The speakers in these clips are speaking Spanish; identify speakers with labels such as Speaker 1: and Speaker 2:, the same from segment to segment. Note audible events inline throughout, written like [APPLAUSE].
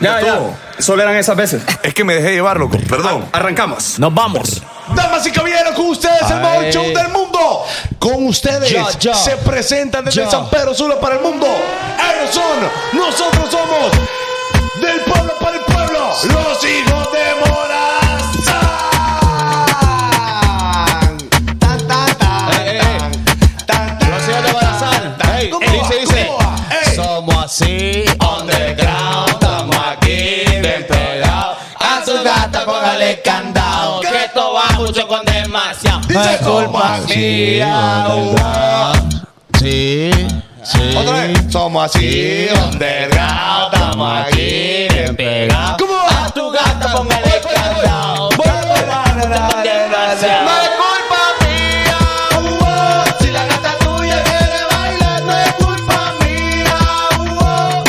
Speaker 1: Ya, ya. Solo eran esas veces.
Speaker 2: Es que me dejé llevar, loco. Perdón.
Speaker 1: Arrancamos.
Speaker 3: Nos vamos.
Speaker 4: Damas y caballeros, con ustedes el mejor show del mundo. Con ustedes
Speaker 3: Ya, ya.
Speaker 4: se presentan desde
Speaker 3: Ya.
Speaker 4: San Pedro Sula para el mundo. Ellos son, nosotros somos, del pueblo para el pueblo, los hijos de Morazán. Tan, tan, tan,
Speaker 3: Eh, eh, eh.
Speaker 4: tan, tan,
Speaker 3: Los hijos de Morazán. Ey,
Speaker 4: ¿Cómo
Speaker 3: dice,
Speaker 4: va?
Speaker 3: dice.
Speaker 4: ¿Cómo va? Ey.
Speaker 3: Somos así, underground, estamos aquí, bien pegados. A su gata póngale candado, que esto va mucho con demasiado.
Speaker 4: Dice,
Speaker 3: No es culpa
Speaker 4: somos así,
Speaker 3: mía,
Speaker 4: underground.
Speaker 3: uh, sí, sí.
Speaker 4: Otra vez. Somos así,
Speaker 3: underground, estamos aquí, bien pegados.
Speaker 4: ¿Cómo va?
Speaker 3: A tu gata póngale
Speaker 4: Voy, voy, voy.
Speaker 3: candado,
Speaker 4: Voy,
Speaker 3: que
Speaker 4: voy.
Speaker 3: esto va mucho con demasiado.
Speaker 4: No es culpa mía, uh-oh. si la gata tuya quiere bailar, no es culpa mía, uh-oh.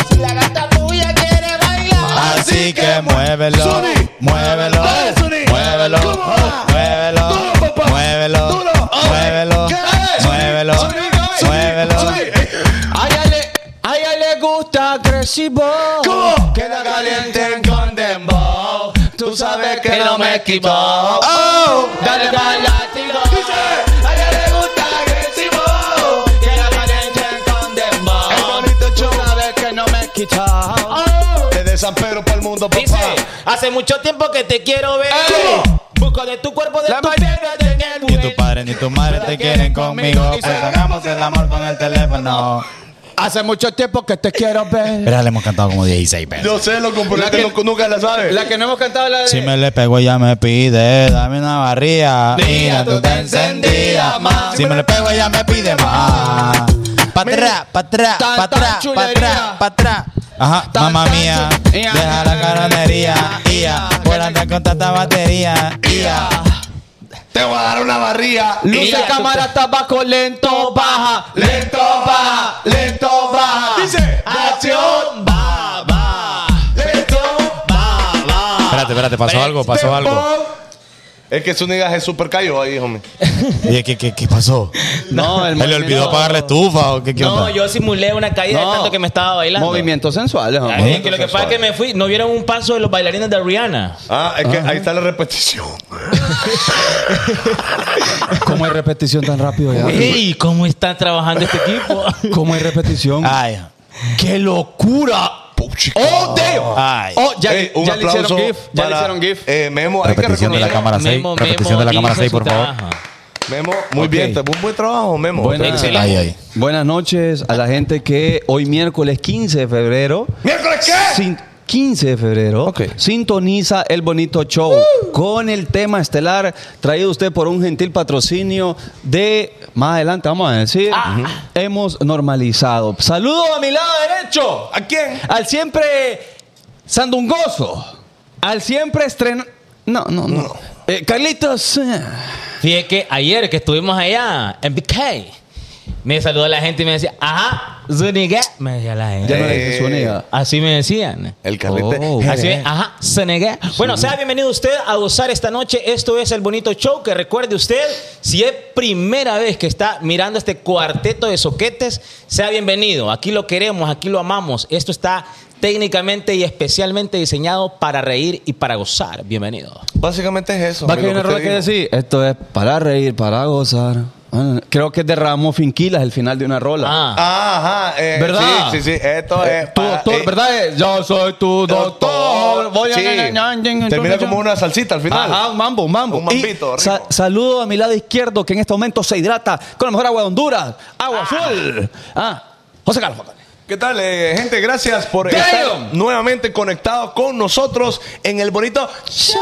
Speaker 3: Así que muévelo,
Speaker 4: Sony.
Speaker 3: muévelo,
Speaker 4: Dale, Sony.
Speaker 3: muévelo,
Speaker 4: ¿Cómo va?
Speaker 3: muévelo,
Speaker 4: Duro, papá.
Speaker 3: muévelo,
Speaker 4: Duro.
Speaker 3: muévelo,
Speaker 4: ¿Qué?
Speaker 3: muévelo,
Speaker 4: Sony, Sony, Sony.
Speaker 3: muévelo. A ella le, a ella le gusta Crazy Ball.
Speaker 4: ¿Cómo?
Speaker 3: Queda caliente con Dembow. Tú sabes que no me quito.
Speaker 4: Oh.
Speaker 3: Dale más látigo.
Speaker 4: Dice, a ella le gusta agresivo.
Speaker 3: Queda caliente con Dembow.
Speaker 4: Qué bonito
Speaker 3: Tú
Speaker 4: show.
Speaker 3: sabes que no me quito.
Speaker 4: Desde San Pedro para el mundo, papá.
Speaker 5: Dice, hace mucho tiempo que te quiero ver.
Speaker 4: Ey.
Speaker 5: Busco de tu cuerpo, de
Speaker 3: La
Speaker 5: tu
Speaker 3: ma-
Speaker 5: pierna, de tu
Speaker 3: Ni tu padre ni tu madre te quieren conmigo. Pues hagamos el amor con el teléfono. Hace mucho tiempo que te quiero ver.
Speaker 5: [LAUGHS]
Speaker 3: Pero le hemos cantado como 16 veces.
Speaker 4: Yo sé, loco, pero
Speaker 3: La
Speaker 4: este
Speaker 3: que-
Speaker 4: loco nunca la sabe.
Speaker 3: que no hemos cantado la de.
Speaker 6: Si me le pego ella me pide, dame una barría.
Speaker 3: Mira, tú te encendida, ma.
Speaker 6: Si me le pego ella me pide más. Pa' atrás, pa' atrás,
Speaker 3: Tan,
Speaker 6: pa'
Speaker 3: tan
Speaker 6: atrás, pa'
Speaker 3: chulería.
Speaker 6: atrás, pa' atrás. Ajá,
Speaker 3: Tan,
Speaker 6: mamá
Speaker 3: tan
Speaker 6: mía,
Speaker 3: chu- Ia.
Speaker 6: deja la caronería, ia, por andar con tanta batería, ia.
Speaker 4: Te voy a dar una barría.
Speaker 3: Luce,
Speaker 5: Mira,
Speaker 3: cámara, tabaco, lento, baja.
Speaker 4: Lento baja, lento baja. Dice, acción.
Speaker 3: va, va.
Speaker 4: Lento
Speaker 6: Espérate, espérate, pasó algo, pasó algo.
Speaker 4: tempo. Es que su nigga es súper callo ahí, homie.
Speaker 6: Oye, ¿qué, qué, qué pasó?
Speaker 3: No, el
Speaker 6: ¿Se le olvidó apagar la estufa o qué, qué
Speaker 5: No,
Speaker 6: onda?
Speaker 5: yo simulé una caída
Speaker 3: No.
Speaker 5: de tanto que me estaba bailando.
Speaker 3: Movimientos sensuales,
Speaker 5: Ay,
Speaker 3: hombre.
Speaker 5: que lo que pasa es que me fui, no vieron un paso de los bailarines de Rihanna.
Speaker 4: Ah, es que ahí está la repetición.
Speaker 7: ¿Cómo hay repetición tan rápido ya?
Speaker 5: Ey, ¿cómo está trabajando este
Speaker 3: [LAUGHS]
Speaker 5: equipo?
Speaker 7: ¿Cómo hay repetición?
Speaker 6: Ay,
Speaker 3: ¡Qué locura! ¡Oh, damn!
Speaker 6: ay.
Speaker 3: ¡Oh, ya,
Speaker 4: Ey,
Speaker 3: ya le hicieron GIF! Ya le
Speaker 4: para,
Speaker 3: hicieron GIF.
Speaker 4: Eh, Memo, hay que
Speaker 6: Repetición de la
Speaker 4: reconocer-
Speaker 6: cámara 6,
Speaker 5: Memo,
Speaker 6: repetición
Speaker 5: Memo
Speaker 6: de la cámara
Speaker 5: hizo
Speaker 6: 6,
Speaker 5: su
Speaker 6: por favor.
Speaker 5: trabajo.
Speaker 4: Memo, muy
Speaker 7: Ok.
Speaker 4: bien, te- un buen trabajo, Memo.
Speaker 7: Buena-
Speaker 5: Excelente.
Speaker 6: Ay, ay.
Speaker 7: Buenas noches a la gente que hoy miércoles 15 de febrero.
Speaker 4: ¿Miércoles qué?
Speaker 7: sin- 15 de febrero
Speaker 4: Ok.
Speaker 7: sintoniza el bonito show con el tema estelar traído usted por un gentil patrocinio de más adelante vamos a decir hemos normalizado saludo a mi lado derecho
Speaker 4: ¿A quién?
Speaker 7: al siempre sandungoso al siempre estren no no no, Eh, Carlitos eh.
Speaker 5: Fíjate que ayer que estuvimos allá en BK, me saludó la gente y me decía, ajá, Zuniga. Me decía la gente.
Speaker 7: Ya no le dices
Speaker 4: Eh,
Speaker 7: su amiga.
Speaker 5: Así me decían.
Speaker 4: El Carlete.
Speaker 7: Oh.
Speaker 5: Así es, ajá, se negué. Bueno, sea bienvenido usted a gozar esta noche. Esto es el bonito show. Que recuerde usted, si es primera vez que está mirando este cuarteto de soquetes, sea bienvenido. Aquí lo queremos, aquí lo amamos. Esto está técnicamente y especialmente diseñado para reír y para gozar. Bienvenido.
Speaker 4: Básicamente es eso.
Speaker 7: Va que
Speaker 4: amigo,
Speaker 7: hay una
Speaker 4: lo
Speaker 7: rola
Speaker 4: te
Speaker 7: que
Speaker 4: digo.
Speaker 7: decir, esto es para reír, para gozar. Ah, Creo que es de Ramos Finquilas el final de una rola.
Speaker 5: Ah,
Speaker 4: Ah, Ajá, eh,
Speaker 7: ¿Verdad?
Speaker 4: Sí, sí, sí. Esto
Speaker 7: Eh,
Speaker 4: es.
Speaker 7: tu
Speaker 4: para-
Speaker 7: doctor,
Speaker 4: eh,
Speaker 7: ¿verdad? Eh, Yo soy tu doctor. Voy a-
Speaker 4: Sí. Termina como una salsita al final.
Speaker 7: Ajá, un mambo, un mambo.
Speaker 4: Un mambito,
Speaker 7: Y sa-
Speaker 4: rico.
Speaker 7: saludo a mi lado izquierdo que en este momento se hidrata con la mejor agua de Honduras. Agua azul. Ah, José Carlos. Jota.
Speaker 4: ¿Qué tal, eh, gente? Gracias por
Speaker 7: Damn.
Speaker 4: estar nuevamente conectados con nosotros en el bonito show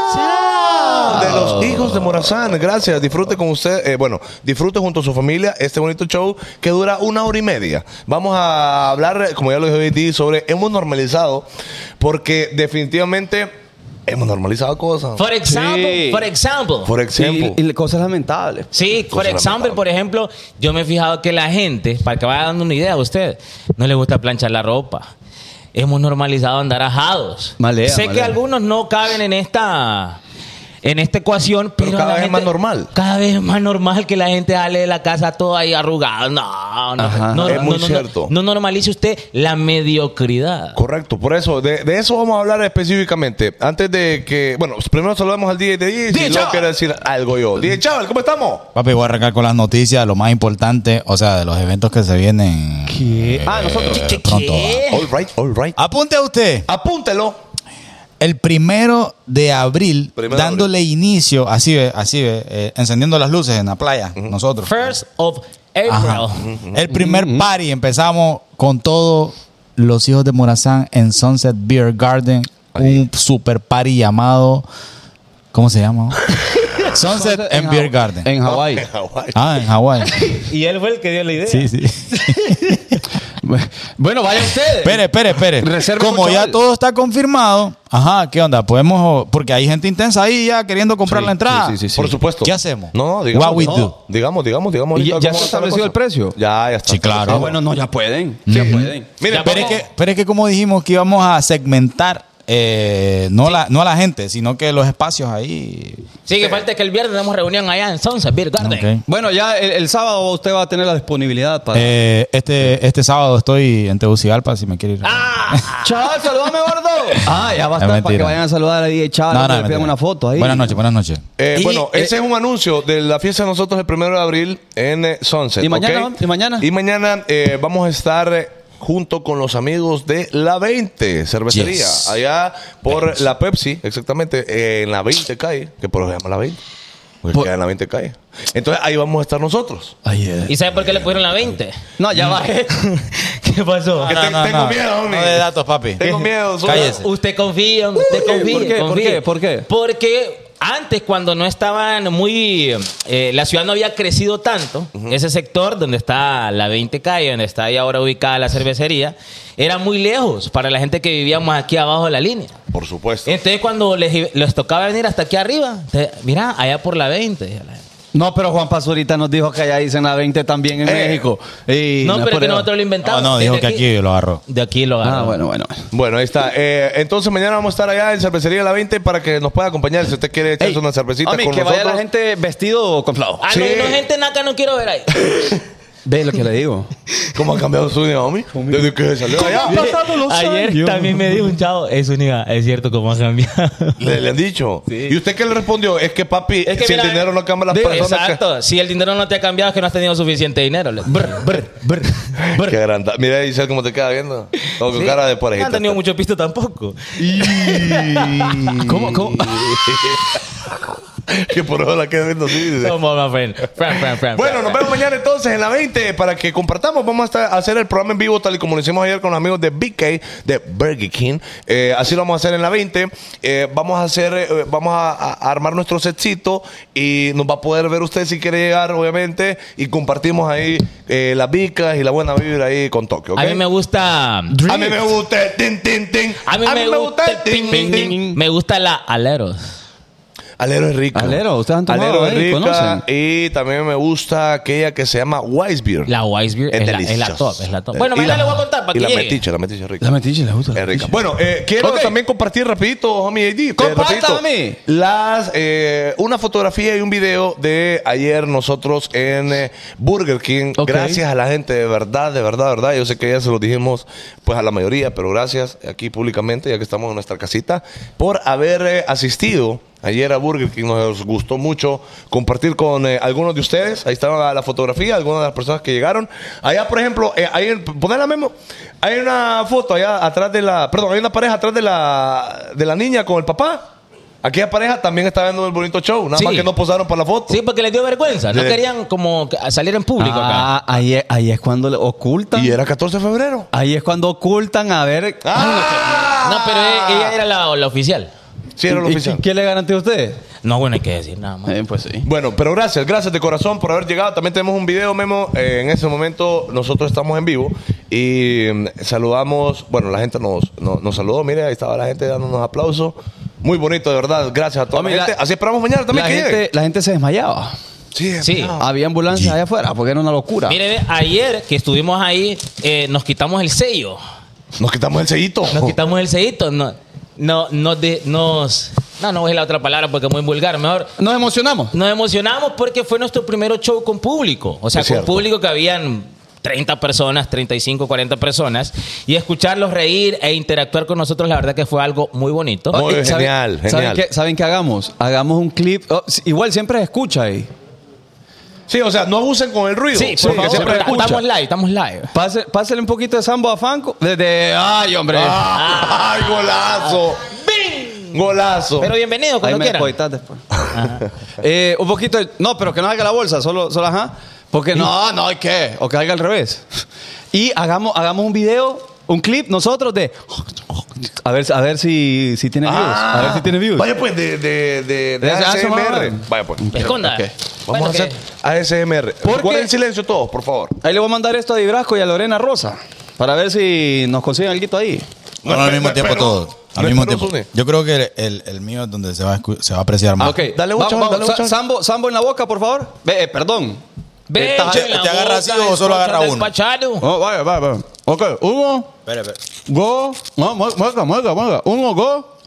Speaker 4: de los hijos de Morazán. Gracias. Disfrute con usted, eh, bueno, disfrute junto a su familia este bonito show que dura una hora y media. Vamos a hablar, eh, como ya lo dije hoy, Di, sobre hemos normalizado, porque definitivamente hemos normalizado cosas.
Speaker 5: por example,
Speaker 7: Sí.
Speaker 5: por example.
Speaker 4: Por ejemplo,
Speaker 7: Y, y cosas lamentables.
Speaker 5: Sí, por
Speaker 4: Cosa
Speaker 5: ejemplo,
Speaker 4: lamentable.
Speaker 5: por ejemplo, yo me he fijado que la gente, para que vaya dando una idea a usted, no le gusta planchar la ropa. Hemos normalizado andar ajados.
Speaker 7: Malea,
Speaker 5: sé que
Speaker 7: malea.
Speaker 5: algunos no caben en esta en esta ecuación, pero,
Speaker 4: cada
Speaker 5: la
Speaker 4: vez es más normal.
Speaker 5: Cada vez es más normal que la gente sale de la casa toda ahí arrugada. No, no,
Speaker 7: Ajá.
Speaker 5: no,
Speaker 4: Es
Speaker 5: no,
Speaker 4: muy
Speaker 5: no, no,
Speaker 4: cierto.
Speaker 5: No, normalice usted la mediocridad.
Speaker 4: Correcto, por eso, de, de eso vamos a hablar específicamente. Antes de que, bueno, primero saludamos al DJ de DJ,
Speaker 5: DJ
Speaker 4: si
Speaker 5: Chaval.
Speaker 4: luego quiero decir algo yo. DJ Chaval, ¿cómo estamos?
Speaker 6: Papi, voy a arrancar con las noticias, lo más importante, o sea, de los eventos que se vienen. eh,
Speaker 4: Ah, nosotros.
Speaker 6: Pronto.
Speaker 5: ¿Qué?
Speaker 4: All right, all right.
Speaker 6: Apunte a usted.
Speaker 4: Apúntelo.
Speaker 6: El primero de abril,
Speaker 4: Primero de
Speaker 6: dándole inicio, así ve, así ve, eh, encendiendo las luces en la playa, nosotros.
Speaker 5: First of April.
Speaker 6: Ajá. El primer party empezamos con todo los hijos de Morazán en Sunset Beer Garden, un super party llamado ¿Cómo se llama? Sunset and
Speaker 7: en
Speaker 6: Beer
Speaker 7: Haw-
Speaker 6: Garden.
Speaker 7: En Hawái.
Speaker 6: Ah, en Hawái.
Speaker 5: [LAUGHS] Y él fue el que dio la idea.
Speaker 6: Sí, sí.
Speaker 7: [LAUGHS] bueno, vaya usted.
Speaker 6: Espere, espere, espere.
Speaker 7: Reserva
Speaker 6: Como
Speaker 7: mucho
Speaker 6: ya
Speaker 7: él.
Speaker 6: todo está confirmado, ajá, ¿qué onda? Podemos porque hay gente intensa ahí ya queriendo comprar la entrada.
Speaker 7: sí, sí, sí.
Speaker 4: Por supuesto.
Speaker 6: ¿Qué hacemos?
Speaker 4: No, no, digamos.
Speaker 6: What we
Speaker 4: no.
Speaker 6: do.
Speaker 4: Digamos, digamos, digamos.
Speaker 7: ¿Y ya-
Speaker 4: ahorita
Speaker 7: ya
Speaker 4: cómo
Speaker 7: se
Speaker 4: está la
Speaker 7: estableció
Speaker 4: cosa.
Speaker 7: el precio?
Speaker 4: Ya, ya está.
Speaker 6: Sí, claro.
Speaker 7: Ah, bueno, no, ya pueden. Ya pueden.
Speaker 4: Miren,
Speaker 6: Pero es,
Speaker 4: vamos-
Speaker 6: que, pero es que como dijimos que íbamos a segmentar eh, no, la, no a la gente, sino que los espacios ahí.
Speaker 5: Sí, que falta que el viernes damos reunión allá en Sunset Beer Garden.
Speaker 6: Ok.
Speaker 7: Bueno, ya el, el sábado usted va a tener la disponibilidad para.
Speaker 6: Eh, este, este sábado estoy en Tegucigalpa, si me quiere ir.
Speaker 5: Ah,
Speaker 7: Chaval, saludame, gordo. [LAUGHS] Ah, ya
Speaker 6: Es
Speaker 7: basta para que
Speaker 6: mentira.
Speaker 7: vayan a saludar a DJ Chaval.
Speaker 6: No, no,
Speaker 7: que le
Speaker 6: mentira.
Speaker 7: pidan una foto ahí.
Speaker 6: Buenas noches, buenas noches.
Speaker 4: Eh,
Speaker 5: Y,
Speaker 4: bueno,
Speaker 5: eh,
Speaker 4: ese es un anuncio de la fiesta de nosotros el primero de abril en eh, Sunset.
Speaker 7: ¿Y mañana,
Speaker 4: ¿ok?
Speaker 7: y mañana?
Speaker 4: Y mañana eh, vamos a estar eh, junto con los amigos de La 20 Cervecería.
Speaker 6: Yes.
Speaker 4: Allá por la Pepsi, exactamente, eh, en la 20 calle, que por lo llama La 20. Porque
Speaker 7: Por-
Speaker 4: queda en la 20 calle. Entonces ahí vamos a estar nosotros.
Speaker 7: eh.
Speaker 5: ¿Y sabe por qué le pusieron la 20?
Speaker 7: No, ya eh. [LAUGHS] bajé.
Speaker 5: ¿Qué pasó?
Speaker 4: Que te- tengo miedo, hombre.
Speaker 6: No de datos, papi.
Speaker 4: Tengo
Speaker 5: [LAUGHS]
Speaker 4: miedo. solo-
Speaker 6: Cállese.
Speaker 5: Usted confía, usted confía.
Speaker 7: ¿Por qué? ¿Por
Speaker 5: confía.
Speaker 7: qué? ¿Por qué?
Speaker 5: Porque antes, cuando no estaban muy. eh, la ciudad no había crecido tanto. Ese sector donde está la 20 calle, donde está ahí ahora ubicada la cervecería, era muy lejos para la gente que vivíamos aquí abajo de la línea.
Speaker 4: Por supuesto.
Speaker 5: Entonces, cuando les, les tocaba venir hasta aquí arriba, te- mira, allá por la 20. decía la gente.
Speaker 7: No, pero Juan Pazurita nos dijo que allá dicen la 20 también en
Speaker 4: Eh.
Speaker 7: México. Y
Speaker 5: No, pero
Speaker 7: por
Speaker 5: es que
Speaker 7: eso.
Speaker 5: nosotros lo
Speaker 6: No,
Speaker 5: inventamos.
Speaker 6: no, dijo
Speaker 5: Desde
Speaker 6: que aquí lo agarró.
Speaker 5: De aquí lo
Speaker 7: Ah,
Speaker 5: agarramos.
Speaker 7: bueno, bueno.
Speaker 4: Bueno, ahí está. Eh, entonces mañana vamos a estar allá en Cervecería La 20 para que nos pueda acompañar. Si usted quiere echarse
Speaker 7: Ey,
Speaker 4: una cervecita
Speaker 7: hombre,
Speaker 4: con
Speaker 7: que
Speaker 4: nosotros.
Speaker 7: vaya la gente vestido con flauta.
Speaker 5: Ah,
Speaker 4: Sí.
Speaker 5: no, y no, gente naca no quiero [LAUGHS] ver ahí.
Speaker 7: [LAUGHS] Ve lo que le digo.
Speaker 4: ¿Cómo ha cambiado su vida, homie? Desde que salió allá.
Speaker 5: Ayer también me dijo un chavo, es única, es cierto cómo ha cambiado.
Speaker 4: Le, le han dicho. ¿Y usted qué le respondió? Es que papi,
Speaker 5: [LAUGHS] Es que
Speaker 4: si el
Speaker 5: mira,
Speaker 4: dinero no cambia las
Speaker 5: digo,
Speaker 4: personas. que-
Speaker 5: Exacto. Si el dinero no te ha cambiado es que no has tenido suficiente dinero. le-
Speaker 4: Qué grande. Mira, Isabel, cómo te queda viendo. Todo con
Speaker 5: Sí.
Speaker 4: cara de
Speaker 5: No
Speaker 4: parejita.
Speaker 5: han tenido mucho pisto tampoco.
Speaker 7: ¿Cómo, cómo?
Speaker 4: [LAUGHS] que por eso la queda viendo así. dice.
Speaker 5: Come on, my friend. Friend, friend, friend,
Speaker 4: Bueno, nos
Speaker 5: friend,
Speaker 4: vemos mañana entonces en la 20 para que compartamos. Vamos a estar- a hacer el programa en vivo tal y como lo hicimos ayer con los amigos de BK, de Burger King. Eh, así lo vamos a hacer en la 20. Eh, vamos a hacer, eh, vamos a, a armar nuestro setcito y nos va a poder ver usted si quiere llegar, obviamente. Y compartimos ahí eh, las vicas y la buena vibra ahí con Tokio. ¿ok?
Speaker 5: friend. A mí me gusta.
Speaker 4: A mí me gusta el tin, tin, tin.
Speaker 5: A mí, me, gusta el ping, ping, ping. Me gusta la aleros.
Speaker 4: Alero es rica.
Speaker 7: Alero, ustedes han tomado,
Speaker 4: Alero es
Speaker 7: ¿eh?
Speaker 4: rica.
Speaker 7: ¿Conocen?
Speaker 4: Y también me gusta aquella que se llama Wise Beer.
Speaker 5: La Wise Beer es, la, es la
Speaker 4: deliciosa.
Speaker 5: top, es la top.
Speaker 4: Eh,
Speaker 5: Bueno,
Speaker 4: y la-
Speaker 5: mañana le voy a contar para
Speaker 4: Y
Speaker 5: que
Speaker 4: la
Speaker 5: llegue.
Speaker 4: metiche, la metiche es rica.
Speaker 7: La metiche le gusta. la
Speaker 4: Es rica.
Speaker 7: metiche.
Speaker 4: Bueno, eh, quiero
Speaker 7: Ok.
Speaker 4: también compartir rapidito, homie AD. eh,
Speaker 7: Comparta,
Speaker 4: rapidito,
Speaker 7: homie.
Speaker 4: Las, eh, una fotografía y un video de ayer nosotros en eh, Burger King.
Speaker 7: Ok.
Speaker 4: Gracias a la gente, de verdad, de verdad, de verdad. Yo sé que ya se lo dijimos pues a la mayoría, pero gracias aquí públicamente, ya que estamos en nuestra casita, por haber eh, asistido. Ayer a Burger King nos gustó mucho compartir con eh, algunos de ustedes. Ahí estaba la, la fotografía, algunas de las personas que llegaron. Allá, por ejemplo, eh, hay, poner la memo. Hay una foto allá atrás de la. Perdón, hay una pareja atrás de la, de la niña con el papá. Aquella pareja también está viendo el bonito show. Nada
Speaker 5: Sí.
Speaker 4: más que no posaron para la foto.
Speaker 5: Sí, porque les dio vergüenza. No
Speaker 4: Le-
Speaker 5: querían como que- salir en público acá.
Speaker 7: Ah, ahí, es- ahí es cuando le ocultan.
Speaker 4: Y era 14 de febrero.
Speaker 7: Ahí es cuando ocultan a ver.
Speaker 4: ¡Ah!
Speaker 5: No, pero e- ella era la, la oficial.
Speaker 4: Sí, era el
Speaker 7: ¿Y- y-
Speaker 4: oficial.
Speaker 7: ¿Qué le garantía a usted?
Speaker 5: No, bueno, hay que decir nada más.
Speaker 7: Eh, pues sí.
Speaker 4: Bueno, pero gracias, gracias de corazón por haber llegado. También tenemos un video, Memo. Eh, en ese momento nosotros estamos en vivo y mm, saludamos, bueno, la gente nos, nos, nos saludó, mire, ahí estaba la gente dándonos aplausos. Muy bonito, de verdad. Gracias a toda
Speaker 7: Hombre,
Speaker 4: la
Speaker 7: la-
Speaker 4: gente. Así esperamos mañana también
Speaker 7: La
Speaker 4: que Ah.
Speaker 7: gente,
Speaker 4: llegue.
Speaker 7: la gente se desmayaba.
Speaker 4: Sí,
Speaker 5: Sí.
Speaker 4: mira.
Speaker 7: Había ambulancias allá afuera porque era una locura.
Speaker 5: Mire, ve, ayer que estuvimos ahí, eh, nos quitamos el sello.
Speaker 4: Nos quitamos el sellito.
Speaker 5: Nos quitamos el sellito. No, no, nos de- nos No, no es la otra palabra porque es muy vulgar. Mejor
Speaker 7: Nos emocionamos.
Speaker 5: nos emocionamos porque fue nuestro primero show con público. O sea,
Speaker 4: Es
Speaker 5: con
Speaker 4: cierto.
Speaker 5: público que habían 30 personas, 35, 40 personas. Y escucharlos reír e interactuar con nosotros, la verdad que fue algo muy bonito.
Speaker 4: Muy
Speaker 7: Eh, ¿saben-
Speaker 4: genial,
Speaker 7: ¿saben
Speaker 4: genial.
Speaker 7: qué- ¿Saben qué hagamos? Hagamos un clip. Oh, si- igual siempre se escucha ahí.
Speaker 4: Sí, o sea, no abusen con el ruido.
Speaker 5: Sí, por
Speaker 4: porque
Speaker 5: favor,
Speaker 4: siempre
Speaker 5: ta-
Speaker 4: escucha.
Speaker 5: estamos live, estamos live.
Speaker 7: Pase- pásale un poquito de sambo a Fanco. Desde. ¡Ay, hombre!
Speaker 4: Ah, [LAUGHS] ¡Ay, golazo! ¡Golazo!
Speaker 5: Pero bienvenido
Speaker 7: Ahí
Speaker 5: cuando
Speaker 7: me
Speaker 5: quieran.
Speaker 7: descoitas después. [LAUGHS] Eh, un poquito. de- no, pero que no haga la bolsa, solo, solo ajá. Porque no, no hay que. O que haga al revés. Y hagamos, hagamos un video, un clip nosotros de. A ver, a ver si, si tiene views. A ver si tiene views.
Speaker 4: Vaya pues, de, de, de, de
Speaker 7: Desde
Speaker 4: ASMR.
Speaker 7: ASMR.
Speaker 4: Vaya pues.
Speaker 5: Esconda.
Speaker 4: Ok. Vamos
Speaker 5: Bueno,
Speaker 4: a hacer
Speaker 5: que-
Speaker 4: ASMR.
Speaker 7: Porque-
Speaker 4: Guarden silencio todos, por favor.
Speaker 7: Ahí le voy a mandar esto a Ibrasco y a Lorena Rosa. Para ver si nos consiguen algo ahí.
Speaker 6: No, no, al mismo tiempo
Speaker 4: espero.
Speaker 6: todos. Al
Speaker 4: No
Speaker 6: mismo
Speaker 4: espero,
Speaker 6: tiempo.
Speaker 4: Zune.
Speaker 6: Yo creo que el, el- el mío es donde se va a, escu- se va a apreciar más.
Speaker 7: Ah, ok.
Speaker 4: Dale un
Speaker 7: Vamos,
Speaker 4: chon,
Speaker 7: vamos.
Speaker 4: dale un
Speaker 7: Sa-
Speaker 4: chon.
Speaker 7: Sambo, sambo en la boca, por favor. Ve, eh, perdón.
Speaker 5: Ve,
Speaker 7: Estás-
Speaker 6: Che,
Speaker 5: en la
Speaker 6: ¿te agarra
Speaker 5: boca,
Speaker 6: así o solo
Speaker 5: escucha
Speaker 6: agarra
Speaker 5: del
Speaker 6: uno?
Speaker 5: Pachalo.
Speaker 7: Oh, vaya, vaya, vaya. Ok, uno,
Speaker 6: Espera, espera.
Speaker 7: go. No, mue- mueca, mueca, mueca. Uno, go.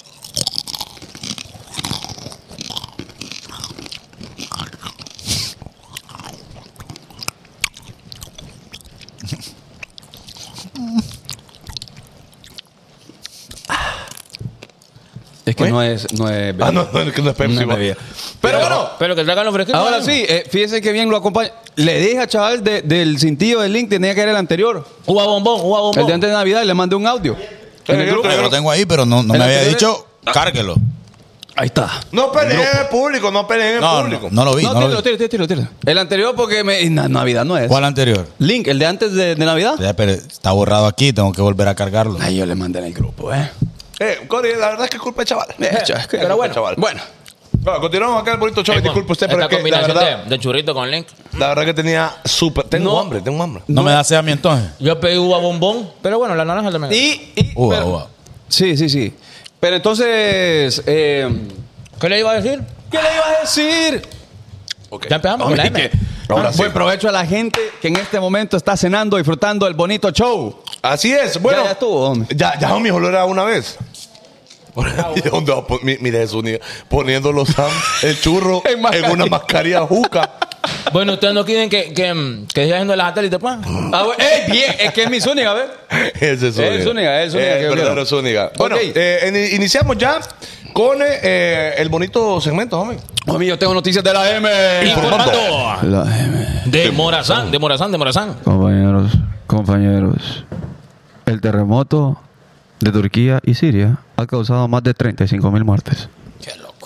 Speaker 7: Es que no es, no es
Speaker 4: Ah, no, no, que no es Pepsi.
Speaker 7: Una
Speaker 4: va.
Speaker 7: bebida.
Speaker 4: Pero bueno,
Speaker 5: Pero que traigan los fresquitos.
Speaker 7: Ahora
Speaker 5: ¿no?
Speaker 7: sí, eh, fíjense que bien lo acompaña. Le dije a chaval de- del cintillo del link, tenía que era el anterior.
Speaker 5: Uva bombón, uva bombón.
Speaker 7: El de antes de Navidad, le mandé un audio. En el grupo.
Speaker 6: Yo lo tengo ahí, pero no, no
Speaker 7: El
Speaker 6: me había
Speaker 7: anterior-
Speaker 6: dicho, cárguelo.
Speaker 7: Ahí está.
Speaker 4: no peleen en el público, no peleen en el
Speaker 6: No,
Speaker 4: público.
Speaker 6: no, no lo vi.
Speaker 7: No,
Speaker 6: No, lo
Speaker 7: tíralo,
Speaker 6: vi.
Speaker 7: tíralo, tíralo, tíralo. El anterior porque me... na- Navidad no es.
Speaker 6: ¿Cuál anterior?
Speaker 7: Link, el de antes de, de Navidad.
Speaker 6: Ya, pero está borrado aquí, tengo que volver a cargarlo.
Speaker 7: Ahí yo le mandé en el grupo, eh.
Speaker 4: Eh, Cory, la verdad es que es culpa de chaval.
Speaker 7: Eh, chaval, que-
Speaker 4: Pero bueno.
Speaker 7: chaval. Bueno.
Speaker 4: Bueno, continuamos acá el bonito show.
Speaker 5: Esta
Speaker 4: Disculpe usted, pero es que la
Speaker 5: combinación
Speaker 4: verdad,
Speaker 5: de, de churrito con link.
Speaker 4: la verdad que tenía súper. Tengo
Speaker 7: No.
Speaker 4: hambre, tengo hambre.
Speaker 6: No me da sed a mí entonces.
Speaker 5: Yo pedí uva bombón, pero bueno, la naranja también.
Speaker 7: Y... y
Speaker 6: Uva,
Speaker 7: pero-
Speaker 6: uva.
Speaker 7: Sí, sí, sí. Pero entonces... eh,
Speaker 5: ¿Qué le iba a decir?
Speaker 7: ¿Qué le ibas a decir? Ah,
Speaker 5: Ya empezamos con la M.
Speaker 4: Ahora
Speaker 7: Buen
Speaker 4: sí.
Speaker 7: provecho a la gente que en este momento está cenando, disfrutando el bonito show.
Speaker 4: Así es, bueno.
Speaker 7: Ya, ya estuvo, hombre.
Speaker 4: Ya, ya, homie, solo era una [LAUGHS] vez. [LAUGHS] ¿Dónde va a pon- mi- Mire Jesús, ni- poniendo los sam, [LAUGHS] el churro
Speaker 7: En
Speaker 4: en,
Speaker 7: mascarilla.
Speaker 4: una mascarilla [LAUGHS] juca.
Speaker 5: Bueno, ustedes no quieren que, que, mm, que siga haciendo las satélites, pues.
Speaker 7: Ah, bueno, ey, bien, es que es mi Zúñiga, a ver.
Speaker 4: Ese es Zúñiga.
Speaker 7: El Zúñiga, el Zúñiga que
Speaker 4: El
Speaker 7: yo
Speaker 4: verdadero
Speaker 7: quiero.
Speaker 4: Zúñiga. Bueno,
Speaker 7: Ok.
Speaker 4: eh, en- iniciamos ya con eh, el bonito segmento, homie.
Speaker 7: Homie, yo tengo noticias de la M.
Speaker 5: Eh, Informando
Speaker 8: La M.
Speaker 5: de Morazán, de Morazán, de Morazán.
Speaker 8: Compañeros, compañeros, el terremoto de Turquía y Siria ha causado más de 35 mil muertes.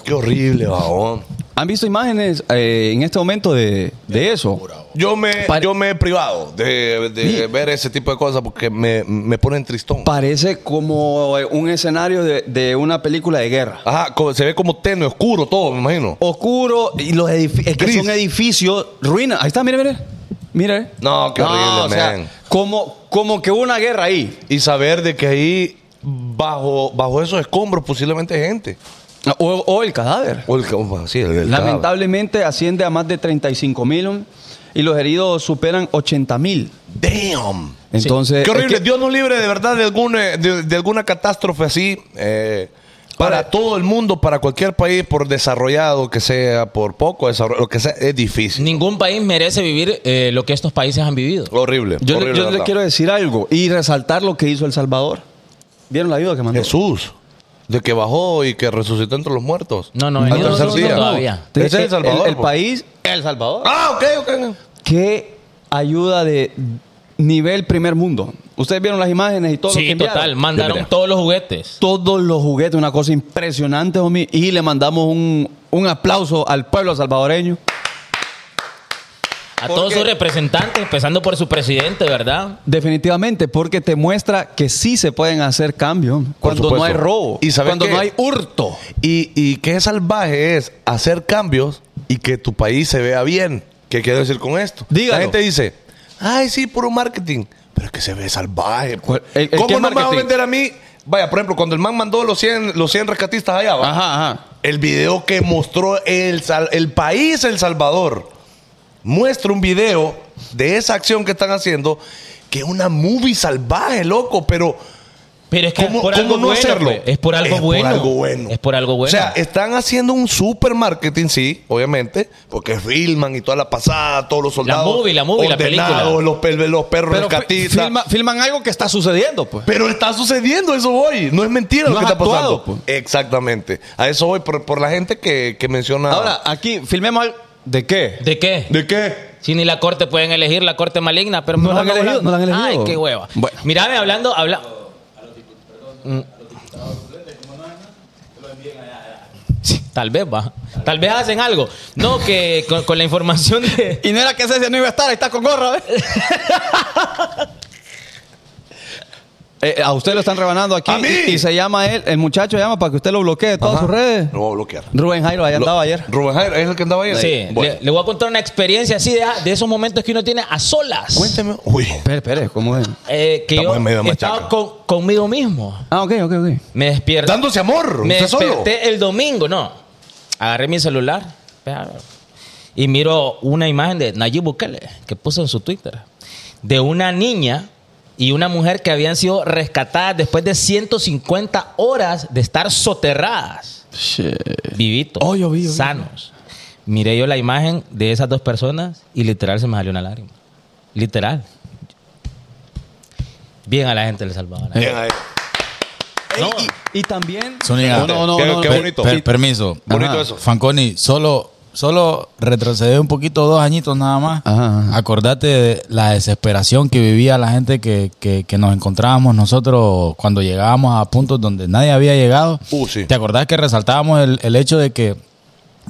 Speaker 4: Qué horrible, babón.
Speaker 7: ¿Han visto imágenes eh, en este momento de, de eso?
Speaker 4: Yo me,
Speaker 7: Pare-
Speaker 4: yo me he privado de, de
Speaker 7: Sí.
Speaker 4: ver ese tipo de cosas porque me, me ponen tristón.
Speaker 7: Parece como eh, un escenario de, de una película de guerra.
Speaker 4: Ajá, co- se ve como tenue, oscuro todo, me imagino.
Speaker 7: Oscuro y los edificios. Es que
Speaker 4: Gris.
Speaker 7: son edificios, ruinas. Ahí está, mire, mire. Mire.
Speaker 4: No, qué horrible, man.
Speaker 7: como, como que hubo una guerra ahí.
Speaker 4: Y saber de que ahí, bajo, bajo esos escombros, posiblemente hay gente.
Speaker 7: O, o el cadáver.
Speaker 4: O el ca- bueno, sí, el- el cadáver.
Speaker 7: Lamentablemente asciende a más de 35 mil y los heridos superan 80 mil.
Speaker 4: Damn.
Speaker 7: Entonces,
Speaker 4: Qué
Speaker 7: es
Speaker 4: horrible.
Speaker 7: que-
Speaker 4: Dios nos libre de verdad de alguna, de, de alguna catástrofe así. eh, para
Speaker 7: Ahora-
Speaker 4: todo el mundo, para cualquier país, por desarrollado que sea, por poco desarrollado, lo que sea, es difícil.
Speaker 5: Ningún país merece vivir eh, lo que estos países han vivido.
Speaker 4: Horrible.
Speaker 7: yo, le,
Speaker 4: horrible,
Speaker 7: yo le
Speaker 4: verdad.
Speaker 7: quiero decir algo y resaltar lo que hizo El Salvador. ¿Vieron la ayuda que mandó?
Speaker 4: Jesús, de que bajó y que resucitó entre los muertos.
Speaker 5: No, no,
Speaker 4: Al
Speaker 5: no, no,
Speaker 4: tercer
Speaker 5: no,
Speaker 4: día.
Speaker 5: no, todavía.
Speaker 7: Te-
Speaker 4: Ese es El Salvador. pues.
Speaker 7: El,
Speaker 4: po.
Speaker 7: país, El Salvador.
Speaker 4: Ah, ok, ok.
Speaker 7: ¿Qué ayuda de nivel primer mundo? Ustedes vieron las imágenes y todo lo que
Speaker 5: Sí,
Speaker 7: enviaron?
Speaker 5: total, mandaron todos los juguetes.
Speaker 7: todos los juguetes, una cosa impresionante, homie. Y le mandamos un, un aplauso al pueblo salvadoreño.
Speaker 5: A todos
Speaker 4: Porque-
Speaker 5: sus representantes, empezando por su presidente, ¿verdad?
Speaker 7: Definitivamente, porque te muestra que sí se pueden hacer cambios cuando
Speaker 4: supuesto.
Speaker 7: no hay robo,
Speaker 4: ¿Y sabes
Speaker 7: cuando
Speaker 4: qué?
Speaker 7: no hay hurto.
Speaker 4: Y, y qué salvaje es hacer cambios y que tu país se vea bien. ¿Qué quiero decir con esto?
Speaker 7: Dígalo.
Speaker 4: La gente dice, ay, sí, puro marketing, pero es que se ve salvaje. pues.
Speaker 7: ¿Cuál- el- el qué
Speaker 4: ¿Cómo no me va a
Speaker 7: marketing?
Speaker 4: vender a mí? Vaya, por ejemplo, cuando el man mandó los 100, los 100 rescatistas allá, ¿va?
Speaker 7: Ajá, ajá.
Speaker 4: el video que mostró el, Sal- el país El Salvador, muestra un video de esa acción que están haciendo, que es una movie salvaje, loco, pero...
Speaker 5: Pero es que
Speaker 4: ¿Cómo-
Speaker 5: por
Speaker 4: cómo
Speaker 5: algo
Speaker 4: no
Speaker 5: bueno,
Speaker 4: hacerlo?
Speaker 5: pues. Es por algo bueno.
Speaker 4: algo bueno.
Speaker 5: Es por algo bueno.
Speaker 4: O sea, están haciendo un super marketing, sí, obviamente, porque filman y toda la pasada, todos los soldados.
Speaker 5: movie, la movie, la película.
Speaker 4: ordenados, Los, pel- los perros
Speaker 7: Pero fi-
Speaker 4: rescatistas.
Speaker 7: filma- filman algo que está sucediendo, pues.
Speaker 4: Pero está sucediendo, eso voy. No es mentira
Speaker 7: No
Speaker 4: lo que
Speaker 7: has
Speaker 4: está
Speaker 7: actuado,
Speaker 4: pasando.
Speaker 5: pues.
Speaker 4: Exactamente. A eso voy, por, por la gente que, que menciona.
Speaker 7: Ahora, aquí, filmemos algo. ¿De qué?
Speaker 5: ¿De qué?
Speaker 4: Ah. ¿de qué?
Speaker 5: Si ni la corte pueden elegir la corte maligna, pero
Speaker 7: No la han elegido, no la han elegido.
Speaker 5: Ay, qué hueva.
Speaker 7: Bueno.
Speaker 5: Mírame hablando, habla. Mm. Sí, Tal vez va. Tal vez hacen algo. No, que [LAUGHS] con, con la información de.
Speaker 7: Y no era que ese no iba a estar, ahí está con gorra, ¿ves? [LAUGHS] Eh, a usted lo están rebanando aquí.
Speaker 4: ¡A mí!
Speaker 7: Y, y se llama él, el muchacho llama para que usted lo bloquee de todas
Speaker 4: Ajá.
Speaker 7: sus redes.
Speaker 4: Lo voy a bloquear.
Speaker 7: Rubén Jairo, ahí andaba ayer.
Speaker 4: Rubén eh, Jairo, ¿es el que andaba ayer?
Speaker 5: Sí,
Speaker 4: Bueno,
Speaker 5: le, le voy a contar una experiencia así de, ah, de esos momentos que uno tiene a solas.
Speaker 4: cuénteme. Uy.
Speaker 7: Espere, espere, ¿cómo es?
Speaker 5: Eh, que
Speaker 4: Estamos
Speaker 5: yo
Speaker 4: en medio de
Speaker 5: estaba
Speaker 4: machaca.
Speaker 5: con- conmigo mismo.
Speaker 7: Ah, ok, ok, ok.
Speaker 5: Me despierto.
Speaker 4: Dándose amor.
Speaker 5: Me
Speaker 4: usted solo.
Speaker 5: desperté el domingo, no. Agarré mi celular y miro una imagen de Nayib Bukele que puso en su Twitter de una niña y una mujer que habían sido rescatadas después de 150 horas de estar soterradas. Vivitos,
Speaker 7: Oh, yo vi, yo vi.
Speaker 5: sanos. Miré yo la imagen de esas dos personas y literal se me salió una lágrima. Literal. Bien a la gente del Salvador. ¿eh?
Speaker 7: Eh,
Speaker 4: Bien ahí.
Speaker 5: No.
Speaker 7: Y también.
Speaker 6: Zúñiga.
Speaker 7: No, no,
Speaker 4: Qué-
Speaker 7: no,
Speaker 4: qué
Speaker 7: no.
Speaker 4: bonito.
Speaker 6: Per- permiso.
Speaker 4: Bonito
Speaker 6: Ajá.
Speaker 4: eso.
Speaker 6: Fanconi, solo, solo retroceder un poquito, dos añitos nada más.
Speaker 7: Ajá, ajá.
Speaker 6: Acordate de la desesperación que vivía la gente que, que- que nos encontrábamos nosotros cuando llegábamos a puntos donde nadie había llegado.
Speaker 4: Uh, sí.
Speaker 6: ¿Te acordás que resaltábamos el, el hecho de que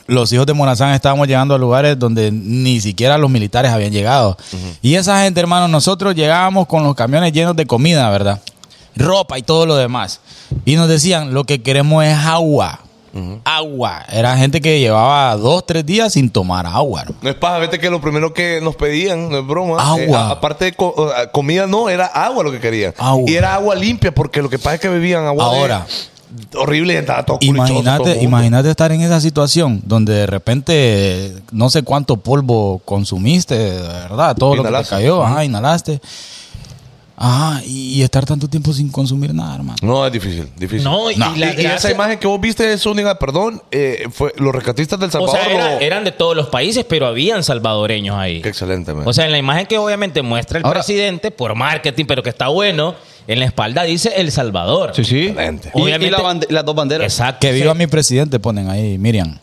Speaker 6: los hijos de Morazán estábamos llegando a lugares donde ni siquiera los militares habían llegado. Y esa gente, hermano, nosotros llegábamos con los camiones llenos de comida, ¿verdad? Ropa y todo lo demás. Y nos decían, lo que queremos es agua. Agua. Era gente que llevaba dos, tres días sin tomar agua. hermano.
Speaker 4: No es paja, vete que lo primero que nos pedían, no es broma.
Speaker 6: Agua.
Speaker 4: eh, a- aparte de co- eh, comida, no, era agua lo que querían.
Speaker 6: Agua.
Speaker 4: Y era agua limpia, porque lo que pasa es que bebían agua. de-
Speaker 6: Ahora.
Speaker 4: horrible, estaba todo culichoso, todo el
Speaker 6: Imagínate,
Speaker 4: mundo.
Speaker 6: imagínate estar en esa situación donde de repente eh, no sé cuánto polvo consumiste, de verdad, todo lo que
Speaker 4: Inhalaste.
Speaker 6: te cayó, ajá, inhalaste. Ajá, y, y estar tanto tiempo sin consumir nada, hermano.
Speaker 4: No, es difícil, difícil.
Speaker 5: No, y,
Speaker 4: Y,
Speaker 5: la
Speaker 4: y esa
Speaker 5: gracia-
Speaker 4: imagen que vos viste es única, perdón, eh, fue los rescatistas del
Speaker 5: O
Speaker 4: Salvador.
Speaker 5: sea, era-
Speaker 4: lo-
Speaker 5: eran de todos los países, pero habían salvadoreños ahí.
Speaker 4: Qué excelente, man.
Speaker 5: O sea, en la imagen que obviamente muestra el
Speaker 7: Ahora-
Speaker 5: presidente por marketing, pero que está bueno, en la espalda dice El Salvador.
Speaker 7: Sí, sí.
Speaker 4: Excelente.
Speaker 7: Y, y
Speaker 5: Obviamente-
Speaker 7: la bande- las dos banderas.
Speaker 5: Exacto.
Speaker 6: Que viva
Speaker 5: O sea,
Speaker 6: mi presidente, ponen ahí, Miriam.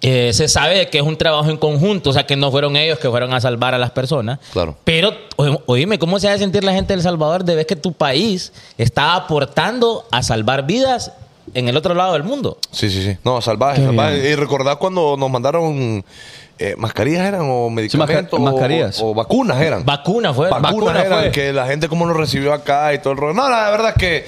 Speaker 5: eh, se sabe que es un trabajo en conjunto, o sea, que no fueron ellos que fueron a salvar a las personas.
Speaker 4: Claro.
Speaker 5: Pero, o- oíme, ¿cómo se hace sentir la gente de El Salvador de ver que tu país está aportando a salvar vidas en el otro lado del mundo?
Speaker 4: Sí, sí, sí. No, salvaje, salvaje. Y recordad cuando nos mandaron eh, mascarillas eran o medicamentos
Speaker 7: masca-
Speaker 4: o-
Speaker 7: mascarillas.
Speaker 4: O, vacunas eran.
Speaker 5: Vacuna fue.
Speaker 4: vacunas
Speaker 5: vacuna
Speaker 4: eran
Speaker 5: fue.
Speaker 4: que la gente cómo nos recibió acá y todo el rollo. No, la verdad es que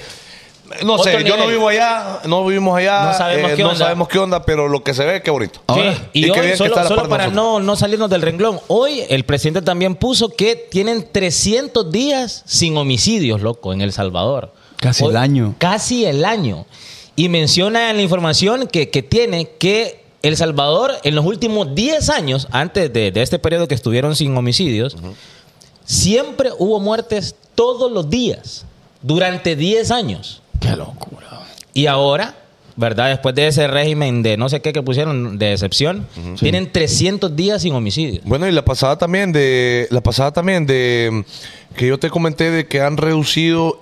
Speaker 4: no
Speaker 5: Otro
Speaker 4: sé, yo no
Speaker 5: nivel.
Speaker 4: vivo allá, no vivimos allá, eh,
Speaker 5: No sabemos qué
Speaker 4: no
Speaker 5: onda.
Speaker 4: sabemos qué onda, pero lo que se ve, qué bonito.
Speaker 5: Sí,
Speaker 7: Ahora,
Speaker 5: y,
Speaker 4: y qué
Speaker 5: hoy,
Speaker 4: bien que
Speaker 5: solo,
Speaker 4: está la
Speaker 5: solo
Speaker 4: parte de
Speaker 5: para no, no salirnos del renglón, hoy el presidente también puso que tienen 300 días sin homicidios, loco, en El Salvador.
Speaker 7: Casi
Speaker 5: Hoy-
Speaker 7: el año.
Speaker 5: Casi el año. Y menciona en la información que, que tiene que El Salvador en los últimos 10 años, antes de, de este periodo que estuvieron sin homicidios, siempre hubo muertes todos los días, durante 10 años.
Speaker 7: Qué locura.
Speaker 5: Y ahora, ¿verdad? Después de ese régimen de no sé qué que pusieron de excepción, tienen 300 días sin homicidio.
Speaker 4: Bueno, y la pasada también de la pasada también de que yo te comenté de que han reducido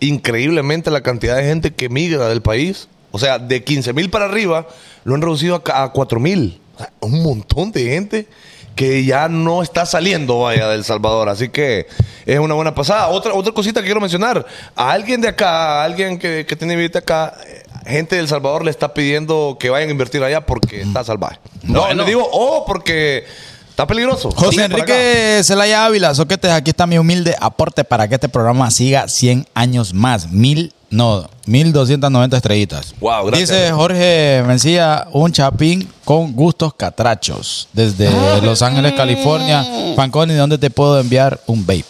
Speaker 4: increíblemente la cantidad de gente que migra del país, o sea, de 15 mil para arriba lo han reducido a, ca- a 4 mil, un montón de gente que ya no está saliendo vaya del Salvador, así que es una buena pasada. Otra otra cosita que quiero mencionar, a alguien de acá, a alguien que, que tiene billete acá, eh, gente del Salvador le está pidiendo que vayan a invertir allá porque está salvaje. No,
Speaker 7: Bueno.
Speaker 4: le digo oh, porque está peligroso.
Speaker 6: Mm. José
Speaker 4: Sigue para acá.
Speaker 6: Enrique Celaya Ávila, Soquetes, aquí está mi humilde aporte para que este programa siga 100 años más. Mil, no, 1290 estrellitas.
Speaker 4: Wow, gracias.
Speaker 6: Dice Jorge Mencía, un chapín con gustos catrachos. Desde Los Ángeles, California. Fanconi, ¿de dónde te puedo enviar un vape?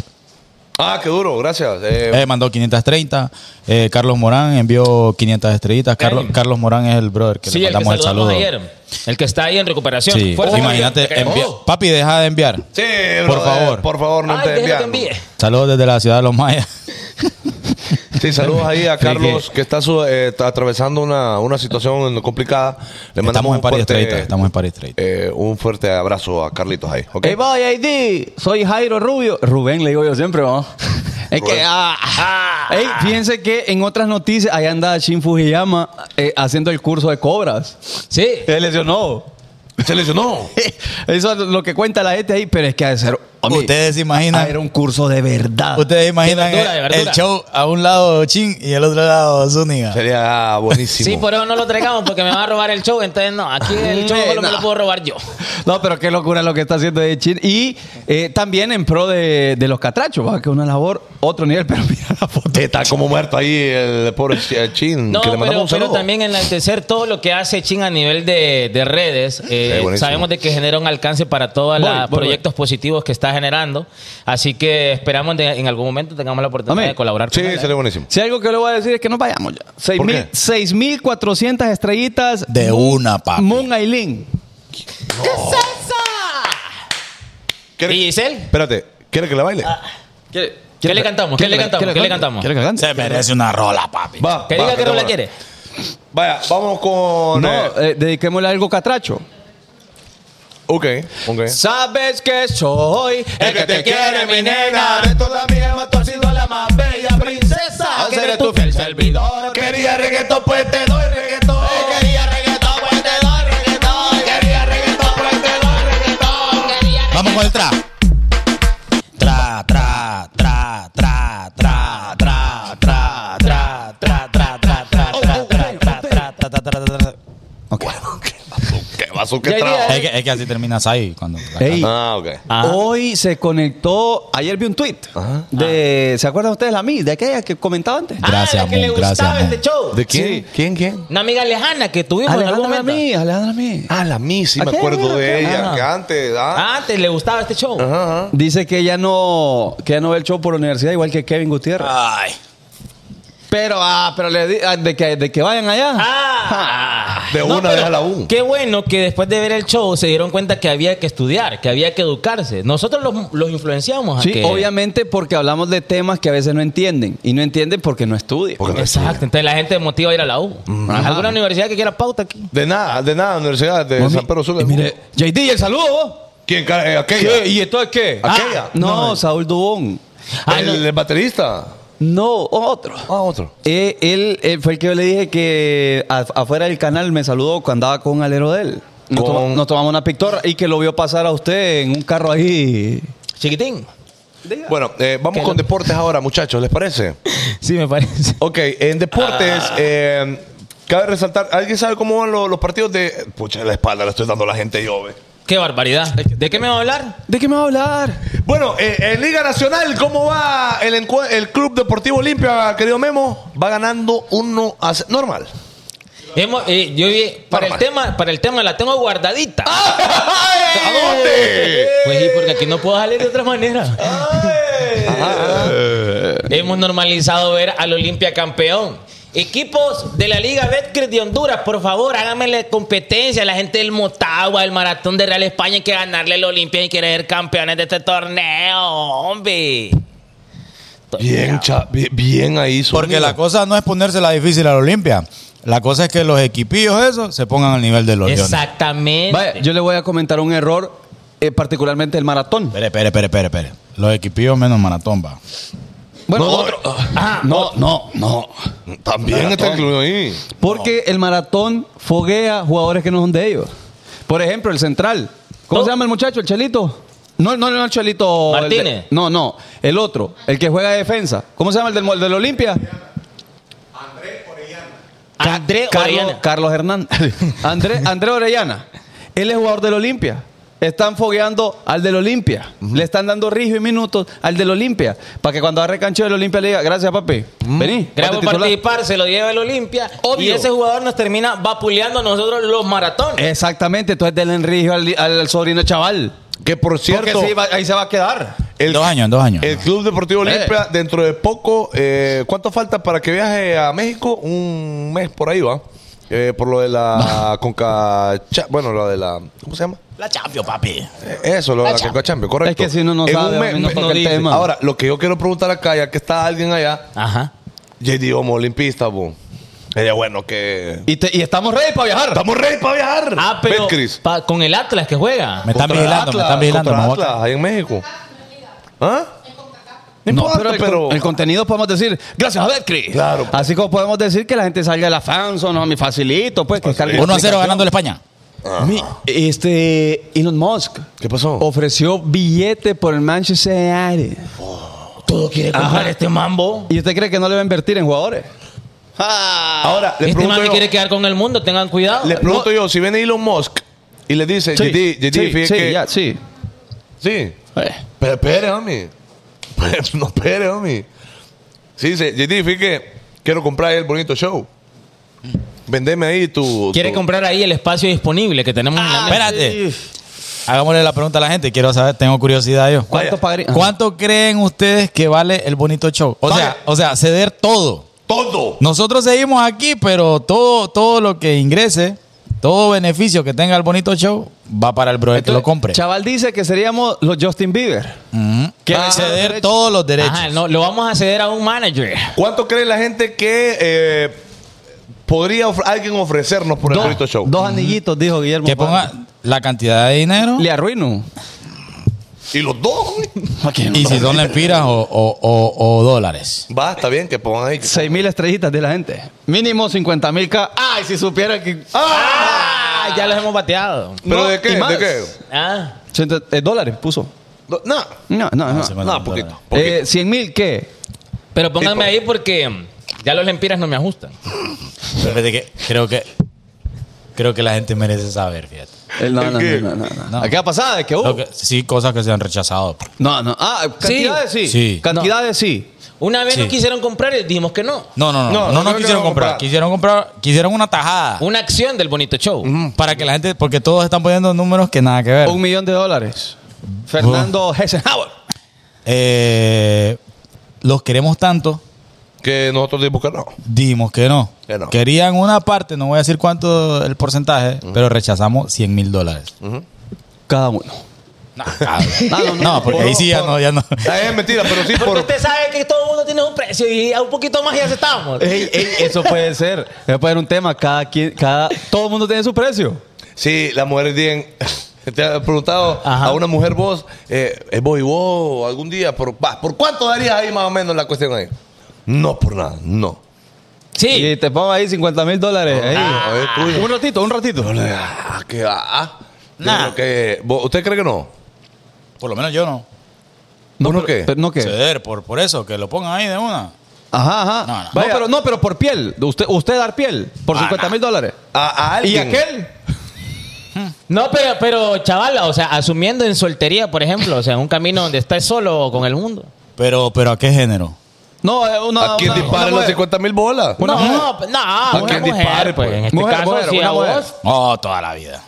Speaker 4: Ah, qué duro, gracias. Eh,
Speaker 6: Eh, mandó 530. Eh, Carlos Morán envió 500 estrellitas. Carlos,
Speaker 4: Eh.
Speaker 5: Ay.
Speaker 6: Carlos Morán es el brother que
Speaker 5: Sí,
Speaker 6: le
Speaker 5: el que
Speaker 6: mandamos el
Speaker 5: saludamos
Speaker 6: saludo.
Speaker 5: ayer. El que está ahí en recuperación.
Speaker 6: Sí.
Speaker 5: Fuerza,
Speaker 6: Imagínate,
Speaker 5: Miguel.
Speaker 6: envía-
Speaker 5: Oh.
Speaker 6: papi, deja de enviar.
Speaker 4: sí,
Speaker 6: Eh, por
Speaker 4: brother,
Speaker 6: favor.
Speaker 4: Por favor, no
Speaker 5: Ay,
Speaker 4: te
Speaker 5: déjalo que
Speaker 4: envían.
Speaker 5: envíe.
Speaker 6: Saludos desde la ciudad de Los Mayas.
Speaker 4: Sí, saludos ahí a Carlos, que está su- eh, está atravesando una, una situación complicada. Le mandamos
Speaker 6: Estamos en
Speaker 4: un
Speaker 6: Paris
Speaker 4: fuerte,
Speaker 6: Strait. Estamos en Paris Strait.
Speaker 4: eh, un fuerte abrazo a Carlitos ahí. ¿ok?
Speaker 7: Hey, boy, ID, soy Jairo Rubio. Rubén, le digo yo siempre, ¿no? [LAUGHS] Es que, ah, ah. Ey, fíjense que en otras noticias, ahí anda Shin Fujiyama eh, haciendo el curso de cobras.
Speaker 5: Sí.
Speaker 7: Se lesionó.
Speaker 4: Se lesionó.
Speaker 7: [LAUGHS] Eso es lo que cuenta la gente ahí, pero es que ha de ser. homie,
Speaker 6: Ustedes se
Speaker 7: ha de
Speaker 6: imaginan.
Speaker 7: Era un curso de verdad.
Speaker 6: Ustedes imaginan
Speaker 5: verdura, de
Speaker 6: el,
Speaker 5: verdura.
Speaker 6: el show a un lado Chin y el otro lado Zúñiga.
Speaker 4: Sería buenísimo.
Speaker 5: Sí, por eso no lo traigamos porque me va a robar el show. Entonces, no, aquí el
Speaker 6: Mm,
Speaker 5: show solo me lo puedo robar yo.
Speaker 7: No, pero qué locura lo que está haciendo de Chin. Y eh, también en pro de, de los catrachos, va, que una labor, otro nivel, [LAUGHS] pero mira la foto.
Speaker 4: Está como muerto ahí el pobre Ch- eh, Chin.
Speaker 5: No,
Speaker 4: que le mandamos
Speaker 5: pero,
Speaker 4: un
Speaker 5: pero
Speaker 4: saludo.
Speaker 5: también enaltecer todo lo que hace Chin a nivel de, de redes. Eh,
Speaker 4: Sí, buenísimo.
Speaker 5: sabemos de que genera un alcance para todos
Speaker 7: Voy,
Speaker 5: los
Speaker 7: voy,
Speaker 5: proyectos positivos que está generando. Así que esperamos de- en algún momento tengamos la oportunidad
Speaker 7: Amén.
Speaker 5: de colaborar.
Speaker 4: Sí,
Speaker 5: con él.
Speaker 4: sería buenísimo.
Speaker 7: Si algo que le voy a decir es que no vayamos ya. Seis
Speaker 4: ¿Por
Speaker 7: mil-
Speaker 4: qué?
Speaker 7: 6.400 estrellitas.
Speaker 6: De una, papi.
Speaker 7: Moon Aileen.
Speaker 4: ¿Quiere-
Speaker 5: ¿Y Giselle? Ah.
Speaker 4: Espérate, ¿quiere que la baile?
Speaker 7: ¿Qué,
Speaker 5: ¿Qué le cantamos? ¿Qué le cantamos? ¿Qué le cantamos?
Speaker 7: ¿Qué le cantamos?
Speaker 6: Se merece una rola, papi.
Speaker 4: Va,
Speaker 5: Que
Speaker 4: va,
Speaker 5: diga que no la
Speaker 4: metámosla.
Speaker 5: quiere.
Speaker 4: Vaya, vamos con.
Speaker 7: No,
Speaker 4: eh,
Speaker 7: eh, dediquémosle algo catracho.
Speaker 4: ok, ok.
Speaker 7: Sabes que soy el que te quiere, mi nena.
Speaker 3: De toda mi hemos torcido la más bella princesa.
Speaker 7: Seré
Speaker 3: Seré
Speaker 7: tu
Speaker 3: tu fiel servidor. Quería reggaetón, pues te doy reggaetón. Quería reggaetón, pues te doy reggaetón. Quería reggaetón, pues te doy reggaetón.
Speaker 6: Vamos con el tra. Tra, tra, tra, tra, tra, tra, tra, tra, tra, tra, tra, tra, tra, tra, tra, tra, tra, tra, tra, tra, tra.
Speaker 4: ¿Qué vaso que
Speaker 7: Ya iría,
Speaker 4: trabajo?
Speaker 6: Es que, es que así terminas ahí cuando.
Speaker 7: Ey,
Speaker 4: Ah, ok.
Speaker 5: Ajá.
Speaker 7: hoy se conectó. Ayer vi un tweet de.
Speaker 4: Ah.
Speaker 7: ¿Se acuerdan ustedes la mí? De aquella que comentaba antes.
Speaker 6: Gracias,
Speaker 5: ah, la que le
Speaker 6: amor,
Speaker 5: gustaba
Speaker 6: gracias,
Speaker 5: este show.
Speaker 4: ¿De quién? ¿Quién, quién?
Speaker 5: Una amiga lejana que tuvimos en algún
Speaker 7: Alejandra
Speaker 5: momento.
Speaker 7: Lamí, Alejandra Lamí.
Speaker 4: Ah, la mí, sí, me
Speaker 7: Aquella,
Speaker 4: acuerdo de
Speaker 7: aquella.
Speaker 4: ella, que antes. Ah,
Speaker 5: Antes le gustaba este show.
Speaker 4: Ajá, ajá.
Speaker 7: Dice que ella no, que ella no ve el show por la universidad, igual que Kevin Gutiérrez.
Speaker 6: Ay.
Speaker 7: Pero, ah, pero le di- ah, de, que, de que vayan allá.
Speaker 5: Ah.
Speaker 4: De
Speaker 5: No,
Speaker 4: una
Speaker 5: pero
Speaker 4: deja la U.
Speaker 5: Qué bueno que después de ver el show se dieron cuenta que había que estudiar, que había que educarse. Nosotros los, los influenciamos a
Speaker 7: Sí,
Speaker 5: que-
Speaker 7: obviamente porque hablamos de temas que a veces no entienden. Y no entienden porque no estudian.
Speaker 4: Porque no es-
Speaker 5: Exacto, entonces la gente motiva a ir a la U.
Speaker 4: Mm,
Speaker 5: ¿Alguna universidad que quiera pauta aquí?
Speaker 4: De nada, de nada, Universidad de San Pedro Sula.
Speaker 7: Y mire, JD, el saludo vos.
Speaker 4: ¿Quién? cara- eh, aquella.
Speaker 7: ¿Qué? ¿Y esto es qué?
Speaker 4: Aquella.
Speaker 7: Ah, no, Saúl Dubón.
Speaker 5: Ah,
Speaker 4: el,
Speaker 5: no.
Speaker 4: el baterista.
Speaker 7: No, otro.
Speaker 4: Ah, otro.
Speaker 7: Eh, él, él fue el que yo le dije que a- afuera del canal me saludó cuando andaba con un alero de él. Nos,
Speaker 4: Con-
Speaker 7: toma- nos tomamos una pictora y que lo vio pasar a usted en un carro ahí.
Speaker 5: Chiquitín.
Speaker 4: Bueno, eh, vamos con deportes ahora, muchachos, ¿les parece?
Speaker 5: Sí, me parece.
Speaker 4: Ok, en deportes,
Speaker 5: Ah.
Speaker 4: eh, cabe resaltar, ¿alguien sabe cómo van lo- los partidos de. Pucha, la espalda la estoy dando a la gente yo, ve.
Speaker 5: Qué barbaridad. ¿De qué me va a hablar?
Speaker 7: ¿De qué me va a hablar?
Speaker 4: Bueno, eh, en Liga Nacional, ¿cómo va el, encue- el Club Deportivo Olimpia, querido Memo? Va ganando 1 a 0. Normal.
Speaker 5: Hemos- eh, yo vi- para el
Speaker 4: Normal.
Speaker 5: tema, para el tema la tengo guardadita.
Speaker 4: ¿A dónde?
Speaker 5: Pues sí, porque aquí no puedo salir de otra manera. Hemos normalizado ver al Olimpia campeón. Equipos de la Liga Betcris de Honduras, por favor, háganmele competencia a la gente del Motagua, del Maratón de Real España, hay que ganarle al Olimpia y querer ser campeones de este torneo, hombre.
Speaker 4: Bien, cha- bien, bien ahí, Zúñiga.
Speaker 6: Porque la cosa no es ponérsela difícil a la Olimpia. La cosa es que los equipillos esos se pongan al nivel de los leones.
Speaker 5: Exactamente.
Speaker 7: Vaya, yo le voy a comentar un error, eh, particularmente el maratón.
Speaker 6: Espere, espere, espere, espere, espere. Los equipillos menos maratón, va.
Speaker 7: Bueno,
Speaker 4: No,
Speaker 7: otro.
Speaker 4: no,
Speaker 7: Ah, no, no, no.
Speaker 4: También está incluido ahí.
Speaker 7: Porque el maratón foguea jugadores que no son de ellos. Por ejemplo, el central. ¿Cómo
Speaker 5: No.
Speaker 7: se llama el muchacho? ¿El Chelito? No, no, no, el Chelito. el de-
Speaker 5: Martínez.
Speaker 7: no, no. El otro, el que juega de defensa. ¿Cómo se llama el del, el del Olimpia?
Speaker 5: André
Speaker 7: Carlos,
Speaker 5: Orellana.
Speaker 7: Carlos Hernández. [LAUGHS] Andrés André Orellana. Él es jugador del Olimpia. Están fogueando al del Olimpia. Le están dando rigio y minutos al del Olimpia. Para que cuando agarre cancho del Olimpia le diga, gracias, papi. Vení.
Speaker 5: Gracias
Speaker 7: ponte
Speaker 5: por
Speaker 7: titular".
Speaker 5: participar, se lo lleva el Olimpia.
Speaker 7: Obvio. Eh.
Speaker 5: Y ese jugador nos termina vapuleando a nosotros los maratones.
Speaker 7: Exactamente. Entonces denle rigio al, al sobrino chaval.
Speaker 4: Que por cierto,
Speaker 7: Porque sí, va- ahí se va a quedar.
Speaker 4: el,
Speaker 6: dos años, Eh. en dos años.
Speaker 4: el Club Deportivo Olimpia, dentro de poco, eh, ¿cuánto falta para que viaje a México? Un mes por ahí va. Eh, por lo de la
Speaker 6: [LAUGHS]
Speaker 4: Conca. Cha- Bueno, lo de la. ¿Cómo se llama?
Speaker 6: La Champions, papi.
Speaker 4: Eh, Eso, lo de la Conca Champions, correcto.
Speaker 7: Es que si uno no
Speaker 4: En
Speaker 7: sabe,
Speaker 4: un mes-
Speaker 7: no toca el
Speaker 4: dice.
Speaker 7: tema.
Speaker 4: Ahora, lo que yo quiero preguntar acá, ya que está alguien allá,
Speaker 5: Ajá.
Speaker 4: JD Omo, olimpista, bo. Ella, bueno, que.
Speaker 7: Y, te- y estamos ready para viajar.
Speaker 4: ¡Estamos ready para viajar!
Speaker 5: Ah, pero
Speaker 4: Betcris.
Speaker 5: pa- con el Atlas que juega.
Speaker 6: Me están
Speaker 4: Contra
Speaker 6: vigilando, me
Speaker 4: Atlas,
Speaker 6: están vigilando.
Speaker 4: contra
Speaker 6: me voy a-
Speaker 4: Atlas, ahí en México. ¿Ah?
Speaker 7: No,
Speaker 4: No importa,
Speaker 7: pero el,
Speaker 4: pero.
Speaker 7: con- el contenido podemos decir, gracias a Betcris.
Speaker 4: Claro.
Speaker 7: Así como podemos decir que la gente salga de la fanzone, no, mi facilito, pues que cargue
Speaker 6: 1 a 0
Speaker 7: la
Speaker 6: ganando la España.
Speaker 7: Mi- este Elon Musk
Speaker 4: ¿Qué pasó?
Speaker 7: ofreció billete por el Manchester United.
Speaker 4: Oh.
Speaker 5: Todo quiere comprar este mambo.
Speaker 7: ¿Y usted cree que no le va a invertir en jugadores?
Speaker 4: Ahora, le
Speaker 5: este
Speaker 4: pregunto,
Speaker 5: mami
Speaker 4: yo,
Speaker 5: quiere quedar con el mundo, tengan cuidado.
Speaker 4: le pregunto yo, si viene Elon Musk y le dice, JD, JD, fíjate
Speaker 7: sí,
Speaker 4: que.
Speaker 7: ya, sí.
Speaker 4: Sí.
Speaker 7: Eh,
Speaker 4: Pero espere, homie. [LAUGHS] Pero No espere, homie. Sí, dice, JD, fíjate que quiero comprar el bonito show. Vendeme ahí tu.
Speaker 5: Quiere
Speaker 4: tu-
Speaker 5: comprar ahí el espacio disponible que tenemos en la
Speaker 7: Ah,
Speaker 5: mesa.
Speaker 6: Espérate. Hagámosle la pregunta a la gente. Quiero saber, tengo curiosidad yo.
Speaker 7: ¿Cuánto
Speaker 4: Vaya.
Speaker 7: pagaría?
Speaker 6: ¿Cuánto creen ustedes que vale el bonito show? O
Speaker 4: Vaya.
Speaker 6: sea, o sea, ceder todo.
Speaker 4: Todo.
Speaker 6: Nosotros seguimos aquí, pero todo, todo lo que ingrese, todo beneficio que tenga el bonito show, va para el brother que lo compre.
Speaker 7: Chaval dice que seríamos los Justin Bieber.
Speaker 6: Ujú.
Speaker 7: Que
Speaker 6: Va a
Speaker 7: acceder
Speaker 6: ceder
Speaker 7: derecho.
Speaker 6: todos los derechos.
Speaker 5: Ajá, no, lo vamos a ceder a un manager.
Speaker 4: ¿Cuánto cree la gente que eh, podría of- alguien ofrecernos por el bonito show?
Speaker 7: Dos anillitos, dijo Guillermo.
Speaker 6: que ponga
Speaker 7: Pablo.
Speaker 6: la cantidad de dinero.
Speaker 7: Le arruino.
Speaker 4: ¿Y los dos?
Speaker 6: Y si son lempiras o, o- o- o dólares.
Speaker 4: Va, está bien que pongan ahí.
Speaker 7: Seis mil estrellitas de la gente. Mínimo 50 mil K. Ay, si supiera que.
Speaker 5: Ah, ya los hemos bateado.
Speaker 4: ¿Pero
Speaker 7: No,
Speaker 4: de qué?
Speaker 7: y más.
Speaker 4: ¿De qué?
Speaker 5: Ah,
Speaker 7: 80, eh, dólares puso.
Speaker 4: No, no,
Speaker 7: No, no, no.
Speaker 6: se me-
Speaker 4: no, poquito. poquito.
Speaker 7: Eh, 100 mil, ¿qué?
Speaker 5: pero pónganme ahí porque ya los lempiras no me ajustan.
Speaker 6: Pero fíjate que creo que creo que la gente merece saber, fíjate.
Speaker 7: Eh, no,
Speaker 4: ¿El
Speaker 7: no,
Speaker 4: qué?
Speaker 7: no, no, no,
Speaker 6: No.
Speaker 7: no. ¿Qué ha pasado? ¿De que hubo?
Speaker 6: Lo que- sí, cosas que se han rechazado.
Speaker 7: No, no. Ah, cantidades sí.
Speaker 6: Sí.
Speaker 7: Cantidades sí.
Speaker 5: Una vez
Speaker 6: Sí.
Speaker 5: nos quisieron comprar y dijimos que no.
Speaker 6: No, no, no,
Speaker 4: No,
Speaker 6: no,
Speaker 4: no
Speaker 6: nos
Speaker 4: creo que
Speaker 6: quisieron
Speaker 4: lo
Speaker 6: comprar.
Speaker 4: comprar.
Speaker 6: Quisieron comprar, quisieron una tajada
Speaker 5: Una acción del bonito show.
Speaker 6: para que la gente, porque todos están poniendo números que nada que ver.
Speaker 7: Un millón de dólares. Fernando Hessenhauer.
Speaker 6: Eh, los queremos tanto,
Speaker 4: Que nosotros dijimos que no.
Speaker 6: dijimos que no.
Speaker 4: Que no.
Speaker 6: Querían una parte, no voy a decir cuánto el porcentaje, pero rechazamos 100 mil dólares.
Speaker 7: Cada uno. Ah,
Speaker 6: No, cabrón.
Speaker 7: [LAUGHS] No, no, no.
Speaker 6: No, porque ahí sí ya no, ya no.
Speaker 4: Ah, es mentira,
Speaker 7: [LAUGHS]
Speaker 4: pero sí
Speaker 5: Porque
Speaker 4: por.
Speaker 5: usted sabe que todo el mundo tiene un precio y a un poquito más ya aceptamos.
Speaker 7: Ey, ey, eso puede ser. Eso puede ser un tema. Cada quien, cada. Todo el mundo tiene su precio.
Speaker 4: Sí, las mujeres dicen. [LAUGHS] Te han preguntado
Speaker 5: Ajá.
Speaker 4: a una mujer vos, eh, eh, vos y vos algún día, por, va, ¿por cuánto darías ahí más o menos la cuestión ahí? No, por nada, no.
Speaker 5: Sí.
Speaker 7: Y te pongo ahí 50 mil dólares. ahí.
Speaker 4: Ah, es tuyo.
Speaker 7: Un ratito, un ratito.
Speaker 4: Ah, que va. ah. Yo
Speaker 6: Nah.
Speaker 4: creo que- vos- ¿Usted cree que no?
Speaker 6: Por lo menos yo no.
Speaker 4: ¿Vos no
Speaker 7: pero-
Speaker 4: qué?
Speaker 7: pero no qué.
Speaker 6: Ceder por, por eso, que lo pongan ahí de una.
Speaker 7: Ajá, ajá.
Speaker 6: No, no.
Speaker 7: No, pero, no, pero por piel. Usted, usted dar piel por 50 mil dólares.
Speaker 4: A, a
Speaker 7: ¿Y
Speaker 4: alguien.
Speaker 7: aquel?
Speaker 5: No, pero, pero chaval, o sea, asumiendo en soltería, por ejemplo, o sea, un camino donde estás solo con el mundo.
Speaker 6: Pero, pero ¿a qué género?
Speaker 7: No, eh, una.
Speaker 4: ¿A quién
Speaker 7: una-
Speaker 4: dispara
Speaker 7: una
Speaker 4: los
Speaker 7: mujer.
Speaker 4: 50 mil bolas?
Speaker 5: no, no, no, una
Speaker 4: quién
Speaker 5: mujer,
Speaker 4: dispare,
Speaker 5: pues.
Speaker 4: pues?
Speaker 5: En este
Speaker 7: Mujer,
Speaker 5: caso,
Speaker 7: mujer,
Speaker 5: si
Speaker 7: una
Speaker 5: a
Speaker 7: mujer.
Speaker 5: vos.
Speaker 6: Oh, toda la vida.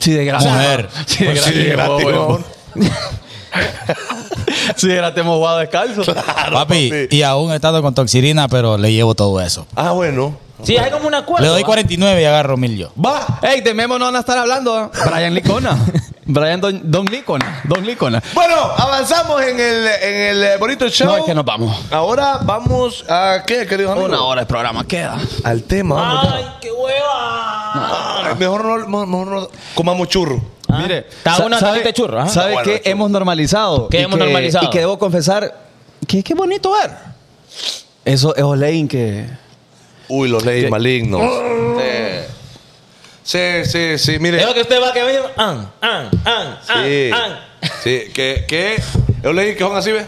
Speaker 7: Sí, de gracia.
Speaker 6: Mujer.
Speaker 7: Sí, de gracia.
Speaker 4: Pues Sí, gratis, huevón.
Speaker 7: [LAUGHS] Sí, de gracia hemos jugado descalzo.
Speaker 6: papi,
Speaker 4: papi.
Speaker 6: y aún estando con toxirina, pero le llevo todo eso.
Speaker 4: Ah, bueno.
Speaker 5: Si hay como un acuerdo.
Speaker 6: Le doy
Speaker 5: ¿va?
Speaker 6: 49 y agarro mil yo.
Speaker 7: Va, ey, de Memo no van a estar hablando. ¿ah? Brian Licona. [LAUGHS] Brian Don, Don Licona. Don Licona.
Speaker 4: Bueno, avanzamos en el, en el eh, bonito show.
Speaker 7: No, es que nos vamos.
Speaker 4: Ahora vamos a qué, queridos amigos?
Speaker 7: Una hora de programa queda.
Speaker 4: Al tema. vamos ya.
Speaker 5: Ay, qué hueva.
Speaker 4: Ah, Mejor no, mejor mejor no comamos churro.
Speaker 7: Mire,
Speaker 5: cada
Speaker 7: sa-
Speaker 5: uno
Speaker 7: sabe-
Speaker 5: sabe, churro. ajá.
Speaker 7: ¿Sabe
Speaker 4: Bueno,
Speaker 7: qué
Speaker 4: churro.
Speaker 7: ¿ah? hemos normalizado?
Speaker 5: ¿Qué
Speaker 7: Y
Speaker 5: hemos
Speaker 7: que-
Speaker 5: normalizado?
Speaker 7: Y que debo confesar que qué bonito ver. Eso es Olein que.
Speaker 4: Uy, los leyes malignos. Sí, sí, sí, mire.
Speaker 5: Es lo que Ah, usted va a que venir. An, an, an, an,
Speaker 4: Sí,
Speaker 5: an.
Speaker 4: sí, que, que los leyes que son así, ¿ves?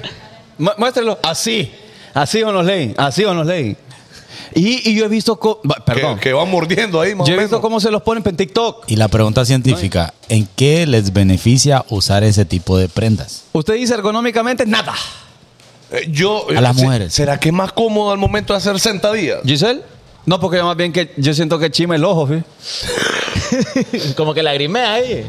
Speaker 7: Mu- Muéstrelo. Así. Así son los Lane. Así son los Lane. Y, y yo he visto. co- va, Perdón.
Speaker 4: Que, que van mordiendo ahí, más
Speaker 7: Yo
Speaker 4: o
Speaker 7: he
Speaker 4: menos.
Speaker 7: visto cómo se los ponen en TikTok.
Speaker 6: Y la pregunta científica, ¿en qué les beneficia usar ese tipo de prendas?
Speaker 7: Usted dice ergonómicamente nada.
Speaker 4: Eh, Yo,
Speaker 6: A las
Speaker 4: se-
Speaker 6: mujeres.
Speaker 4: ¿Será que es más cómodo al momento de hacer sentadillas?
Speaker 7: Giselle. No, porque más bien que yo siento que chima el ojo, ¿sí?
Speaker 5: [LAUGHS] Como que lagrimea ahí.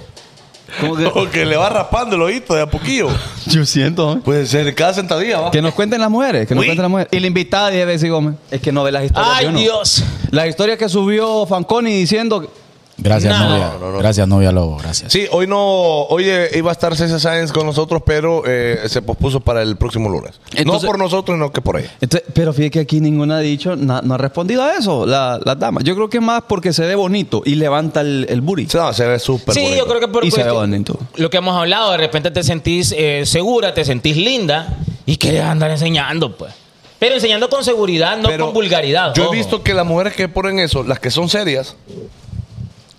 Speaker 7: Como [LAUGHS] que-
Speaker 4: O que le va raspando el oído de a poquillo.
Speaker 7: Oh, yo siento. ¿eh?
Speaker 4: Puede ser Pues, cada sentadilla, va.
Speaker 7: Que nos cuenten las mujeres, que nos
Speaker 4: Uy.
Speaker 7: cuenten las mujeres. Y la invitada de Bessie Gómez. Es que no ve las historias.
Speaker 5: Ay,
Speaker 7: de uno.
Speaker 5: Dios.
Speaker 7: La historia que subió Fanconi diciendo
Speaker 6: Gracias,
Speaker 5: No.
Speaker 6: novia.
Speaker 4: No, no, no.
Speaker 6: Gracias, novia Lobo. Gracias.
Speaker 4: Sí, hoy no, hoy eh, iba a estar César Sáenz con nosotros, pero eh, se pospuso para el próximo lunes.
Speaker 7: Entonces-
Speaker 4: no por nosotros, sino que por ella.
Speaker 7: Entonces, pero fíjate que aquí ninguna ha dicho, na- no ha respondido a eso, la, las damas. Yo creo que es más porque se ve bonito y levanta el, el booty.
Speaker 4: No, se ve súper
Speaker 5: Sí,
Speaker 4: bonito.
Speaker 5: yo creo que por
Speaker 7: Y se ve
Speaker 5: cuestión-
Speaker 7: bonito.
Speaker 5: Lo que hemos hablado, de repente te sentís eh, segura, te sentís linda y querés andar enseñando, pues. Pero enseñando con seguridad, no
Speaker 4: Pero
Speaker 5: con vulgaridad.
Speaker 4: Yo
Speaker 5: ojo.
Speaker 4: he visto que las mujeres que ponen eso, las que son serias,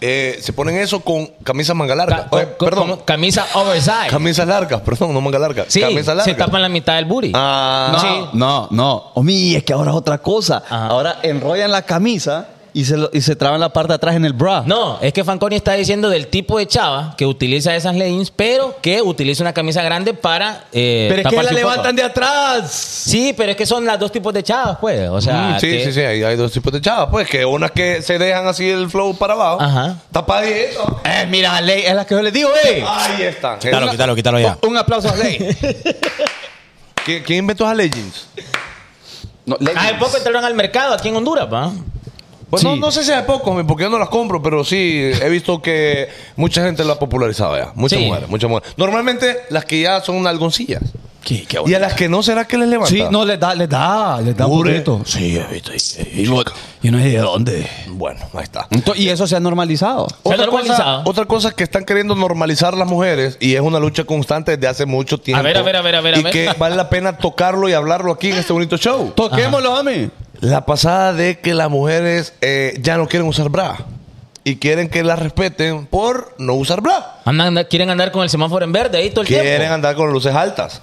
Speaker 4: eh, se ponen eso con camisas manga larga.
Speaker 5: Ca- co-
Speaker 4: Oye,
Speaker 5: co-
Speaker 4: eh, perdón,
Speaker 5: como Camisa oversize.
Speaker 4: camisas largas, perdón, no manga larga.
Speaker 5: sí,
Speaker 4: camisas largas.
Speaker 5: se tapan la mitad del booty.
Speaker 4: Ah,
Speaker 7: no,
Speaker 5: sí.
Speaker 7: no, no. Omi, es que ahora es otra cosa.
Speaker 5: Ajá.
Speaker 7: Ahora enrollan la camisa y se, lo- y se traban la parte de atrás en el bra.
Speaker 5: No, es que Fanconi está diciendo del tipo de chava que utiliza esas leggings, pero que utiliza una camisa grande para. eh,
Speaker 7: pero es que
Speaker 5: tapar
Speaker 7: la
Speaker 5: su popa.
Speaker 7: levantan de atrás.
Speaker 5: Sí, pero es que son las dos tipos de chavas, pues. O sea.
Speaker 4: Mm, sí,
Speaker 5: que-
Speaker 4: sí, sí, hay, hay dos tipos de chavas, pues, que unas que se dejan así el flow para abajo,
Speaker 5: Ajá.
Speaker 4: tapadito,
Speaker 7: Eh, mira, Ley, es la que yo les digo, eh.
Speaker 5: Ah,
Speaker 4: ahí están.
Speaker 6: Quítalo, quítalo, quítalo ya.
Speaker 7: Un aplauso a Ley.
Speaker 4: ¿Qui- ¿Quién inventó esas leggings?
Speaker 7: No, Ley.
Speaker 5: Hace poco entraron al mercado aquí en Honduras, ¿va?
Speaker 4: Pues
Speaker 7: Sí.
Speaker 4: no, no sé si hace poco, mi, porque yo no las compro, pero sí he visto que mucha gente lo ha popularizado ya. Muchas
Speaker 5: Sí.
Speaker 4: mujeres, muchas mujeres. Normalmente las que ya son algoncillas. y a las que no, ¿será que les levanta?
Speaker 7: Sí, no, les da, les da, les da un
Speaker 4: Mure.
Speaker 7: poquito. Sí, he visto, y, y, y no sé de dónde.
Speaker 4: Bueno, ahí está.
Speaker 7: Ento- y eso se ha normalizado.
Speaker 5: Se ha
Speaker 4: Otra cosa,
Speaker 5: normalizado.
Speaker 4: otra cosa que están queriendo normalizar las mujeres y es una lucha constante desde hace mucho tiempo.
Speaker 5: A ver, a ver, a ver, a ver, a
Speaker 4: Y
Speaker 5: ver.
Speaker 4: que vale la pena tocarlo y hablarlo aquí en este bonito
Speaker 5: [LAUGHS]
Speaker 4: show.
Speaker 7: Toquémoslo, Omi.
Speaker 4: La pasada de que las mujeres eh, ya no quieren usar bra y quieren que las respeten por no usar bra.
Speaker 5: Andan- andan- quieren andar con el semáforo en verde ahí todo el
Speaker 4: Quieren
Speaker 5: tiempo.
Speaker 4: andar con luces altas.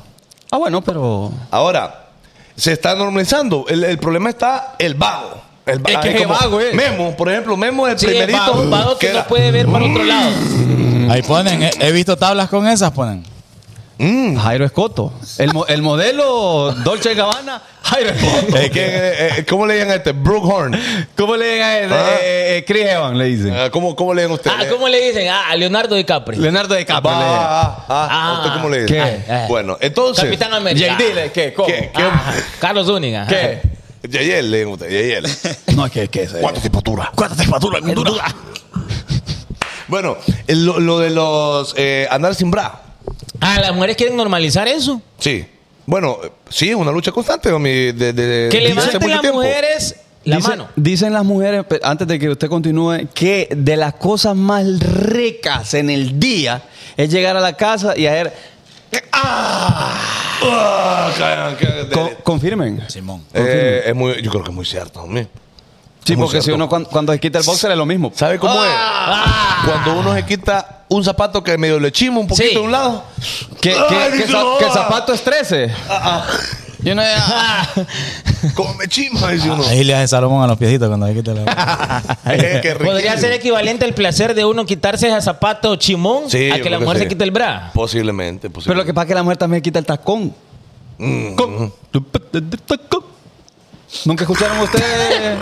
Speaker 7: Ah, bueno, pero.
Speaker 4: Ahora, se está normalizando. El, el problema está el vago. El va-
Speaker 7: Es que
Speaker 4: es
Speaker 7: es
Speaker 4: como
Speaker 7: vago, eh.
Speaker 4: Memo, por ejemplo, Memo es el
Speaker 5: Sí, es
Speaker 4: primerito.
Speaker 5: vago, vago que
Speaker 4: que da-
Speaker 5: no
Speaker 4: [LAUGHS]
Speaker 5: puede ver para
Speaker 7: [LAUGHS]
Speaker 5: otro lado.
Speaker 6: Ahí ponen. He, he visto tablas con esas, ponen.
Speaker 4: Mm.
Speaker 7: Jairo Escoto. El, mo- el modelo Dolce Gabbana, Jairo Escoto.
Speaker 4: Eh, ¿quién, eh, eh, ¿Cómo le llaman a este? Brookhorn.
Speaker 7: ¿Cómo le digan a él?
Speaker 4: Ah.
Speaker 7: Eh, eh, Chris Evans, le dicen.
Speaker 4: Ah, ¿Cómo, ¿Cómo le llaman ustedes?
Speaker 5: Ah, ¿cómo le dicen? Ah, a Leonardo DiCaprio.
Speaker 7: Leonardo DiCaprio. le dicen.
Speaker 4: Ah, ah, ah,
Speaker 5: Ah,
Speaker 4: ¿usted cómo le dice?
Speaker 7: ¿qué?
Speaker 5: Ah, ah.
Speaker 4: Bueno, entonces.
Speaker 5: Capitán América.
Speaker 7: JD, le- ¿qué? ¿Cómo?
Speaker 4: ¿Qué? ¿Qué?
Speaker 5: Ah, Carlos Zúñiga.
Speaker 7: ¿Qué?
Speaker 4: Yayel, le digan ustedes, Yayel.
Speaker 7: No, ¿qué? ¿Qué?
Speaker 4: ¿Cuánto te factura? ¿Cuánto te factura en Honduras? bueno, el- lo, lo de los eh, andar sin bra.
Speaker 5: Ah, las mujeres quieren normalizar eso.
Speaker 4: Sí. Bueno, eh, sí, es una lucha constante, homie, de, de, desde Eh, hace
Speaker 5: Que levanten
Speaker 4: mucho
Speaker 5: las
Speaker 4: tiempo.
Speaker 5: mujeres la
Speaker 7: Dicen-
Speaker 5: mano.
Speaker 7: Dicen las mujeres, pe- antes de que usted continúe, que de las cosas más ricas en el día es llegar a la casa y hacer.
Speaker 4: Ah, cagan, que- de-
Speaker 7: Con- confirmen.
Speaker 6: Simón.
Speaker 4: eh, es muy, yo creo que es muy cierto, homie.
Speaker 7: Sí,
Speaker 4: Es muy
Speaker 7: porque si
Speaker 4: cierto.
Speaker 7: uno cuan- cuando se quita el boxer es lo mismo. Ah.
Speaker 4: ¿Sabe cómo es?
Speaker 5: Ah.
Speaker 4: Cuando uno se quita un zapato que medio le chima un poquito
Speaker 5: Sí.
Speaker 4: de un lado.
Speaker 7: ¿Qué, qué-
Speaker 4: Ay,
Speaker 7: qué za-
Speaker 4: no.
Speaker 7: qué zapato es 13? Yo no.
Speaker 5: [LAUGHS] Ah.
Speaker 4: Como me chima, dice uno.
Speaker 6: Ahí le hace Salomón a los piecitos cuando hay que te la...
Speaker 4: Eh, qué
Speaker 5: Podría
Speaker 4: riquísimo.
Speaker 5: ser equivalente el placer de uno quitarse ese zapato chimón
Speaker 4: Sí,
Speaker 5: a
Speaker 4: yo
Speaker 5: que la
Speaker 4: creo
Speaker 5: mujer
Speaker 4: sí.
Speaker 5: se quite el bra.
Speaker 4: Posiblemente, posiblemente.
Speaker 7: Pero lo que pasa es que la mujer también quita el tacón.
Speaker 4: Mm.
Speaker 7: Con- Nunca escucharon ustedes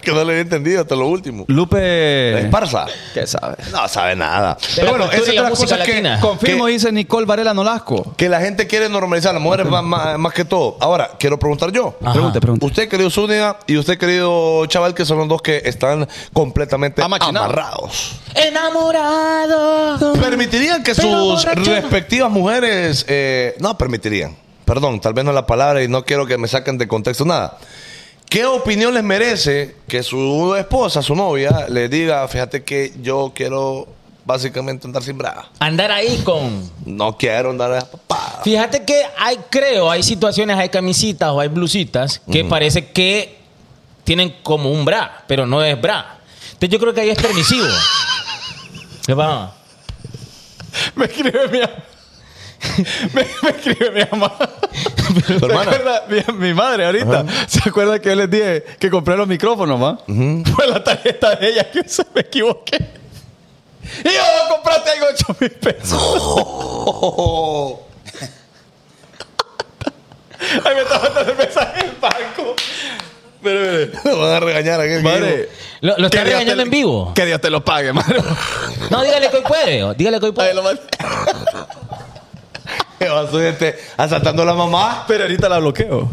Speaker 4: que no le había entendido hasta lo último. La
Speaker 7: Lupe.
Speaker 4: esparza.
Speaker 7: ¿Qué sabes?
Speaker 4: No sabe nada.
Speaker 5: la
Speaker 4: Pero bueno,
Speaker 5: cultura
Speaker 4: esa
Speaker 5: y
Speaker 4: es
Speaker 5: la
Speaker 4: otra
Speaker 5: música
Speaker 4: cosa que,
Speaker 5: latina.
Speaker 7: Confirmo,
Speaker 4: que-
Speaker 7: dice Nicole Varela Nolasco.
Speaker 4: que la gente quiere normalizar. Las mujeres más, más- más que todo. Ahora, quiero preguntar yo.
Speaker 7: Pregunte, pregunte.
Speaker 4: Usted, querido Zúñiga, y usted, querido Chaval, que son los dos que están completamente
Speaker 7: Amachinados.
Speaker 4: amarrados.
Speaker 5: Enamorado.
Speaker 4: ¿Permitirían que
Speaker 5: Pero
Speaker 4: sus
Speaker 5: borracho.
Speaker 4: respectivas mujeres... eh, no, permitirían. Perdón, tal vez no es la palabra y no quiero que me saquen de contexto nada. ¿Qué opinión les merece que su esposa, su novia, le diga, fíjate que yo quiero básicamente andar sin braga?
Speaker 5: Andar ahí con.
Speaker 4: No quiero andar a papá.
Speaker 5: Fíjate que hay, creo, hay situaciones, hay camisitas o hay blusitas que parece que tienen como un bra, pero no es bra. Entonces yo creo que ahí es permisivo. ¿Qué pasa?
Speaker 7: Me escribe mi mamá. Me, me escribe mi mamá. ¿Se
Speaker 4: hermana?
Speaker 7: acuerda? Mi, mi madre ahorita. ¿Se acuerda que yo les dije que compré los micrófonos, ma? [LAUGHS] Fue la tarjeta de ella que se me equivoqué. Y yo, compraste algo 8 mil pesos. Ahí me está mandando el mensaje del banco. Pero, mire,
Speaker 4: Lo van a regañar aquí.
Speaker 7: madre.
Speaker 5: ¿Lo, lo
Speaker 7: que
Speaker 5: está
Speaker 7: Dios te-
Speaker 5: regañando en vivo?
Speaker 7: Que Dios te lo pague, madre.
Speaker 5: No, dígale que hoy puede. Dígale que hoy
Speaker 7: Ahí
Speaker 5: puede.
Speaker 7: lo mandé.
Speaker 4: Que va a subir este, asaltando a la mamá.
Speaker 7: Pero ahorita la bloqueo.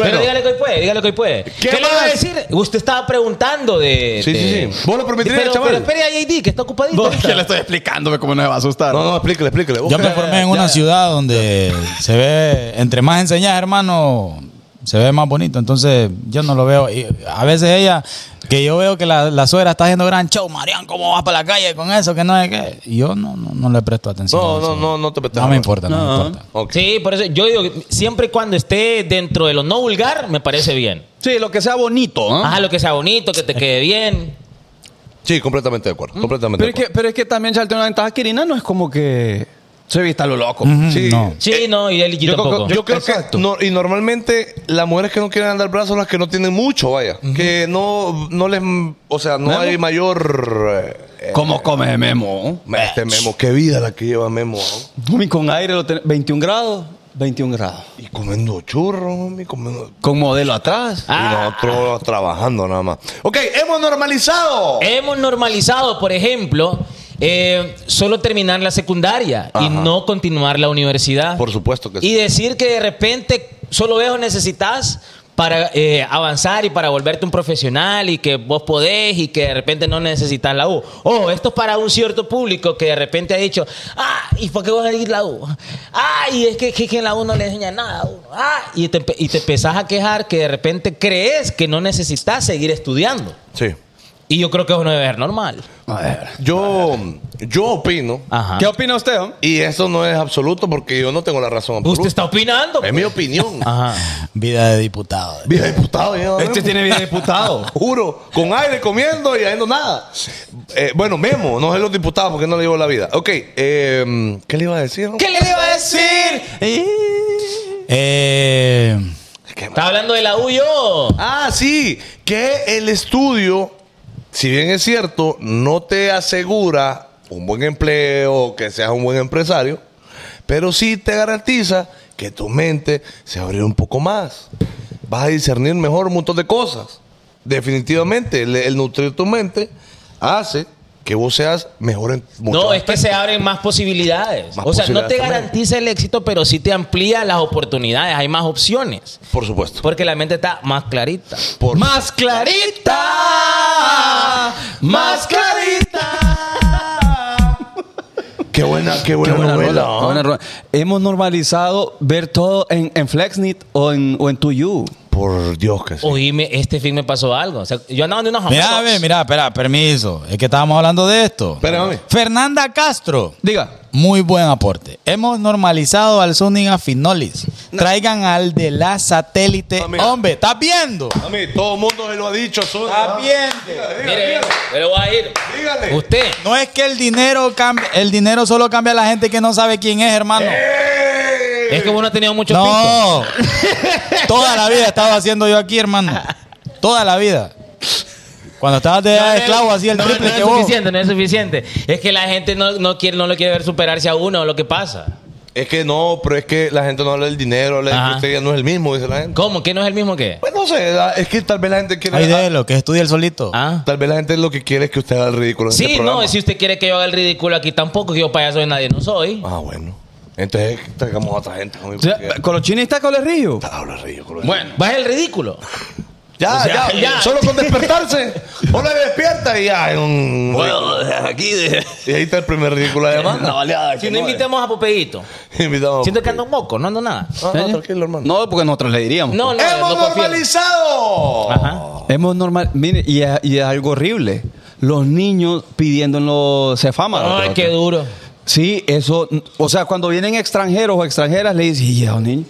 Speaker 5: Pero dígale que hoy puede, dígale que hoy puede.
Speaker 4: ¿Qué
Speaker 5: ¿Qué, le iba a
Speaker 4: más?
Speaker 5: decir? Usted estaba preguntando de.
Speaker 4: Sí, sí,
Speaker 5: de-
Speaker 4: sí. ¿Vos lo permitirías,
Speaker 5: pero,
Speaker 4: chaval?
Speaker 5: Pero espere a JD, que está ocupadito. ahorita.
Speaker 1: ¿Qué le estoy explicándome cómo no me va a asustar?
Speaker 4: No, no, explícale, explícale.
Speaker 6: Yo
Speaker 4: Busca-
Speaker 6: me formé en una ciudad donde se ve, entre más enseñas, hermano, se ve más bonito. Entonces, yo no lo veo. Y a veces ella, que yo veo que la, la suegra está haciendo gran show, Marian, ¿cómo vas para la calle con eso? Que no sé qué. Y yo no, no, no le presto atención. a
Speaker 4: No,
Speaker 6: eso.
Speaker 4: no, no, no te metas.
Speaker 6: No me importa, no, me importa.
Speaker 4: Ok.
Speaker 5: Sí, por eso yo digo, que siempre y cuando esté dentro de lo no vulgar, me parece bien.
Speaker 7: Sí, lo que sea bonito, ¿no?
Speaker 5: Ajá, lo que sea bonito, que te quede bien.
Speaker 4: Sí, completamente de acuerdo.
Speaker 5: ¿Mm?
Speaker 4: Completamente
Speaker 7: pero,
Speaker 4: de
Speaker 7: es que,
Speaker 4: acuerdo.
Speaker 7: pero es que también Chal tiene una ventaja que Irina no es como que se vista lo loco.
Speaker 6: Ujú,
Speaker 4: Sí.
Speaker 6: no.
Speaker 5: Sí, no, y él y
Speaker 7: Eh, yo creo que-
Speaker 5: tampoco.
Speaker 4: Yo creo
Speaker 7: Exacto.
Speaker 4: que. no- y normalmente las mujeres que no quieren andar brazos son las que no tienen mucho, vaya. Que no, no les. O sea, no
Speaker 7: Memo.
Speaker 4: hay mayor. eh,
Speaker 7: ¿Cómo come Memo?
Speaker 4: este Memo, qué vida la que lleva Memo. ¿no?
Speaker 7: Homie, con aire lo ten- 21 grados, 21 grados.
Speaker 4: Y comiendo churros, homie, comiendo.
Speaker 7: Con modelo atrás.
Speaker 4: Y nosotros trabajando nada más. Ok, hemos normalizado.
Speaker 5: Hemos normalizado, por ejemplo, eh, solo terminar la secundaria y no continuar la universidad.
Speaker 4: Por supuesto que sí.
Speaker 5: Y decir que de repente solo eso necesitas para eh, avanzar y para volverte un profesional y que vos podés y que de repente no necesitas la U. Oh, esto es para un cierto público que de repente ha dicho, ah, ¿y por qué vos elegís la U? Ah, y es que, que- que en la U no le enseña nada a uno. Ah, y te, empe- y te empezás a quejar que de repente crees que no necesitas seguir estudiando.
Speaker 4: Sí.
Speaker 5: Y yo creo que eso no debe ser normal.
Speaker 7: A ver.
Speaker 4: Yo, yo opino.
Speaker 5: Ajá.
Speaker 7: ¿Qué opina usted, homie?
Speaker 4: Y eso no es absoluto porque yo no tengo la razón absoluta.
Speaker 5: Usted está Ah. opinando.
Speaker 4: Es mi opinión.
Speaker 5: Ajá.
Speaker 6: Vida de diputado.
Speaker 4: Viejo diputado, yo,
Speaker 7: Este
Speaker 4: Memo.
Speaker 7: tiene vida de diputado.
Speaker 4: Juro, con aire comiendo y haciendo nada. Eh, bueno, Memo, no es los diputados porque no le llevo la vida. Ok, eh, ¿qué le iba a decir?
Speaker 5: ¿Qué le iba a decir?
Speaker 6: Eh,
Speaker 5: Está hablando de la U yo.
Speaker 4: Ah, sí, que el estudio, si bien es cierto, no te asegura un buen empleo, que seas un buen empresario, pero sí te garantiza que tu mente se abrirá un poco más. Vas a discernir mejor un montón de cosas. Definitivamente, el, el nutrir tu mente hace que vos seas mejor en muchos
Speaker 5: No, es que
Speaker 4: aspectos.
Speaker 5: se abren más posibilidades.
Speaker 4: Más
Speaker 5: o sea, no
Speaker 4: posibilidades
Speaker 5: te
Speaker 4: también.
Speaker 5: garantiza el éxito, pero sí te amplía las oportunidades. Hay más opciones.
Speaker 4: Por supuesto.
Speaker 5: Porque la mente está más clarita.
Speaker 4: Por-
Speaker 7: Más clarita. Más clarita.
Speaker 4: Qué buena, qué buena, novela.
Speaker 7: rola,
Speaker 4: ¿ah?
Speaker 7: [LAUGHS] qué buena rola. Hemos normalizado ver todo en, en Flexnit o en, o en To You.
Speaker 4: Por Dios que sí.
Speaker 5: Oíme, este fin me pasó algo. O sea, yo andaba de unos
Speaker 6: mira,
Speaker 5: amigos.
Speaker 6: ve, mira, espera, permiso. Es que estábamos hablando de esto.
Speaker 4: Espérame.
Speaker 6: Fernanda Castro.
Speaker 7: Diga.
Speaker 6: Muy buen aporte. Hemos normalizado al Zúñiga Finolis. Traigan al de la satélite.
Speaker 5: Ah,
Speaker 4: Mami.
Speaker 6: Hombre, ¿estás viendo?
Speaker 4: A mí, todo el mundo se lo ha dicho. Zúñiga.
Speaker 6: Ah,
Speaker 4: Dígale, dígale,
Speaker 5: Mire, pero voy a ir.
Speaker 4: dígale.
Speaker 5: Usted.
Speaker 6: No es que el dinero cambie, el dinero solo cambia a la gente que no sabe quién es, hermano.
Speaker 5: Eh, Es que uno ha tenido muchos picos.
Speaker 6: No. [LAUGHS]
Speaker 5: [LAUGHS]
Speaker 6: Toda la vida estaba haciendo yo aquí, hermano. Toda la vida. Cuando estabas de
Speaker 5: No, no es-
Speaker 6: esclavo, hacía el
Speaker 5: no,
Speaker 6: triple
Speaker 5: no
Speaker 6: que
Speaker 5: es
Speaker 6: vos.
Speaker 5: suficiente, no es suficiente. Es que la gente no, no quiere, no lo quiere ver superarse a uno lo que pasa.
Speaker 4: Es que no, pero es que la gente no habla del dinero, habla de
Speaker 5: Ajá.
Speaker 4: que usted ya no es el mismo, dice la gente.
Speaker 5: ¿Cómo? ¿Que no es el mismo que?
Speaker 4: Pues no sé, la- es que tal vez la gente quiere.
Speaker 6: Ay, de lo que estudia el solito.
Speaker 5: Ah.
Speaker 4: Tal vez la gente lo que quiere es que usted haga el ridículo. en este
Speaker 5: Sí,
Speaker 4: programa.
Speaker 5: no, si usted quiere que yo haga el ridículo aquí tampoco, que yo payaso de nadie no soy.
Speaker 4: Ah, bueno. Entonces traigamos a otra gente. homie,
Speaker 7: O sea,
Speaker 4: porque-
Speaker 7: Colochini está con el río.
Speaker 4: Habla ridículo.
Speaker 5: Bueno, baja el ridículo.
Speaker 4: Ya,
Speaker 5: o sea,
Speaker 4: ya,
Speaker 5: ya.
Speaker 4: Solo con despertarse. Hola, despierta y ya. en un-
Speaker 7: aquí de.
Speaker 4: y ahí está el primer ridículo
Speaker 5: [LAUGHS]
Speaker 4: además.
Speaker 5: Si no invitamos a Popeito.
Speaker 4: [LAUGHS] Invitamos. Ah,
Speaker 5: Siento que ando ¿Eh? moco, no ando nada.
Speaker 4: No, no, tranquilo, hermano.
Speaker 7: No, porque nosotros le diríamos.
Speaker 5: No, no,
Speaker 4: ¡Hemos
Speaker 5: no confío.
Speaker 4: normalizado!
Speaker 5: Ajá.
Speaker 7: Hemos normal. Mire, y es, y es algo horrible. Los niños pidiendo en los cefámaros.
Speaker 5: Ay,
Speaker 7: brother.
Speaker 5: qué duro.
Speaker 7: Sí, eso. O sea, cuando vienen extranjeros o extranjeras, le dicen, "Y esos niños,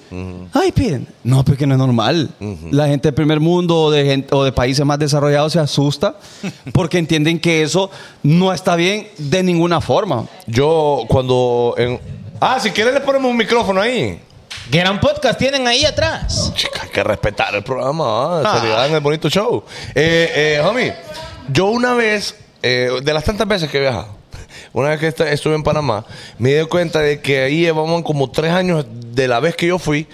Speaker 7: ay, piden. No, porque no es normal. La gente del primer mundo o de, gente- o de países más desarrollados se asusta porque entienden que eso no está bien de ninguna forma.
Speaker 4: Yo, cuando. en- Ah, si quieren le ponemos un micrófono ahí.
Speaker 5: Gran podcast tienen ahí atrás.
Speaker 4: Chica, hay que respetar el programa, ah, seriedad en el bonito show. Eh, eh, homie, yo una vez, eh, de las tantas veces que he viajado, una vez que est- estuve en Panamá, me di cuenta de que ahí llevaban como tres años de la vez que yo fui,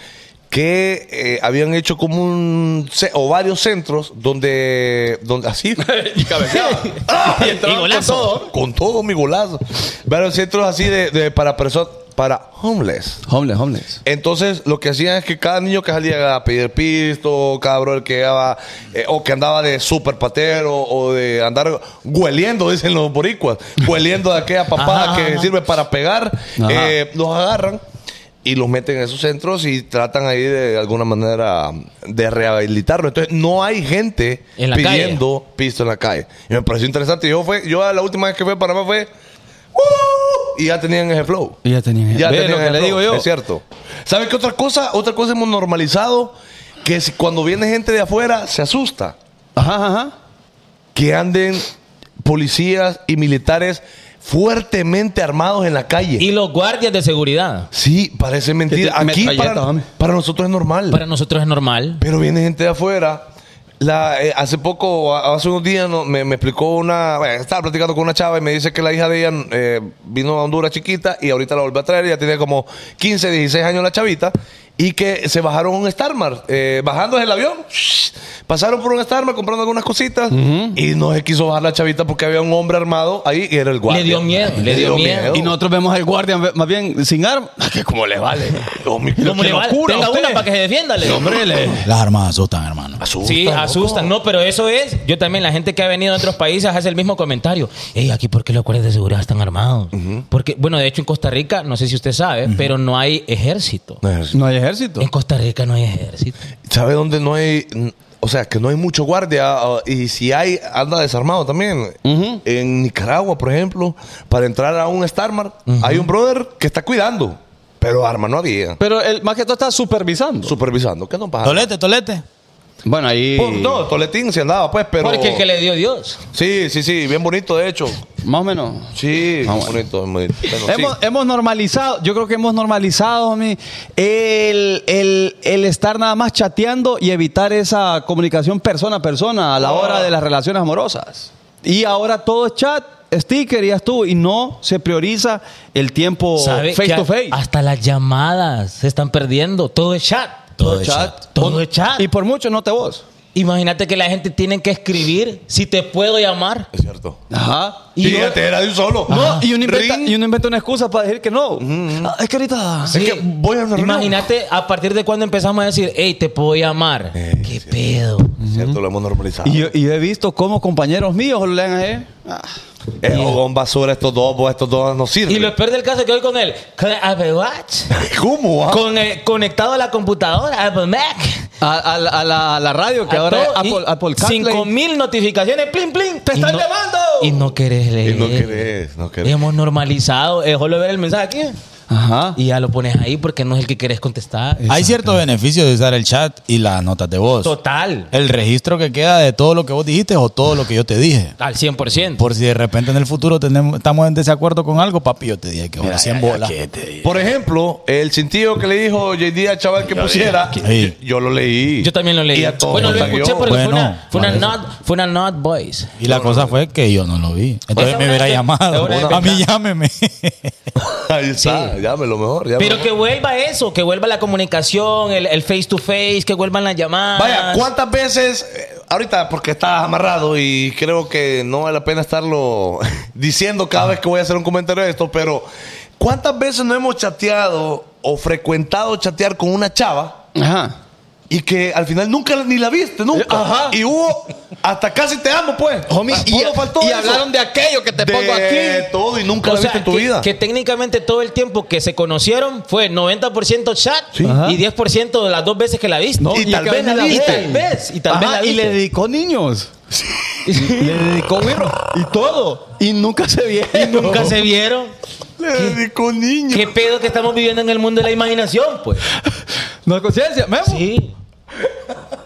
Speaker 4: que eh, habían hecho como un ce- o varios centros donde, donde así [LAUGHS] Ah, y cabeceaba
Speaker 5: Y golazo.
Speaker 4: con todo mi golazo varios centros así de, de- para personas para homeless.
Speaker 7: Homeless, homeless.
Speaker 4: Entonces, lo que hacían es que cada niño que salía a pedir pisto, cada brother que llegaba, eh, o que andaba de super patero, o de andar hueliendo, dicen los boricuas, hueliendo de
Speaker 5: [LAUGHS]
Speaker 4: aquella papada que sirve para pegar, eh, los agarran y los meten en esos centros y tratan ahí de alguna manera de rehabilitarlo. Entonces, no hay gente
Speaker 5: En la
Speaker 4: pidiendo pisto en la calle. Y me pareció interesante. Yo, fue, yo la última vez que fui a Panamá fue... "Uh", Y ya tenían ese flow.
Speaker 7: Y ya tenían ese-
Speaker 4: Ya
Speaker 7: Ve lo
Speaker 4: tenían
Speaker 7: que
Speaker 4: ese
Speaker 7: le
Speaker 4: flow.
Speaker 7: digo yo.
Speaker 4: Es cierto. ¿Sabes qué otra cosa? Otra cosa hemos normalizado que si cuando viene gente de afuera se asusta.
Speaker 7: Ajá, ajá.
Speaker 4: Que anden policías y militares fuertemente armados en la calle.
Speaker 5: Y los guardias de seguridad.
Speaker 4: sí, parece mentira.
Speaker 7: Que te-
Speaker 4: Aquí
Speaker 7: metralleta,
Speaker 4: para,
Speaker 7: dame.
Speaker 4: para nosotros es normal.
Speaker 5: Para nosotros es normal.
Speaker 4: Pero viene gente de afuera. La, eh, hace poco, a- hace unos días, no- me, me explicó una. bueno, estaba platicando con una chava y me dice que la hija de ella eh, vino a Honduras chiquita y ahorita la volvió a traer. Ya tiene como 15, 16 años la chavita. Y que se bajaron a un Starmart. Eh, bajando del avión, pasaron por un Starmart comprando algunas cositas. Y no se quiso bajar la chavita porque había un hombre armado ahí y era el guardia.
Speaker 5: Le dio miedo, le dio miedo.
Speaker 7: Y nosotros vemos al guardia ve- más bien sin arma. Que como le vale.
Speaker 4: Oh, mi-
Speaker 5: Como
Speaker 7: qué
Speaker 5: le vale,
Speaker 7: locura
Speaker 5: tenga
Speaker 7: usted.
Speaker 5: una para que se defienda. le digo.
Speaker 7: Hombre, le-
Speaker 6: Las armas azotan, hermano.
Speaker 5: Sí, asustan. No, pero eso es. Yo también, la gente que ha venido de otros países hace el mismo comentario. Ey, aquí, ¿por qué los guardias de seguridad están armados? Porque, bueno, de hecho, en Costa Rica, no sé si usted sabe, pero no hay ejército.
Speaker 7: No hay ejército.
Speaker 5: En Costa Rica no hay ejército.
Speaker 4: ¿Sabe dónde no hay.? O sea, que no hay mucho guardia ah, y si hay, anda desarmado también. En Nicaragua, por ejemplo, para entrar a un Starmart, hay un brother que está cuidando, pero arma no había.
Speaker 7: Pero el, más que todo está supervisando.
Speaker 4: Supervisando, ¿qué no pasa?
Speaker 6: Tolete, tolete.
Speaker 7: bueno, ahí.
Speaker 4: Por- no, Toletín se andaba, pues, pero.
Speaker 5: Porque el que le dio Dios.
Speaker 4: Sí, sí, sí, bien bonito, de hecho.
Speaker 7: Más o menos.
Speaker 4: Sí,
Speaker 7: Ah, bueno.
Speaker 4: bonito, bonito. Bueno,
Speaker 7: Hemos,
Speaker 4: sí.
Speaker 7: hemos normalizado, yo creo que hemos normalizado, homie, el, el- el estar nada más chateando y evitar esa comunicación persona a persona a la hora de las relaciones amorosas. Y ahora todo es chat, sticker y ya estuvo, y no se prioriza el tiempo
Speaker 5: ¿Sabe
Speaker 7: Oh, face
Speaker 5: que
Speaker 7: to face.
Speaker 5: Hasta las llamadas se están perdiendo. Todo es chat. Todo es
Speaker 7: chat.
Speaker 5: Todo es chat.
Speaker 7: Y por mucho, no te vos.
Speaker 5: Imagínate que la gente tiene que escribir si te puedo llamar.
Speaker 4: Es cierto.
Speaker 7: Ajá.
Speaker 4: Y
Speaker 7: Y, yo-
Speaker 4: fíjate, era de un solo.
Speaker 7: no, y uno inventa,
Speaker 4: Ring.
Speaker 7: y uno inventa una excusa para decir que no. Ah, es que ahorita.
Speaker 5: Sí.
Speaker 4: que voy a una reunión.
Speaker 5: Imagínate a partir de cuando empezamos a decir, hey, te puedo llamar.
Speaker 7: Eh,
Speaker 5: ¿Qué pedo?
Speaker 4: Es cierto, lo hemos normalizado.
Speaker 7: Y yo, y yo he visto cómo compañeros míos le eh, dan a él.
Speaker 4: Es jodón Eh, oh, basura estos dos, pues, estos dos no sirven.
Speaker 5: Y lo peor del caso es que hoy con el con- Apple Watch,
Speaker 4: ¿Cómo? ah?
Speaker 5: con el- conectado a la computadora, Apple Mac,
Speaker 7: A, a la- a la, a la radio que
Speaker 5: a
Speaker 7: ahora es
Speaker 5: todo,
Speaker 7: Apple,
Speaker 5: y
Speaker 7: Apple CarPlay.
Speaker 5: 5000 notificaciones, plin, plin, te están
Speaker 7: no-
Speaker 5: llamando. Y no querés leer.
Speaker 4: Y
Speaker 7: Eh.
Speaker 4: no querés, no querés.
Speaker 5: Hemos normalizado, es solo ver el mensaje aquí
Speaker 7: Ajá.
Speaker 5: y ya lo pones ahí porque no es el que querés contestar.
Speaker 6: Hay cierto beneficio de usar el chat y las notas de voz.
Speaker 5: Total,
Speaker 6: El registro que queda de todo lo que vos dijiste o todo lo que yo te dije.
Speaker 5: al 100%.
Speaker 6: Por si de repente en el futuro tenemos, estamos en desacuerdo con algo, papi, yo te dije que ahora 100 bolas.
Speaker 4: Por ejemplo, el cintillo que le dijo JD al chaval que pusiera,
Speaker 6: Sí.
Speaker 4: yo, yo lo leí.
Speaker 5: Yo también lo leí.
Speaker 4: Y a todos
Speaker 5: Bueno,
Speaker 4: nos
Speaker 5: lo
Speaker 4: tagueó.
Speaker 5: escuché porque
Speaker 6: Bueno,
Speaker 5: fue una, fue una
Speaker 6: parece.
Speaker 5: not, fue una not voice.
Speaker 6: Y la cosa fue que yo no lo vi. Entonces
Speaker 5: Esa
Speaker 6: me
Speaker 5: es
Speaker 6: hubiera
Speaker 5: una-
Speaker 6: llamado.
Speaker 5: es una
Speaker 6: A mí llámeme.
Speaker 4: Ahí está,
Speaker 5: Sí.
Speaker 4: llámelo mejor. llámelo
Speaker 5: Pero
Speaker 4: mejor.
Speaker 5: que vuelva eso, que vuelva la comunicación, el, el face to face, que vuelvan las llamadas.
Speaker 4: Vaya, ¿cuántas veces? eh, Ahorita, porque estás amarrado y creo que no vale la pena estarlo [LAUGHS] diciendo cada vez que voy a hacer un comentario de esto, pero ¿cuántas veces no hemos chateado o frecuentado chatear con una chava
Speaker 7: Ajá.
Speaker 4: y que al final nunca ni la viste, nunca?
Speaker 7: Ajá.
Speaker 4: Y hubo hasta casi te amo, pues.
Speaker 7: Homie, y,
Speaker 4: Solo faltó
Speaker 7: y
Speaker 4: eso.
Speaker 7: hablaron de aquello que te
Speaker 4: de
Speaker 7: pongo aquí.
Speaker 4: todo y nunca
Speaker 5: O
Speaker 4: la
Speaker 5: sea,
Speaker 4: viste en tu
Speaker 5: que,
Speaker 4: vida.
Speaker 5: que técnicamente todo el tiempo que se conocieron fue 90% chat y 10% de las dos veces que la viste.
Speaker 4: y tal
Speaker 7: que
Speaker 4: vez la
Speaker 7: la
Speaker 4: viste.
Speaker 7: Y tal vez, y tal vez
Speaker 5: Ajá,
Speaker 7: la
Speaker 5: y
Speaker 7: viste.
Speaker 5: le
Speaker 7: dedicó niños. le dedicó birro y todo. Y nunca se [LAUGHS] vieron.
Speaker 5: Y nunca se vieron.
Speaker 4: Le dedicó niño.
Speaker 5: ¿Qué pedo que estamos viviendo en el mundo de la imaginación? Pues
Speaker 7: No hay conciencia. Memo.
Speaker 5: sí.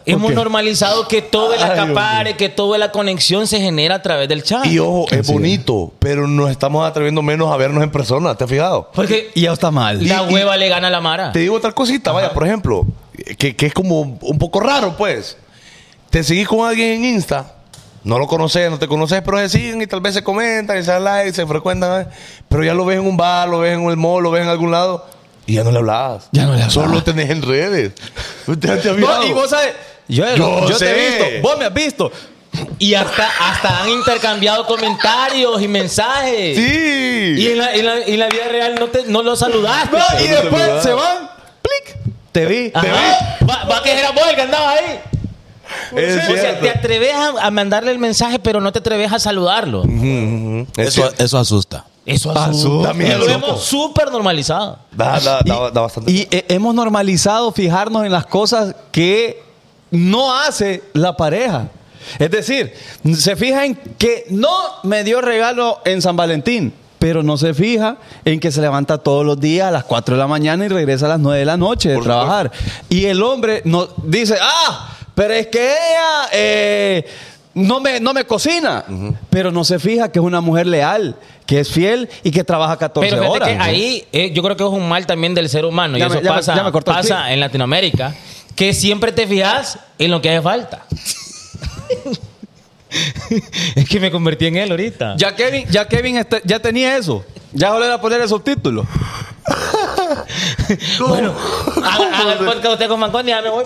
Speaker 5: Hemos normalizado que todo el acapare, que toda la conexión se genera a través del chat.
Speaker 4: Y ojo, es bonito, pero nos estamos atreviendo menos a vernos en persona, ¿te has fijado?
Speaker 5: Porque
Speaker 7: Y ya está mal.
Speaker 5: la
Speaker 4: y-
Speaker 5: hueva le gana a la mara.
Speaker 4: Te digo otra cosita, vaya, por ejemplo, que, que es como un poco raro, pues. Te seguís con alguien en Insta, no lo conoces, no te conoces, pero se siguen y tal vez se comentan, y se dan like, se frecuentan, ¿eh? pero ya lo ves en un bar, lo ves en el mall, lo ves en algún lado, y ya no le hablabas.
Speaker 7: [LAUGHS] Ya no le hablabas.
Speaker 4: Solo lo
Speaker 7: [LAUGHS]
Speaker 4: tenés en redes. Usted te ha
Speaker 7: No,
Speaker 4: fijado.
Speaker 7: y vos sabes. Yo,
Speaker 4: Yo
Speaker 7: yo te he
Speaker 4: sé.
Speaker 7: visto. Vos me has visto.
Speaker 5: Y hasta, hasta han intercambiado comentarios y mensajes.
Speaker 4: Sí.
Speaker 5: Y en la, en la- en la vida real no, te, no lo saludaste.
Speaker 4: No, y después se van.
Speaker 7: Te vi.
Speaker 5: Ajá. Va, va que era vos el que andaba ahí.
Speaker 4: Es
Speaker 5: O sea,
Speaker 4: cierto.
Speaker 5: te atreves a, a mandarle el mensaje, pero no te atreves a saludarlo.
Speaker 4: Es
Speaker 6: Eso,
Speaker 4: cierto.
Speaker 6: eso asusta.
Speaker 5: Eso
Speaker 4: Asusta
Speaker 5: asusta.
Speaker 4: miedo,
Speaker 5: Lo
Speaker 4: loco.
Speaker 5: vemos súper normalizado.
Speaker 4: Da, da, da, da bastante.
Speaker 7: Y eh, hemos normalizado fijarnos en las cosas que no hace la pareja. Es decir, se fija en que no me dio regalo en San Valentín, pero no se fija en que se levanta todos los días a las 4 de la mañana y regresa a las 9 de la noche de
Speaker 4: Por
Speaker 7: trabajar. Y el hombre nos dice, ah, pero es que ella eh, no, me, no me cocina, pero no se fija que es una mujer leal, que es fiel y que trabaja 14
Speaker 5: Pero fíjate
Speaker 7: horas.
Speaker 5: que ahí eh, yo creo que es un mal también del ser humano.
Speaker 7: Ya
Speaker 5: y
Speaker 7: me-
Speaker 5: eso
Speaker 7: ya me-
Speaker 5: pasa,
Speaker 7: ya me cortó el
Speaker 5: pasa
Speaker 7: clip.
Speaker 5: en Latinoamérica. Que siempre te fijas en lo que
Speaker 7: [LAUGHS]
Speaker 5: hace falta. es que me convertí en él ahorita.
Speaker 7: Ya Kevin, ya Kevin está- ya tenía eso. Ya solo era poner el subtítulo.
Speaker 5: Bueno, [LAUGHS] haga, haga el podcast usted con Mancón y ya me voy.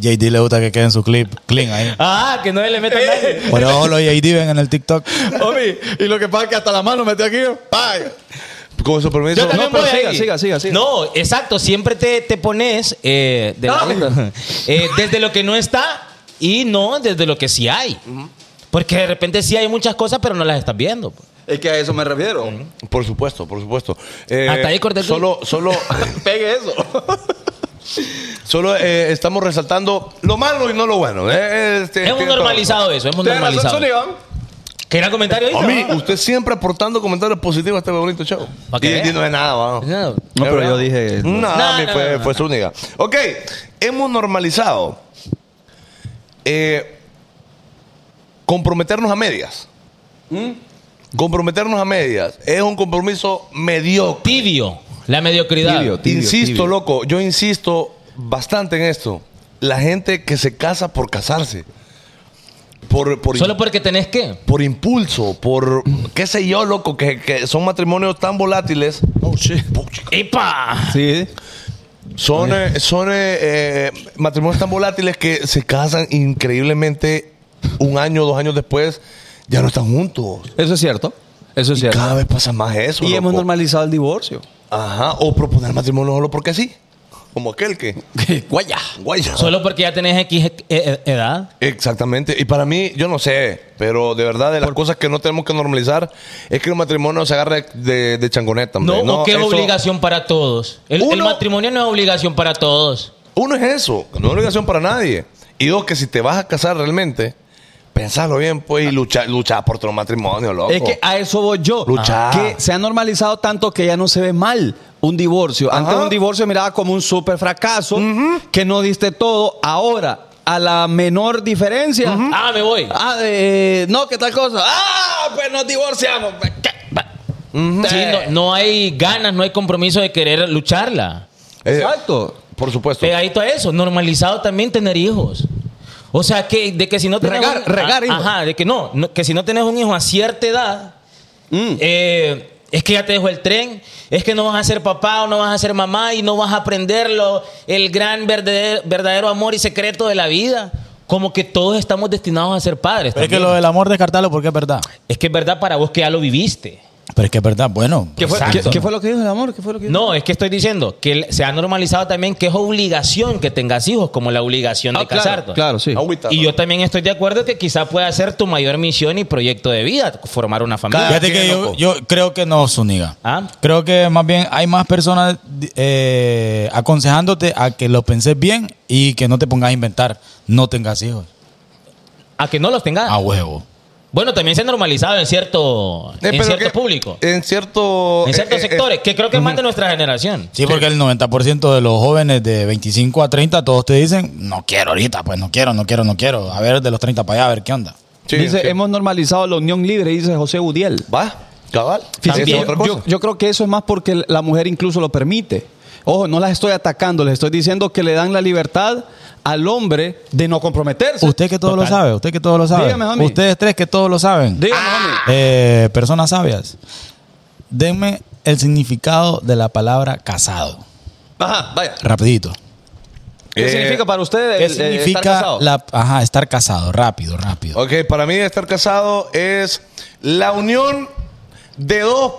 Speaker 6: JD Eh, le gusta que quede en su clip clean
Speaker 7: [LAUGHS]
Speaker 6: ahí.
Speaker 5: Ah, que no le
Speaker 7: Eh,
Speaker 5: metan nadie.
Speaker 6: Por eso los JD ven en el TikTok.
Speaker 7: Obi, y lo que pasa es que hasta la mano metió aquí.
Speaker 4: Con su permiso.
Speaker 5: Yo también
Speaker 7: pero
Speaker 5: voy
Speaker 7: siga,
Speaker 5: ahí.
Speaker 7: siga, siga, siga.
Speaker 5: No, exacto. Siempre te, te pones eh, de la- [LAUGHS] eh, desde lo que no está y no desde lo que sí hay. Porque de repente sí hay muchas cosas, pero no las estás viendo. pues.
Speaker 7: Es que a eso me refiero.
Speaker 4: Por supuesto, por supuesto. Eh,
Speaker 5: Hasta ahí corté el
Speaker 4: Solo,
Speaker 5: [LAUGHS]
Speaker 4: solo,
Speaker 7: Pegue eso.
Speaker 4: [LAUGHS] solo eh, estamos resaltando lo malo y no lo bueno. Eh, este,
Speaker 5: Es un
Speaker 4: tiene todo.
Speaker 5: normalizado eso, es un
Speaker 7: Tiene razón,
Speaker 5: normalizado.
Speaker 7: Sony, ¿va?
Speaker 5: ¿Quería comentario ahorita?
Speaker 4: Homie, usted siempre aportando comentarios positivos a este bonito show.
Speaker 5: Pa' que
Speaker 4: Y, y
Speaker 5: vea.
Speaker 4: no es nada, vamos.
Speaker 5: No.
Speaker 7: No, pero yo dije-
Speaker 4: No,
Speaker 5: No,
Speaker 4: mi
Speaker 5: no,
Speaker 4: fue,
Speaker 5: no, no,
Speaker 4: fue su única. Ok, hemos normalizado eh, comprometernos a medias.
Speaker 5: ¿Mm?
Speaker 4: Comprometernos a medias. Es un compromiso mediocre.
Speaker 5: Tibio, la mediocridad.
Speaker 7: Tibio, tibio.
Speaker 4: insisto, loco, yo insisto bastante en esto. La gente que se casa por casarse. Por, por,
Speaker 5: Solo porque tenés que.
Speaker 4: por impulso, por qué sé yo, loco, que, que son matrimonios tan volátiles.
Speaker 5: ¡Epa!
Speaker 7: Oh, Sí.
Speaker 4: Son, eh, son eh, eh, matrimonios tan volátiles que se casan increíblemente un año, dos años después, ya no están juntos.
Speaker 7: Eso es cierto. Eso es
Speaker 4: Y
Speaker 7: cierto.
Speaker 4: cada vez pasa más eso.
Speaker 7: Y
Speaker 4: loco.
Speaker 7: hemos normalizado el divorcio.
Speaker 4: Ajá, o proponer matrimonio solo porque sí. Como aquel
Speaker 7: [LAUGHS]
Speaker 4: que. Guaya. Guaya.
Speaker 5: Solo porque ya tenés X eh, eh, edad.
Speaker 4: Exactamente. Y para mí, yo no sé, pero de verdad, de las cosas que no tenemos que normalizar es que el matrimonio se agarre de, de changoneta. hombre.
Speaker 5: No, o que es
Speaker 4: eso-
Speaker 5: obligación para todos. El, el
Speaker 4: Uno-
Speaker 5: matrimonio no es obligación para todos.
Speaker 4: Uno es eso, no es obligación para nadie. Y dos, que si te vas a casar realmente, pensarlo bien, pues,
Speaker 5: Ah.
Speaker 4: y luchar lucha por tu matrimonio, loco.
Speaker 7: Es que a eso voy yo.
Speaker 4: Luchá.
Speaker 7: Que se ha normalizado tanto que ya no se ve mal un divorcio. Antes
Speaker 4: Ajá.
Speaker 7: un divorcio miraba como un súper fracaso, que no diste todo. Ahora, a la menor diferencia.
Speaker 5: Ah, me voy.
Speaker 7: Ah, eh, no, que tal cosa. Ah, pues nos divorciamos. Pues, ¿qué?
Speaker 5: Sí,
Speaker 7: Eh,
Speaker 5: no, no hay ganas, no hay compromiso de querer lucharla.
Speaker 4: Eh,
Speaker 7: Exacto.
Speaker 4: por supuesto.
Speaker 5: Pegadito a eso, normalizado también tener hijos. O sea, que de que si no tenés
Speaker 7: Regar-
Speaker 5: un,
Speaker 7: regar
Speaker 5: a-
Speaker 7: hijos.
Speaker 5: Ajá, de que no, no, que si no tenés un hijo a cierta edad,
Speaker 7: Mm.
Speaker 5: eh, es que ya te dejó el tren, es que no vas a ser papá o no vas a ser mamá y no vas a aprenderlo, el gran verdadero, verdadero amor y secreto de la vida. Como que todos estamos destinados a ser padres.
Speaker 6: Pero es que
Speaker 5: también.
Speaker 6: lo del amor descartarlo porque es verdad.
Speaker 5: es que es verdad para vos que ya lo viviste.
Speaker 6: Pero es que es verdad, bueno. pues,
Speaker 7: ¿Qué fue,
Speaker 5: Exacto.
Speaker 7: qué- qué fue lo que dijo el amor? ¿Qué fue lo que dijo?
Speaker 5: No, es que estoy diciendo que el- se ha normalizado también que es obligación que tengas hijos, como la obligación
Speaker 7: Ah,
Speaker 5: de
Speaker 7: claro,
Speaker 5: casarte.
Speaker 7: claro, sí.
Speaker 4: Agüita, Eh,
Speaker 5: Y
Speaker 4: loco.
Speaker 5: yo también estoy de acuerdo que quizá pueda ser tu mayor misión y proyecto de vida, formar una familia.
Speaker 6: Fíjate que yo, yo creo que no, Zuniga.
Speaker 5: ¿Ah?
Speaker 6: Creo que más bien hay más personas eh, aconsejándote a que lo penses bien y que no te pongas a inventar. No tengas hijos.
Speaker 5: A que no los tengas.
Speaker 6: A huevo.
Speaker 5: Bueno, también se ha normalizado en cierto,
Speaker 4: Eh,
Speaker 5: en
Speaker 4: pero
Speaker 5: cierto
Speaker 4: que-
Speaker 5: público,
Speaker 4: En cierto.
Speaker 5: en
Speaker 4: eh,
Speaker 5: ciertos
Speaker 4: eh,
Speaker 5: sectores, que creo que es más de nuestra generación.
Speaker 6: Sí, porque el 90% de los jóvenes de 25 a 30, todos te dicen, no quiero ahorita, pues no quiero, no quiero, no quiero. A ver, de los 30 para allá, a ver qué onda.
Speaker 4: sí,
Speaker 7: dice,
Speaker 4: sí.
Speaker 7: hemos normalizado la unión libre, dice José Udiel.
Speaker 4: Va, cabal.
Speaker 7: Fíjate,
Speaker 4: Esa
Speaker 5: También,
Speaker 4: es otra
Speaker 7: yo,
Speaker 4: cosa.
Speaker 7: yo creo que eso es más porque la mujer incluso lo permite. Ojo, no las estoy atacando, les estoy diciendo que le dan la libertad al hombre de no comprometerse.
Speaker 6: Usted que todo lo sabe, usted que todo lo sabe.
Speaker 7: Dígame, homie.
Speaker 6: Ustedes tres que todo lo saben.
Speaker 7: Dígame, homie.
Speaker 6: Eh, personas sabias, denme el significado de la palabra casado.
Speaker 7: Ajá, vaya.
Speaker 6: Rapidito.
Speaker 7: ¿Qué
Speaker 4: Eh,
Speaker 7: significa para usted el,
Speaker 6: ¿Qué
Speaker 7: eh, estar
Speaker 6: significa
Speaker 7: casado?
Speaker 6: la, ajá, estar casado? Rápido, rápido.
Speaker 4: Ok, para mí estar casado es la unión de dos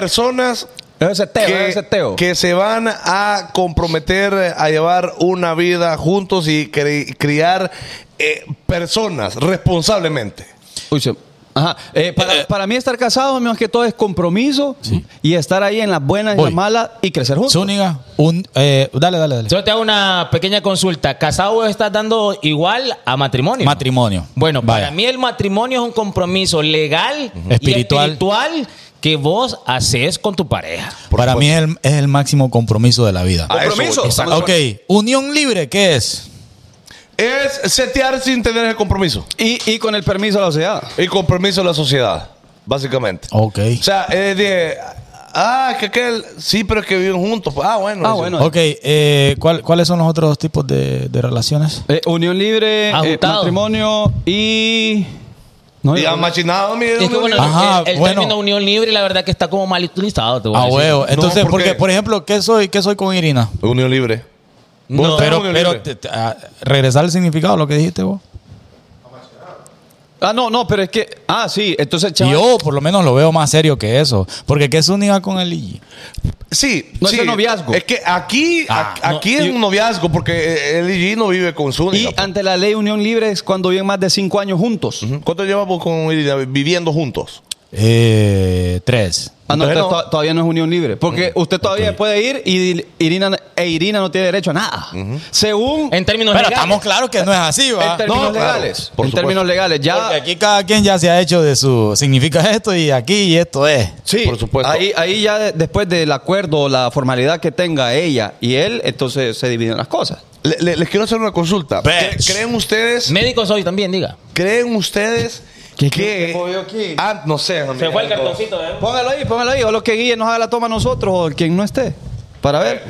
Speaker 4: personas
Speaker 7: Es ese teo, es ese teo.
Speaker 4: que se van a comprometer a llevar una vida juntos y cre- criar eh, personas responsablemente.
Speaker 7: Uy, se- Ajá. Eh, para, para mí estar casado, más que todo, es compromiso y estar ahí en las buenas y
Speaker 6: Voy.
Speaker 7: las malas y crecer juntos.
Speaker 6: Zúñiga, un, eh, dale, dale, dale.
Speaker 5: Yo te hago una pequeña consulta. ¿Casado estás dando igual a matrimonio?
Speaker 6: Matrimonio.
Speaker 5: Bueno,
Speaker 6: Vaya.
Speaker 5: para mí el matrimonio es un compromiso legal y
Speaker 6: Espiritual.
Speaker 5: espiritual que vos haces con tu pareja.
Speaker 6: Para mí es el, es el máximo compromiso de la vida.
Speaker 4: A eso
Speaker 2: Compromiso.
Speaker 4: voy.
Speaker 2: Estamos-
Speaker 6: Ok, unión libre, ¿qué es?
Speaker 4: Es setear sin tener el compromiso.
Speaker 7: Y, y con el permiso de la sociedad.
Speaker 4: El compromiso de la sociedad, básicamente.
Speaker 6: Ok.
Speaker 4: O sea, eh, de, ah, que aquel, sí, pero es que viven juntos. Ah, bueno.
Speaker 7: Ah,
Speaker 4: dice.
Speaker 7: bueno.
Speaker 6: Ok, eh, ¿cuál- ¿cuáles son los otros dos tipos de, de relaciones?
Speaker 7: Eh, unión libre, eh,
Speaker 5: Ajustado.
Speaker 7: matrimonio y. No,
Speaker 4: Y
Speaker 7: yo-
Speaker 4: han machinado, mire.
Speaker 5: Es que, bueno,
Speaker 6: Ajá,
Speaker 5: el, el
Speaker 6: bueno.
Speaker 5: término unión libre, la verdad que está como mal utilizado. te voy
Speaker 6: A
Speaker 5: decir.
Speaker 6: Ah, huevo. Entonces,
Speaker 4: ¿por
Speaker 6: porque,
Speaker 4: qué?
Speaker 6: por ejemplo, ¿qué soy? ¿Qué soy con Irina?
Speaker 4: Unión libre.
Speaker 5: No,
Speaker 6: pero,
Speaker 4: unión
Speaker 6: pero
Speaker 4: libre.
Speaker 6: te- te- ah, regresar al significado, lo que dijiste vos.
Speaker 7: Ah, no, no, pero es que. Ah, sí, entonces, chaval.
Speaker 6: Yo, por lo menos, lo veo más serio que eso. Porque ¿qué es unidad con el Igi?
Speaker 4: Sí,
Speaker 7: No es
Speaker 4: sí.
Speaker 7: el noviazgo.
Speaker 4: Es que aquí,
Speaker 6: Ah,
Speaker 4: a- aquí
Speaker 7: no,
Speaker 4: es
Speaker 7: y-
Speaker 4: un noviazgo porque eh, el IG no vive con pues. su
Speaker 7: Y ah, ante la ley unión libre es cuando viven más de cinco años juntos.
Speaker 4: ¿Cuánto llevamos con Irina viviendo juntos?
Speaker 6: Eh, tres.
Speaker 7: Ah, no,
Speaker 4: Entonces,
Speaker 7: usted
Speaker 4: no.
Speaker 7: to- todavía no es unión libre. Porque usted todavía puede ir y Irina, e Irina no tiene derecho a nada. Según.
Speaker 5: En términos
Speaker 6: Pero
Speaker 5: legales.
Speaker 6: estamos claros que no es así,
Speaker 7: en
Speaker 6: ¿va?
Speaker 7: términos
Speaker 4: No, claro,
Speaker 7: legales.
Speaker 4: por
Speaker 7: en
Speaker 4: supuesto.
Speaker 7: términos legales. Ya.
Speaker 6: Porque aquí cada quien ya se ha hecho de su... Significa esto y aquí y esto es.
Speaker 7: Sí,
Speaker 4: Por supuesto.
Speaker 7: Ahí, ahí ya de- después del acuerdo o la formalidad que tenga ella y él, entonces se dividen las cosas.
Speaker 4: Le- le- les quiero hacer una consulta.
Speaker 6: Ve.
Speaker 4: ¿Cre- ¿Creen ustedes?
Speaker 5: Médico soy también, diga.
Speaker 4: ¿Creen ustedes
Speaker 7: ¿Qué-
Speaker 4: que.
Speaker 7: qué movió aquí?
Speaker 4: Ah, no sé. amigo. ¿eh?
Speaker 7: Póngalo ahí, póngalo ahí. O lo que Guille nos haga la toma a nosotros o quien no esté. Para ver.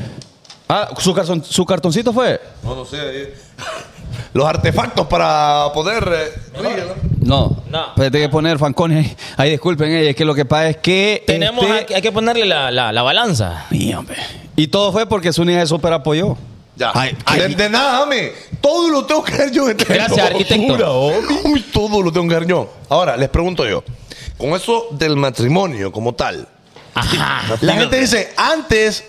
Speaker 7: Ah, su, carton- su cartoncito fue.
Speaker 4: No, no sé. eh. [LAUGHS] Los artefactos para poder. eh, rígelo.
Speaker 7: No.
Speaker 5: No.
Speaker 7: Pues hay que poner Fanconi ahí. Ahí disculpen, eh, es que lo que pasa es que.
Speaker 5: Tenemos,
Speaker 7: este-
Speaker 5: hay, que- hay que ponerle la, la- la balanza.
Speaker 7: Sí, hombre. Y todo fue porque Zúñiga de Super apoyó.
Speaker 4: Ya. de, de nada, mami. Todo lo tengo que hacer yo.
Speaker 5: Gracias, arquitecto.
Speaker 4: Uy, todo lo tengo que hacer yo. Ahora, les pregunto yo. Con eso del matrimonio como tal.
Speaker 5: Ajá.
Speaker 4: La gente dice, antes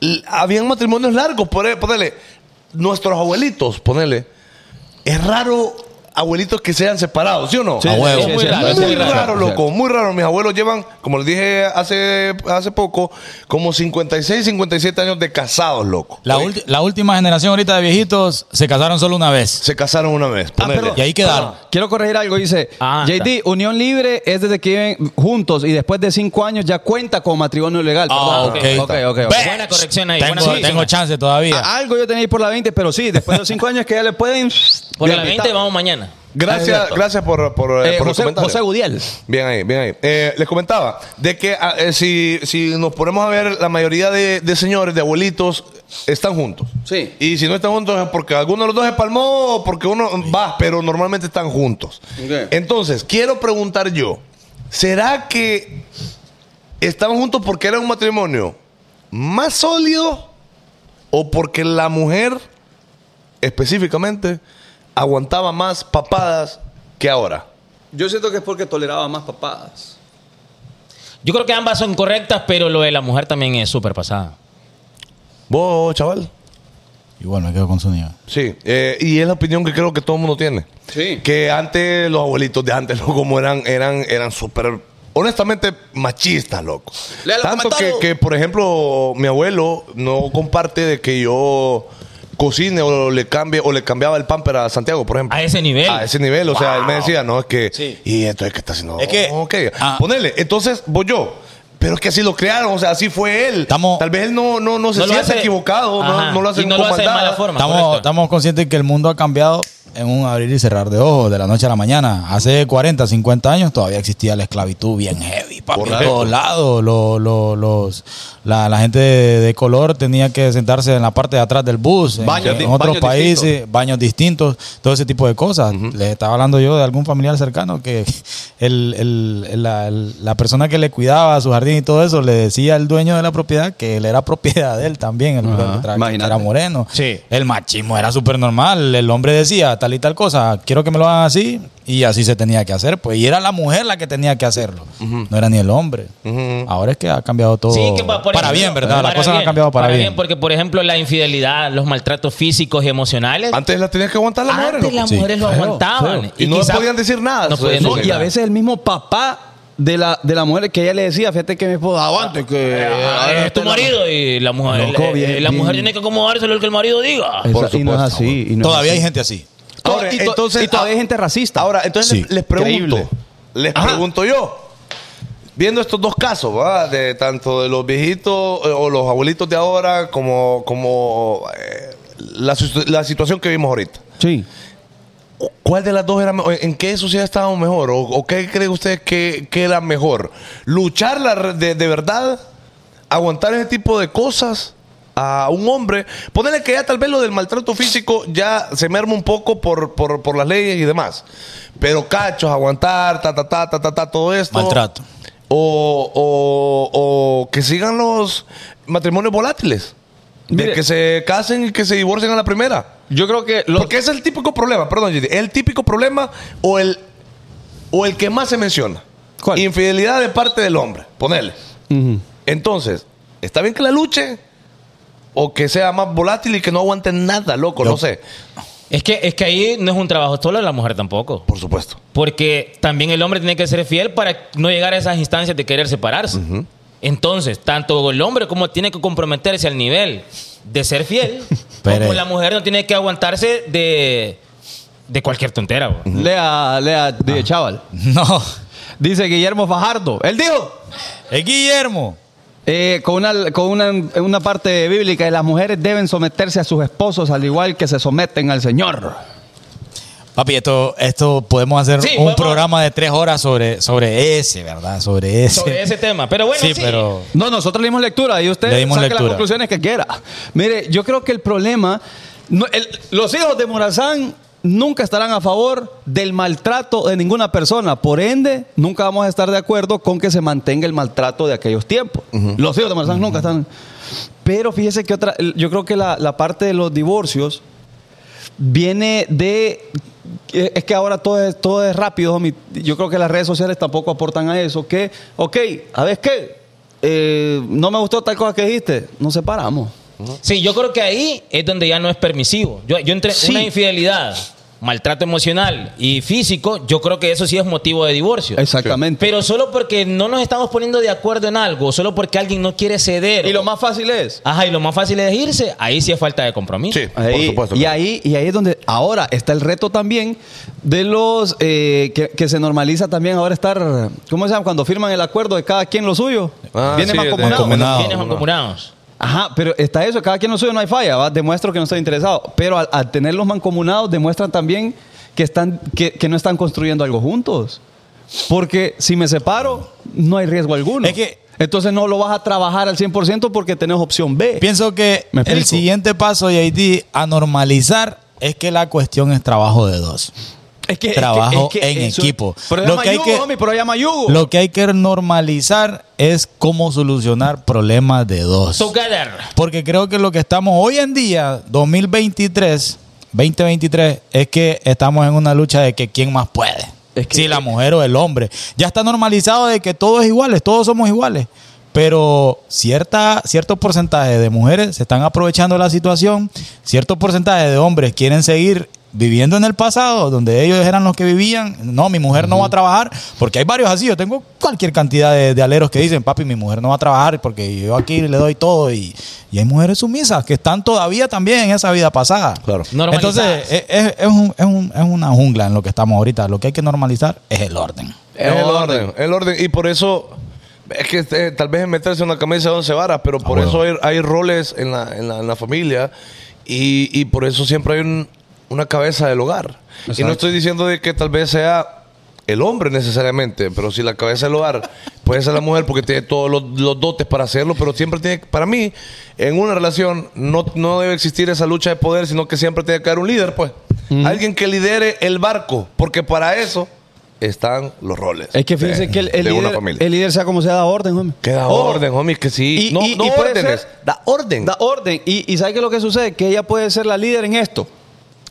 Speaker 4: l- habían matrimonios largos, pone- ponele, nuestros abuelitos, ponele. Es raro abuelitos que sean separados, ¿sí o no?
Speaker 7: Sí,
Speaker 6: A huevo.
Speaker 7: sí, sí,
Speaker 5: Muy
Speaker 7: sí,
Speaker 5: raro,
Speaker 7: sí,
Speaker 4: Muy
Speaker 7: sí,
Speaker 4: raro,
Speaker 7: sí, sí.
Speaker 4: loco, muy raro. Mis abuelos llevan, como les dije hace, hace poco, como 56, 57 años de casados, loco.
Speaker 6: La,
Speaker 4: Oye,
Speaker 6: ulti- la última generación ahorita de viejitos se casaron solo una vez.
Speaker 4: Se casaron una vez,
Speaker 7: Ah,
Speaker 4: ponele.
Speaker 7: pero-
Speaker 6: Y ahí quedaron.
Speaker 7: Ah, quiero corregir algo, dice
Speaker 5: Ah,
Speaker 7: JD, unión libre es desde que viven juntos y después de cinco años ya cuenta como matrimonio legal.
Speaker 6: Ah,
Speaker 7: Perdón.
Speaker 6: ok.
Speaker 7: ok, ok.
Speaker 6: Ve,
Speaker 5: Buena corrección ahí,
Speaker 6: Tengo,
Speaker 5: buena corrección.
Speaker 6: tengo chance todavía.
Speaker 7: Ah, Algo yo tenía ahí por la 20, pero sí, después de los cinco años que ya le pueden...
Speaker 5: Por
Speaker 7: de
Speaker 5: la
Speaker 7: mitad.
Speaker 5: 20 vamos mañana.
Speaker 4: Gracias, gracias por, por, eh,
Speaker 7: Eh,
Speaker 4: por el
Speaker 7: José,
Speaker 4: comentario.
Speaker 7: José Gudiel.
Speaker 4: Bien ahí, bien ahí. Eh, les comentaba de que ah, eh, si, si nos ponemos a ver, la mayoría de, de señores, de abuelitos, están juntos.
Speaker 7: Sí.
Speaker 4: Y si no están juntos es porque alguno de los dos espalmó o porque uno va, pero normalmente están juntos.
Speaker 7: Ok.
Speaker 4: Entonces, quiero preguntar yo, ¿será que estaban juntos porque era un matrimonio más sólido o porque la mujer específicamente aguantaba más papadas que ahora?
Speaker 7: Yo siento que es porque toleraba más papadas.
Speaker 5: Yo creo que ambas son correctas, pero lo de la mujer también es súper pasada.
Speaker 4: Vos, chaval.
Speaker 6: Y bueno, me quedo con su niño.
Speaker 4: Sí, eh, y es la opinión que creo que todo el mundo tiene.
Speaker 7: Sí.
Speaker 4: Que antes los abuelitos de antes, [LAUGHS] loco, como eran, eran, eran súper, honestamente, machistas, loco.
Speaker 7: Lea los
Speaker 4: Tanto que,
Speaker 7: comentarios.
Speaker 4: que, por ejemplo, mi abuelo no comparte de que yo cocine o le cambie o le cambiaba el pamper a Santiago, por ejemplo.
Speaker 5: A ese nivel.
Speaker 4: A ese nivel, o sea, él me decía, no, es que.
Speaker 6: Sí.
Speaker 4: Y entonces, ¿qué está haciendo?
Speaker 6: Es que-
Speaker 4: Ok,
Speaker 6: ah.
Speaker 4: ponele. Entonces, voy yo. Pero es que así lo crearon, o sea, así fue él.
Speaker 6: Estamos-
Speaker 4: Tal vez él no, no, no se
Speaker 5: No lo
Speaker 4: siente
Speaker 5: hace-
Speaker 4: equivocado, no,
Speaker 5: Ajá.
Speaker 4: no lo hace
Speaker 5: Y no
Speaker 4: con
Speaker 5: lo hace de
Speaker 4: maldad.
Speaker 5: mala forma.
Speaker 6: Estamos,
Speaker 5: correcto.
Speaker 6: estamos conscientes que el mundo ha cambiado en un abrir y cerrar de ojos, de la noche a la mañana. Hace 40, 50 años todavía existía la esclavitud bien heavy, papi, en
Speaker 4: Correcto.
Speaker 6: todos lados. Lo- lo- los, la, la gente de, de color tenía que sentarse en la parte de atrás del bus, en-
Speaker 4: Baños
Speaker 6: en,
Speaker 4: di-
Speaker 6: otros
Speaker 4: baños
Speaker 6: países, baños distintos, todo ese tipo de cosas. Les estaba hablando yo de algún familiar cercano que el- el- la, la persona que le cuidaba su jardín y todo eso le decía al dueño de la propiedad que él era [LAUGHS] propiedad de él también, el
Speaker 7: Ajá,
Speaker 6: tra- que
Speaker 7: imagínate.
Speaker 6: era moreno.
Speaker 5: Sí.
Speaker 6: El machismo era súper normal. El hombre decía tal y tal cosa, quiero que me lo hagan así, y así se tenía que hacer. Pues, y era la mujer la que tenía que hacerlo, no era ni el hombre. Ahora es que ha cambiado todo.
Speaker 5: Sí, que pa- por
Speaker 6: para
Speaker 5: ejemplo,
Speaker 6: bien, ¿verdad? Las
Speaker 5: para
Speaker 6: cosas han
Speaker 5: bien,
Speaker 6: cambiado para, bien.
Speaker 5: Porque, por ejemplo, la infidelidad, los maltratos físicos y emocionales.
Speaker 4: Antes la tenías que aguantar las mujeres.
Speaker 5: Antes
Speaker 4: loco.
Speaker 5: las
Speaker 6: Sí,
Speaker 5: mujeres lo
Speaker 7: claro,
Speaker 5: aguantaban.
Speaker 4: claro. Y no
Speaker 5: quizá-
Speaker 4: podían decir nada
Speaker 5: No
Speaker 4: sobre
Speaker 5: podían
Speaker 4: eso.
Speaker 7: No,
Speaker 5: decir
Speaker 7: y a
Speaker 5: nada.
Speaker 7: veces el mismo papá de la, de la mujer que ella le decía, fíjate que mi esposo, aguante que...
Speaker 4: eh,
Speaker 5: Ah, es tu marido y la mujer.
Speaker 7: Loco,
Speaker 5: eh,
Speaker 7: bien,
Speaker 5: la mujer
Speaker 7: bien.
Speaker 5: tiene que acomodarse lo que el marido diga.
Speaker 7: Esa-
Speaker 4: Por
Speaker 7: y no es
Speaker 4: supuesto,
Speaker 7: así. y no es
Speaker 6: Todavía
Speaker 7: así.
Speaker 6: hay gente así.
Speaker 4: Ahora,
Speaker 7: y to-
Speaker 4: entonces,
Speaker 7: y todavía hay gente racista.
Speaker 4: Ahora, eh, entonces
Speaker 6: Sí.
Speaker 4: les- les pregunto,
Speaker 7: Increíble.
Speaker 4: les
Speaker 7: Ajá.
Speaker 4: pregunto yo, viendo estos dos casos, ¿verdad? de tanto de los viejitos eh, o los abuelitos de ahora como, como eh, la, su- la situación que vimos ahorita.
Speaker 7: Sí.
Speaker 4: ¿Cuál de las dos era mejor? ¿En qué sociedad estábamos mejor? ¿O, o qué creen ustedes que, que era mejor? ¿Luchar la re- de, de verdad? ¿Aguantar ese tipo de cosas? A un hombre, ponerle que ya tal vez lo del maltrato físico ya se merma un poco por, por, por las leyes y demás. Pero cachos, aguantar, ta, ta, ta, ta, ta, ta, todo esto.
Speaker 6: Maltrato. [LAUGHS]
Speaker 4: O, o, o que sigan los matrimonios volátiles. De
Speaker 7: Mire.
Speaker 4: que se casen y que se divorcien a la primera.
Speaker 7: Yo creo que... Los,
Speaker 4: Porque ese es el típico problema, perdón, Gigi, el típico problema o el, o el que más se menciona.
Speaker 7: ¿Cuál?
Speaker 4: Infidelidad de parte del hombre, ponele.
Speaker 7: Ujú.
Speaker 4: Entonces, ¿está bien que la luche? O que sea más volátil y que no aguante nada, loco,
Speaker 6: Yo-
Speaker 4: no sé.
Speaker 5: Es que, es que ahí no es un trabajo solo de la mujer tampoco.
Speaker 4: Por supuesto.
Speaker 5: Porque también el hombre tiene que ser fiel para no llegar a esas instancias de querer separarse. Entonces, tanto el hombre como tiene que comprometerse al nivel de ser fiel,
Speaker 6: Pero-
Speaker 5: como la mujer no tiene que aguantarse de, de cualquier tontera. bo.
Speaker 7: Lea, lea, de chaval.
Speaker 6: No.
Speaker 7: Dice Guillermo Fajardo. Él dijo...
Speaker 6: Es Guillermo.
Speaker 7: Eh, con una, con una, una parte bíblica, las mujeres deben someterse a sus esposos al igual que se someten al Señor.
Speaker 6: Papi, esto, esto podemos hacer
Speaker 5: Sí,
Speaker 6: un
Speaker 5: podemos-
Speaker 6: programa de tres horas sobre, sobre ese, ¿verdad? Sobre ese.
Speaker 5: Sobre ese tema. Pero bueno,
Speaker 6: sí, pero.
Speaker 7: No, nosotros le dimos lectura y usted
Speaker 6: Le dimos
Speaker 7: saque las
Speaker 6: lectura.
Speaker 7: conclusiones que quiera. Mire, yo creo que el problema, no- el- los hijos de Morazán nunca estarán a favor del maltrato de ninguna persona. Por ende, nunca vamos a estar de acuerdo con que se mantenga el maltrato de aquellos tiempos. Los hijos de Morazán nunca están. Pero fíjese que otra, yo creo que la, la parte de los divorcios viene de eh, es que ahora todo es, todo es rápido, homie. Yo creo que las redes sociales tampoco aportan a eso. Que, ok, a ver qué. Eh, no me gustó tal cosa que dijiste. Nos separamos.
Speaker 5: Sí, yo creo que ahí es donde ya no es permisivo. Yo, yo entre
Speaker 7: Sí.
Speaker 5: una infidelidad, maltrato emocional y físico, yo creo que eso sí es motivo de divorcio.
Speaker 7: Exactamente.
Speaker 5: Pero solo porque no nos estamos poniendo de acuerdo en algo, solo porque alguien no quiere ceder.
Speaker 7: Y lo más fácil es.
Speaker 5: Ajá, y lo más fácil es irse, ahí sí es falta de compromiso.
Speaker 4: Sí, por
Speaker 7: Ahí-
Speaker 4: supuesto.
Speaker 7: y
Speaker 4: claro.
Speaker 7: ahí y ahí es donde ahora está el reto también de los eh, que, que se normaliza también ahora estar cómo se llama cuando firman el acuerdo de cada quien lo suyo
Speaker 4: Ah,
Speaker 7: viene
Speaker 4: sí,
Speaker 7: más
Speaker 4: de-
Speaker 7: comunado
Speaker 6: mancomunado.
Speaker 5: Bienes mancomunados.
Speaker 7: Ajá, pero está eso, cada quien lo suyo, no hay falla, ¿va? demuestro que no estoy interesado. Pero al, al tener los mancomunados demuestran también que, están, que, que no están construyendo algo juntos. Porque si me separo, no hay riesgo alguno.
Speaker 6: Es que-
Speaker 7: Entonces no lo vas a trabajar al 100% porque tenés opción B.
Speaker 6: Eh, Pienso que
Speaker 7: Me
Speaker 6: el
Speaker 7: explico.
Speaker 6: siguiente paso, JD, a normalizar es que la cuestión es trabajo de dos.
Speaker 7: es que,
Speaker 6: trabajo en equipo.
Speaker 7: Lo que hay que,
Speaker 6: Lo que hay que normalizar es cómo solucionar problemas de dos.
Speaker 5: Together.
Speaker 6: Porque creo que lo que estamos hoy en día, 2023, 2023, es que estamos en una lucha de que quién más puede.
Speaker 7: Es que-
Speaker 6: si la mujer o el hombre. Ya está normalizado de que todos iguales, todos somos iguales. Pero cierta, cierto porcentaje de mujeres se están aprovechando la situación, cierto porcentaje de hombres quieren seguir viviendo en el pasado, donde ellos eran los que vivían. No, mi mujer no va a trabajar, porque hay varios así. Yo tengo cualquier cantidad de, de aleros que dicen, papi, mi mujer no va a trabajar porque yo aquí le doy todo. Y, y hay mujeres sumisas que están todavía también en esa vida pasada.
Speaker 4: Claro.
Speaker 5: Normalizadas.
Speaker 6: Entonces, es, es- es un- es un- es una jungla en lo que estamos ahorita. Lo que hay que normalizar es el orden.
Speaker 4: Es el orden, el orden. Y por eso, es que eh, tal vez es meterse una camisa de once varas, pero
Speaker 7: Ah,
Speaker 4: por eso hay, hay roles en la, en la, en la familia y, y por eso siempre hay un- una cabeza del hogar. Y no estoy diciendo de que tal vez sea el hombre necesariamente, pero si la cabeza del hogar puede ser la mujer porque tiene todos los, los dotes para hacerlo, pero siempre tiene, para mí, en una relación no, no debe existir esa lucha de poder, sino que siempre tiene que haber un líder, pues. Alguien que lidere el barco, porque para eso están los roles.
Speaker 7: Es que fíjense
Speaker 4: de-
Speaker 7: que el, el
Speaker 4: Eh, de una
Speaker 7: líder,
Speaker 4: familia.
Speaker 7: el líder sea como sea da orden, hombre.
Speaker 4: Que da
Speaker 7: Oh,
Speaker 4: orden, homie, que sí.
Speaker 7: Y-
Speaker 4: no,
Speaker 7: y-
Speaker 4: no
Speaker 7: y puede
Speaker 4: órdenes,
Speaker 7: ser-
Speaker 4: da orden.
Speaker 7: Da orden. Y, y ¿sabe qué es lo que sucede? Que ella puede ser la líder en esto.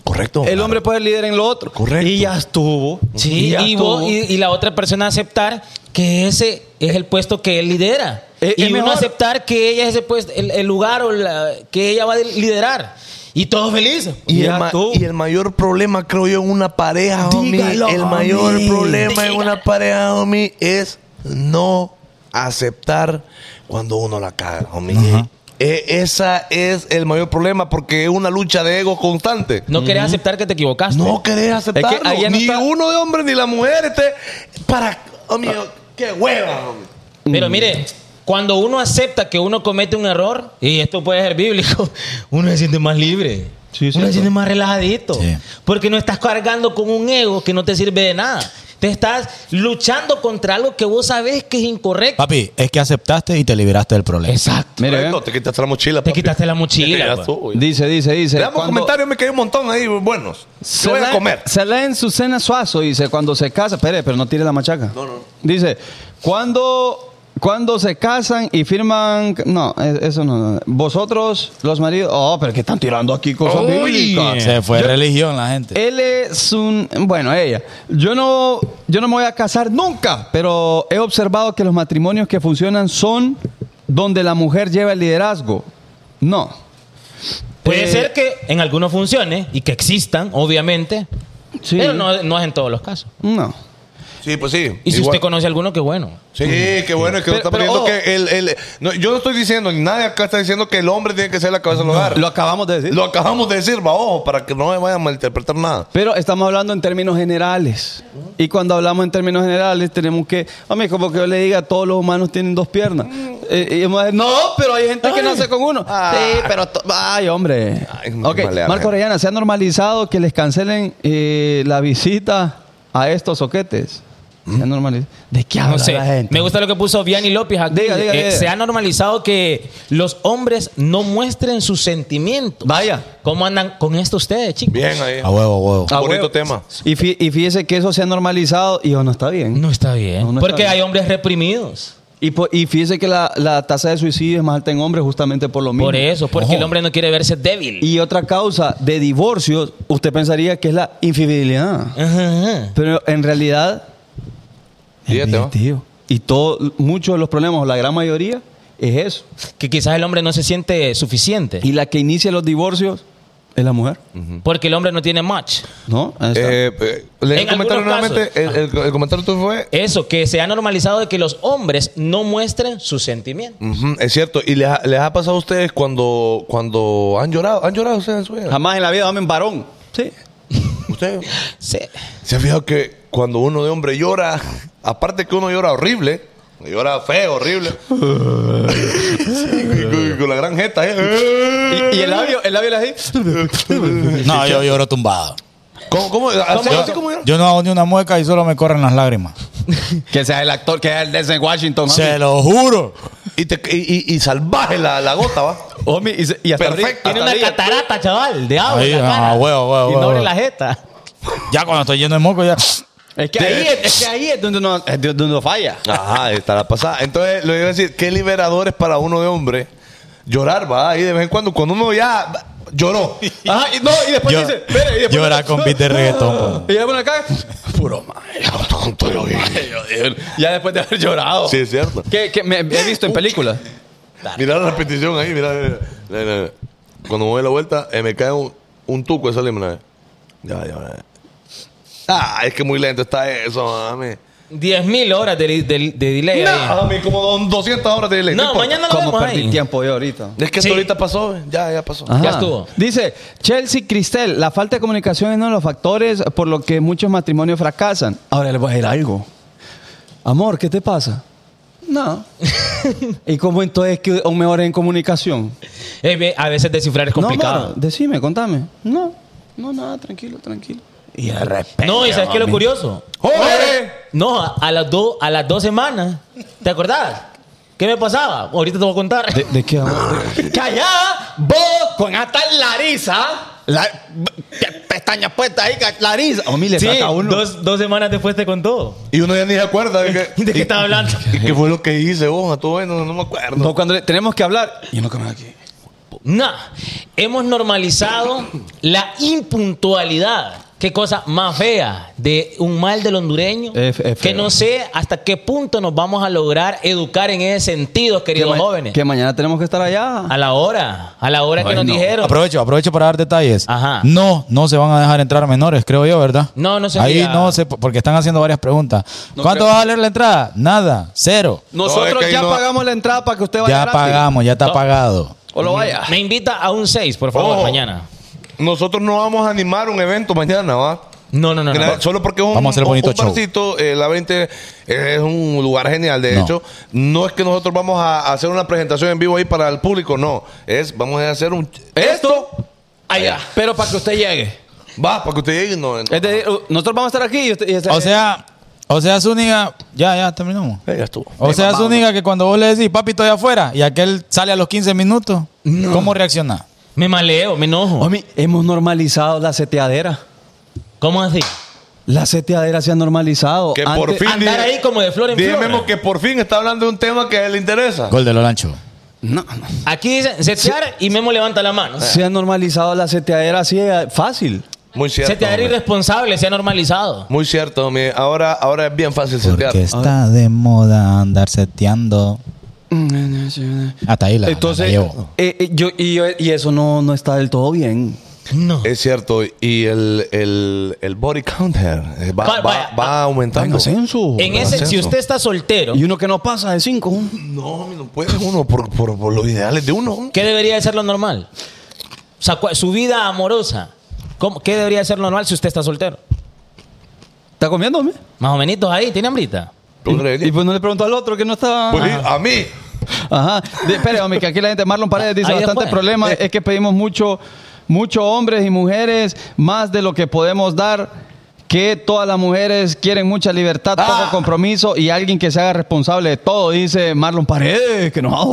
Speaker 4: Correcto.
Speaker 7: El hombre puede ser líder en lo otro.
Speaker 4: Correcto.
Speaker 7: Y ya estuvo.
Speaker 5: Sí,
Speaker 7: ya
Speaker 5: y,
Speaker 7: estuvo.
Speaker 5: vos- y- y la otra persona aceptar que ese es el puesto que él lidera.
Speaker 7: Eh,
Speaker 5: y
Speaker 7: es
Speaker 5: uno
Speaker 7: mejor.
Speaker 5: aceptar que ella es ese puesto, el, el lugar o la- que ella va a liderar. Y todos felices.
Speaker 4: Y,
Speaker 7: Ya
Speaker 4: el ma-
Speaker 7: tú.
Speaker 4: y el mayor problema, creo yo, en una pareja, homie,
Speaker 7: Dígalo,
Speaker 4: el mayor
Speaker 7: homie.
Speaker 4: problema en una pareja, homie, es no aceptar cuando uno la caga, homie. E- esa es el mayor problema porque es una lucha de ego constante.
Speaker 5: No querés aceptar que te equivocaste.
Speaker 4: No querés aceptarlo.
Speaker 7: ahí ya no
Speaker 4: ni
Speaker 7: está-
Speaker 4: uno de hombre ni la mujer este para homie,
Speaker 7: Ah.
Speaker 4: qué hueva, homie.
Speaker 5: Pero mire, cuando uno acepta que uno comete un error, y esto puede ser bíblico, [LAUGHS] uno se siente más libre.
Speaker 7: Sí,
Speaker 5: uno
Speaker 7: cierto.
Speaker 5: se siente más relajadito.
Speaker 6: Sí.
Speaker 5: Porque no estás cargando con un ego que no te sirve de nada. Te estás luchando contra algo que vos sabés que es incorrecto.
Speaker 6: Papi, es que aceptaste y te liberaste del problema.
Speaker 5: Exacto.
Speaker 7: Mire,
Speaker 4: Correcto,
Speaker 7: vean.
Speaker 4: te quitaste la mochila.
Speaker 5: Te
Speaker 4: papi.
Speaker 5: quitaste la mochila,
Speaker 4: Ya
Speaker 5: pa.
Speaker 4: estuvo, ya.
Speaker 7: pues. Dice, dice, dice.
Speaker 4: Veamos
Speaker 7: cuando-
Speaker 4: comentarios, me quedé un montón ahí, buenos. Yo voy a
Speaker 7: Selén-
Speaker 4: comer.
Speaker 7: Selén Susana Suazo dice, cuando se casa, espere, pero no tire la machaca. No, no. Dice, cuando, cuando se casan y firman, no, eh, eso no, no. Vosotros, los maridos, oh, pero que están tirando aquí cosas bíblicas.
Speaker 6: Se fue religión la gente.
Speaker 7: Él es un, bueno, ella. Yo no, yo no me voy a casar nunca, pero he observado que los matrimonios que funcionan son donde la mujer lleva el liderazgo. No.
Speaker 5: pues. Puede
Speaker 7: Eh,
Speaker 5: ser que en algunos funcione y que existan, obviamente.
Speaker 7: Sí.
Speaker 5: Pero no, no es en todos los casos.
Speaker 7: No.
Speaker 4: Sí, pues sí.
Speaker 5: Y si
Speaker 4: igual.
Speaker 5: usted conoce alguno, qué bueno.
Speaker 4: Sí, qué bueno, es que no
Speaker 7: Pero-
Speaker 4: está
Speaker 7: pero,
Speaker 4: poniendo
Speaker 7: ojo.
Speaker 4: que el, el- no, yo no estoy diciendo, ni nadie acá está diciendo que el hombre tiene que ser la cabeza del hogar.
Speaker 7: Lo
Speaker 4: Lo,
Speaker 7: acabamos de decir.
Speaker 4: acabamos de decir, va, ojo, para que no me vayan a malinterpretar nada.
Speaker 7: Pero estamos hablando en términos generales. Y cuando hablamos en términos generales, tenemos que. Hombre, como que yo le diga, todos los humanos tienen dos piernas. Eh, y vamos a decir, no, pero hay gente que nace con uno. Sí, pero. to- Ay, hombre.
Speaker 4: Ah. Ay, qué
Speaker 7: Ok,
Speaker 4: maleada, gente.
Speaker 7: Marco Orellana, ¿se ha normalizado que les cancelen eh, la visita a estos soquetes? ¿Se
Speaker 4: ¿Mm?
Speaker 7: ha normalizado? ¿De qué habla
Speaker 5: No sé.
Speaker 7: la gente?
Speaker 5: Me gusta lo que puso Viani López aquí. Eh,
Speaker 7: Diga, diga, diga.
Speaker 5: Se ha normalizado que los hombres no muestren sus sentimientos.
Speaker 7: Vaya.
Speaker 5: ¿Cómo andan con esto ustedes, chicos?
Speaker 4: Bien ahí.
Speaker 6: A huevo,
Speaker 7: [LAUGHS]
Speaker 6: a huevo.
Speaker 7: Ah,
Speaker 4: Bonito
Speaker 7: huevo.
Speaker 4: tema.
Speaker 7: Y, fí- y fíjese que eso se ha normalizado y oh, no está bien.
Speaker 5: No está bien.
Speaker 7: No, no está
Speaker 5: Porque
Speaker 7: bien.
Speaker 5: hay hombres reprimidos.
Speaker 7: Y, po- y fíjese que la, la tasa de suicidio es más alta en hombres justamente por lo mismo.
Speaker 5: Por eso, porque el hombre no quiere verse débil.
Speaker 7: Y otra causa de divorcios, usted pensaría que es la infidelidad.
Speaker 5: Ajá.
Speaker 7: Pero en realidad,
Speaker 4: Fíjate,
Speaker 7: es
Speaker 4: ¿no?
Speaker 7: tío. Y todo, muchos de los problemas, o la gran mayoría, es eso.
Speaker 5: Que quizás el hombre no se siente suficiente.
Speaker 7: Y la que inicia los divorcios es la mujer.
Speaker 5: Porque el hombre no tiene match.
Speaker 7: ¿No? Ahí está.
Speaker 4: Eh, eh, leí el
Speaker 5: En algunos
Speaker 4: comentario nuevamente. El, el- el comentario tú fue.
Speaker 5: Eso, que se ha normalizado de que los hombres no muestren sus sentimientos.
Speaker 4: Ujú, es cierto. ¿Y les ha, les ha pasado a ustedes cuando, cuando han llorado? ¿Han llorado ustedes en su vida?
Speaker 7: Jamás en la vida, dame un varón. Sí.
Speaker 4: ¿Ustedes?
Speaker 5: Sí.
Speaker 4: ¿Se ha fijado que cuando uno de hombre llora, aparte que uno llora horrible, llora feo, horrible, [LAUGHS] Sí, con, con la gran jeta, ¿eh?
Speaker 7: Y, y el labio, el labio le hace-
Speaker 6: No, yo lloro tumbado.
Speaker 4: ¿Cómo, cómo? ¿Así, así como
Speaker 6: Yo,
Speaker 4: llora?
Speaker 6: yo no hago ni una mueca y solo me corren las lágrimas.
Speaker 7: Que sea el actor, que sea el de ese Washington.
Speaker 6: Se lo juro.
Speaker 4: Y, te- y- y- y salvaje la, la gota, ¿va?
Speaker 7: Homie, y, se- y hasta
Speaker 4: Perfecto.
Speaker 7: brilla,
Speaker 5: Tiene
Speaker 7: hasta
Speaker 5: una
Speaker 7: brilla.
Speaker 5: catarata, chaval, de agua.
Speaker 6: Ahí,
Speaker 5: en la cara.
Speaker 6: ah, huevo, huevo,
Speaker 5: y no abre
Speaker 6: huevo.
Speaker 5: la jeta.
Speaker 6: Ya cuando estoy lleno de moco, ya.
Speaker 7: Es que, ahí es, es que ahí es donde uno, es donde uno falla.
Speaker 4: Ajá, está la pasada. Entonces, lo iba a decir, qué liberador es para uno de hombre llorar, ¿va? Ahí de vez en cuando, cuando uno ya [LAUGHS] lloró.
Speaker 7: Ajá, y, no, y después
Speaker 6: Yo-
Speaker 7: dice, espere, y después
Speaker 6: llora con beat de reggaetón, po.
Speaker 7: Y ya pone acá, puro mae. Ya después de haber llorado.
Speaker 4: Sí, es cierto.
Speaker 7: Que, que me he visto en
Speaker 5: Uh,
Speaker 7: películas.
Speaker 4: Mirá la repetición ahí, mirá. mirá. Mira, mira, mira. Cuando me doy la vuelta, eh, me cae un, un tuco esa limona. Ya, ya, ya. Ah, es que muy lento está eso, mami.
Speaker 5: 10.000 horas de, de- de delay. ahí.
Speaker 4: mami, como don- 200 horas de delay.
Speaker 5: No,
Speaker 4: importa.
Speaker 5: mañana lo
Speaker 7: Como
Speaker 5: vemos
Speaker 7: perdí
Speaker 5: ahí.
Speaker 7: tiempo yo ahorita.
Speaker 4: Es que esto
Speaker 5: Sí.
Speaker 4: ahorita pasó, eh. ya, ya pasó.
Speaker 5: Ya estuvo.
Speaker 7: Dice Chelsea Cristel, la falta de comunicación es uno de los factores por lo que muchos matrimonios fracasan. Ahora le voy a decir algo. Amor, ¿qué te pasa?
Speaker 5: [LAUGHS]
Speaker 7: No. ¿Y cómo entonces que un mejor en comunicación?
Speaker 5: Eh, ve, a veces descifrar es
Speaker 7: No,
Speaker 5: complicado.
Speaker 7: amor, decime, contame. No. No, nada, tranquilo, tranquilo.
Speaker 3: Y de repente.
Speaker 5: No, ¿y sabes qué es lo
Speaker 3: mami.
Speaker 5: curioso? No, a, a las dos, a las dos semanas. ¿Te acordás? ¿Qué me pasaba? Ahorita te voy a contar. [LAUGHS]
Speaker 7: ¿De, de qué vamos?
Speaker 3: Que allá vos con hasta Larisa. La, pestañas puestas ahí, que Larisa.
Speaker 7: A mí le
Speaker 5: Sí,
Speaker 7: saca uno.
Speaker 5: dos, dos semanas después te contó.
Speaker 4: Y uno ya ni se acuerda. ¿De qué,
Speaker 5: [LAUGHS] ¿De
Speaker 4: [LAUGHS]
Speaker 5: qué estaba hablando?
Speaker 4: y qué fue lo que hice vos? A todo no, no me acuerdo.
Speaker 7: No, cuando le- tenemos que hablar. Y no comes aquí.
Speaker 5: Nah, hemos normalizado la impuntualidad. Qué cosa más fea de un mal del hondureño.
Speaker 7: Es- es
Speaker 5: que
Speaker 7: feo.
Speaker 5: no sé hasta qué punto nos vamos a lograr educar en ese sentido,
Speaker 7: Que,
Speaker 5: queridos
Speaker 7: ma-
Speaker 5: jóvenes.
Speaker 7: que mañana tenemos que estar allá.
Speaker 5: A la hora, a la hora que nos dijeron.
Speaker 6: Aprovecho, aprovecho para dar detalles.
Speaker 5: Ajá.
Speaker 6: No, no se van a dejar entrar menores, creo yo, ¿verdad?
Speaker 5: No, no se
Speaker 6: Ahí
Speaker 5: diga.
Speaker 6: no sé, porque están haciendo varias preguntas. ¿Cuánto
Speaker 7: creo.
Speaker 6: va a valer la entrada? Nada, cero.
Speaker 7: Nosotros
Speaker 4: No, es que
Speaker 7: ya
Speaker 4: ahí no-
Speaker 7: pagamos la entrada para que usted vaya
Speaker 6: Ya
Speaker 7: gratis.
Speaker 6: pagamos, ya está
Speaker 5: No.
Speaker 6: pagado.
Speaker 7: O lo vaya.
Speaker 5: Me invita a un 6, por favor,
Speaker 4: Ojo.
Speaker 5: mañana.
Speaker 4: Nosotros no vamos a animar un evento mañana, ¿va?
Speaker 5: No, no, no. no.
Speaker 4: Gra- Solo porque es un,
Speaker 6: Vamos a hacer
Speaker 4: un-
Speaker 6: bonito
Speaker 4: un
Speaker 6: show.
Speaker 4: barcito, eh, la 20 es un lugar genial. De
Speaker 6: No.
Speaker 4: hecho, no es que nosotros vamos a hacer una presentación en vivo ahí para el público, no. Es, vamos a hacer un.
Speaker 7: Esto,
Speaker 3: Allá.
Speaker 7: pero para que usted llegue.
Speaker 4: Va, para que usted llegue. No, no.
Speaker 7: Es decir, uh, nosotros vamos a estar aquí y usted. y usted-
Speaker 6: O sea, o sea, Zúñiga, ya, ya terminamos.
Speaker 4: Eh, ya estuvo.
Speaker 6: O sea, Zúñiga, que cuando vos le decís, papi, estoy afuera, y aquel sale a los 15 minutos, ¿cómo reacciona?
Speaker 5: Me maleo, me
Speaker 4: Oh,
Speaker 5: enojo.
Speaker 7: Homie, hemos normalizado la seteadera.
Speaker 5: ¿Cómo así?
Speaker 7: La seteadera se ha normalizado.
Speaker 4: Que por fin.
Speaker 5: Andar ahí como de flor en
Speaker 4: Dime,
Speaker 5: flor.
Speaker 4: Memo, que por fin está hablando de un tema que a él le interesa.
Speaker 6: Gol de Lolancho.
Speaker 7: Ah, No, no.
Speaker 5: Aquí dicen setear y Memo levanta la mano.
Speaker 7: Se ha normalizado la seteadera así de fácil.
Speaker 4: Muy cierto.
Speaker 5: Setear
Speaker 4: hombre.
Speaker 5: irresponsable se ha normalizado.
Speaker 4: Muy cierto, homie. Ahora, ahora es bien fácil setear.
Speaker 6: Porque está de moda andar seteando. Hasta ahí la, la
Speaker 7: Entonces,
Speaker 6: llevo.
Speaker 7: eh, eh, yo, y, yo- y eso no, no está del todo bien.
Speaker 5: No.
Speaker 4: Es cierto. Y el, el, el body counter eh, va,
Speaker 5: Vaya,
Speaker 4: va-
Speaker 5: vaya.
Speaker 4: va aumentando.
Speaker 7: ascenso.
Speaker 5: En
Speaker 4: no
Speaker 5: ese,
Speaker 4: haces
Speaker 5: si
Speaker 4: eso.
Speaker 5: usted está soltero,
Speaker 7: Y uno que no pasa de cinco.
Speaker 4: No, homie, no puede uno por, por, por los ideales de uno. homie.
Speaker 5: ¿qué debería de ser lo normal? O sea, cua- su vida amorosa. ¿cómo- ¿Qué debería de ser lo normal si usted está soltero?
Speaker 7: ¿Está comiendo, homie?
Speaker 5: Más o menos ahí, tiene hambrita.
Speaker 4: Tú
Speaker 7: Y,
Speaker 4: deberías-
Speaker 7: y pues no le pregunto al otro que no estaba.
Speaker 4: Pues,
Speaker 7: Ajá.
Speaker 4: a mí.
Speaker 7: Ajá. De- espere, homie, que aquí la gente Marlon Paredes dice
Speaker 5: Ahí
Speaker 7: bastantes
Speaker 5: después.
Speaker 7: problemas. Es que pedimos mucho, mucho hombres y mujeres, más de lo que podemos dar. Que todas las mujeres quieren mucha libertad, poco compromiso y alguien que se haga responsable de todo, dice Marlon Paredes, que no.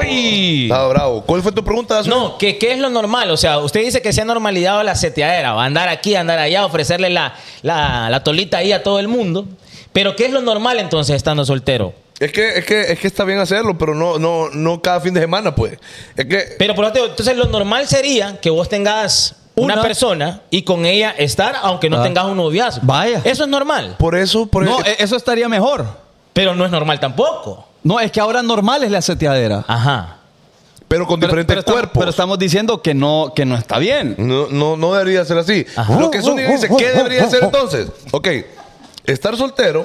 Speaker 7: ¡Uy!
Speaker 4: Estaba bravo. ¿Cuál fue tu pregunta? Azul?
Speaker 5: No, que qué es lo normal. O sea, usted dice que se ha normalizado la seteadera, va a andar aquí, andar allá, ofrecerle la, la, la tolita ahí a todo el mundo. Pero ¿qué es lo normal entonces estando soltero?
Speaker 4: Es que, es que, es que está bien hacerlo, pero no, no, no cada fin de semana, pues. Es que
Speaker 5: Pero por lo tanto, entonces lo normal sería que vos tengas una,
Speaker 7: Una.
Speaker 5: persona y con ella estar, aunque no
Speaker 7: Ah.
Speaker 5: tengas un noviazgo.
Speaker 7: Vaya.
Speaker 5: Eso es normal.
Speaker 4: por eso, por
Speaker 7: No,
Speaker 4: eso.
Speaker 7: e- eso estaría mejor.
Speaker 5: Pero no es normal tampoco.
Speaker 7: No, es que ahora normal es la seteadera.
Speaker 5: Ajá.
Speaker 4: pero con
Speaker 7: Ah, Pero-
Speaker 4: diferentes
Speaker 7: pero estamos-
Speaker 4: cuerpos.
Speaker 7: pero estamos diciendo que no, que no está bien.
Speaker 4: No, no, no debería ser así.
Speaker 5: Ajá.
Speaker 4: Lo que Zúñiga dice, ¿qué debería ser entonces? Ok, estar soltero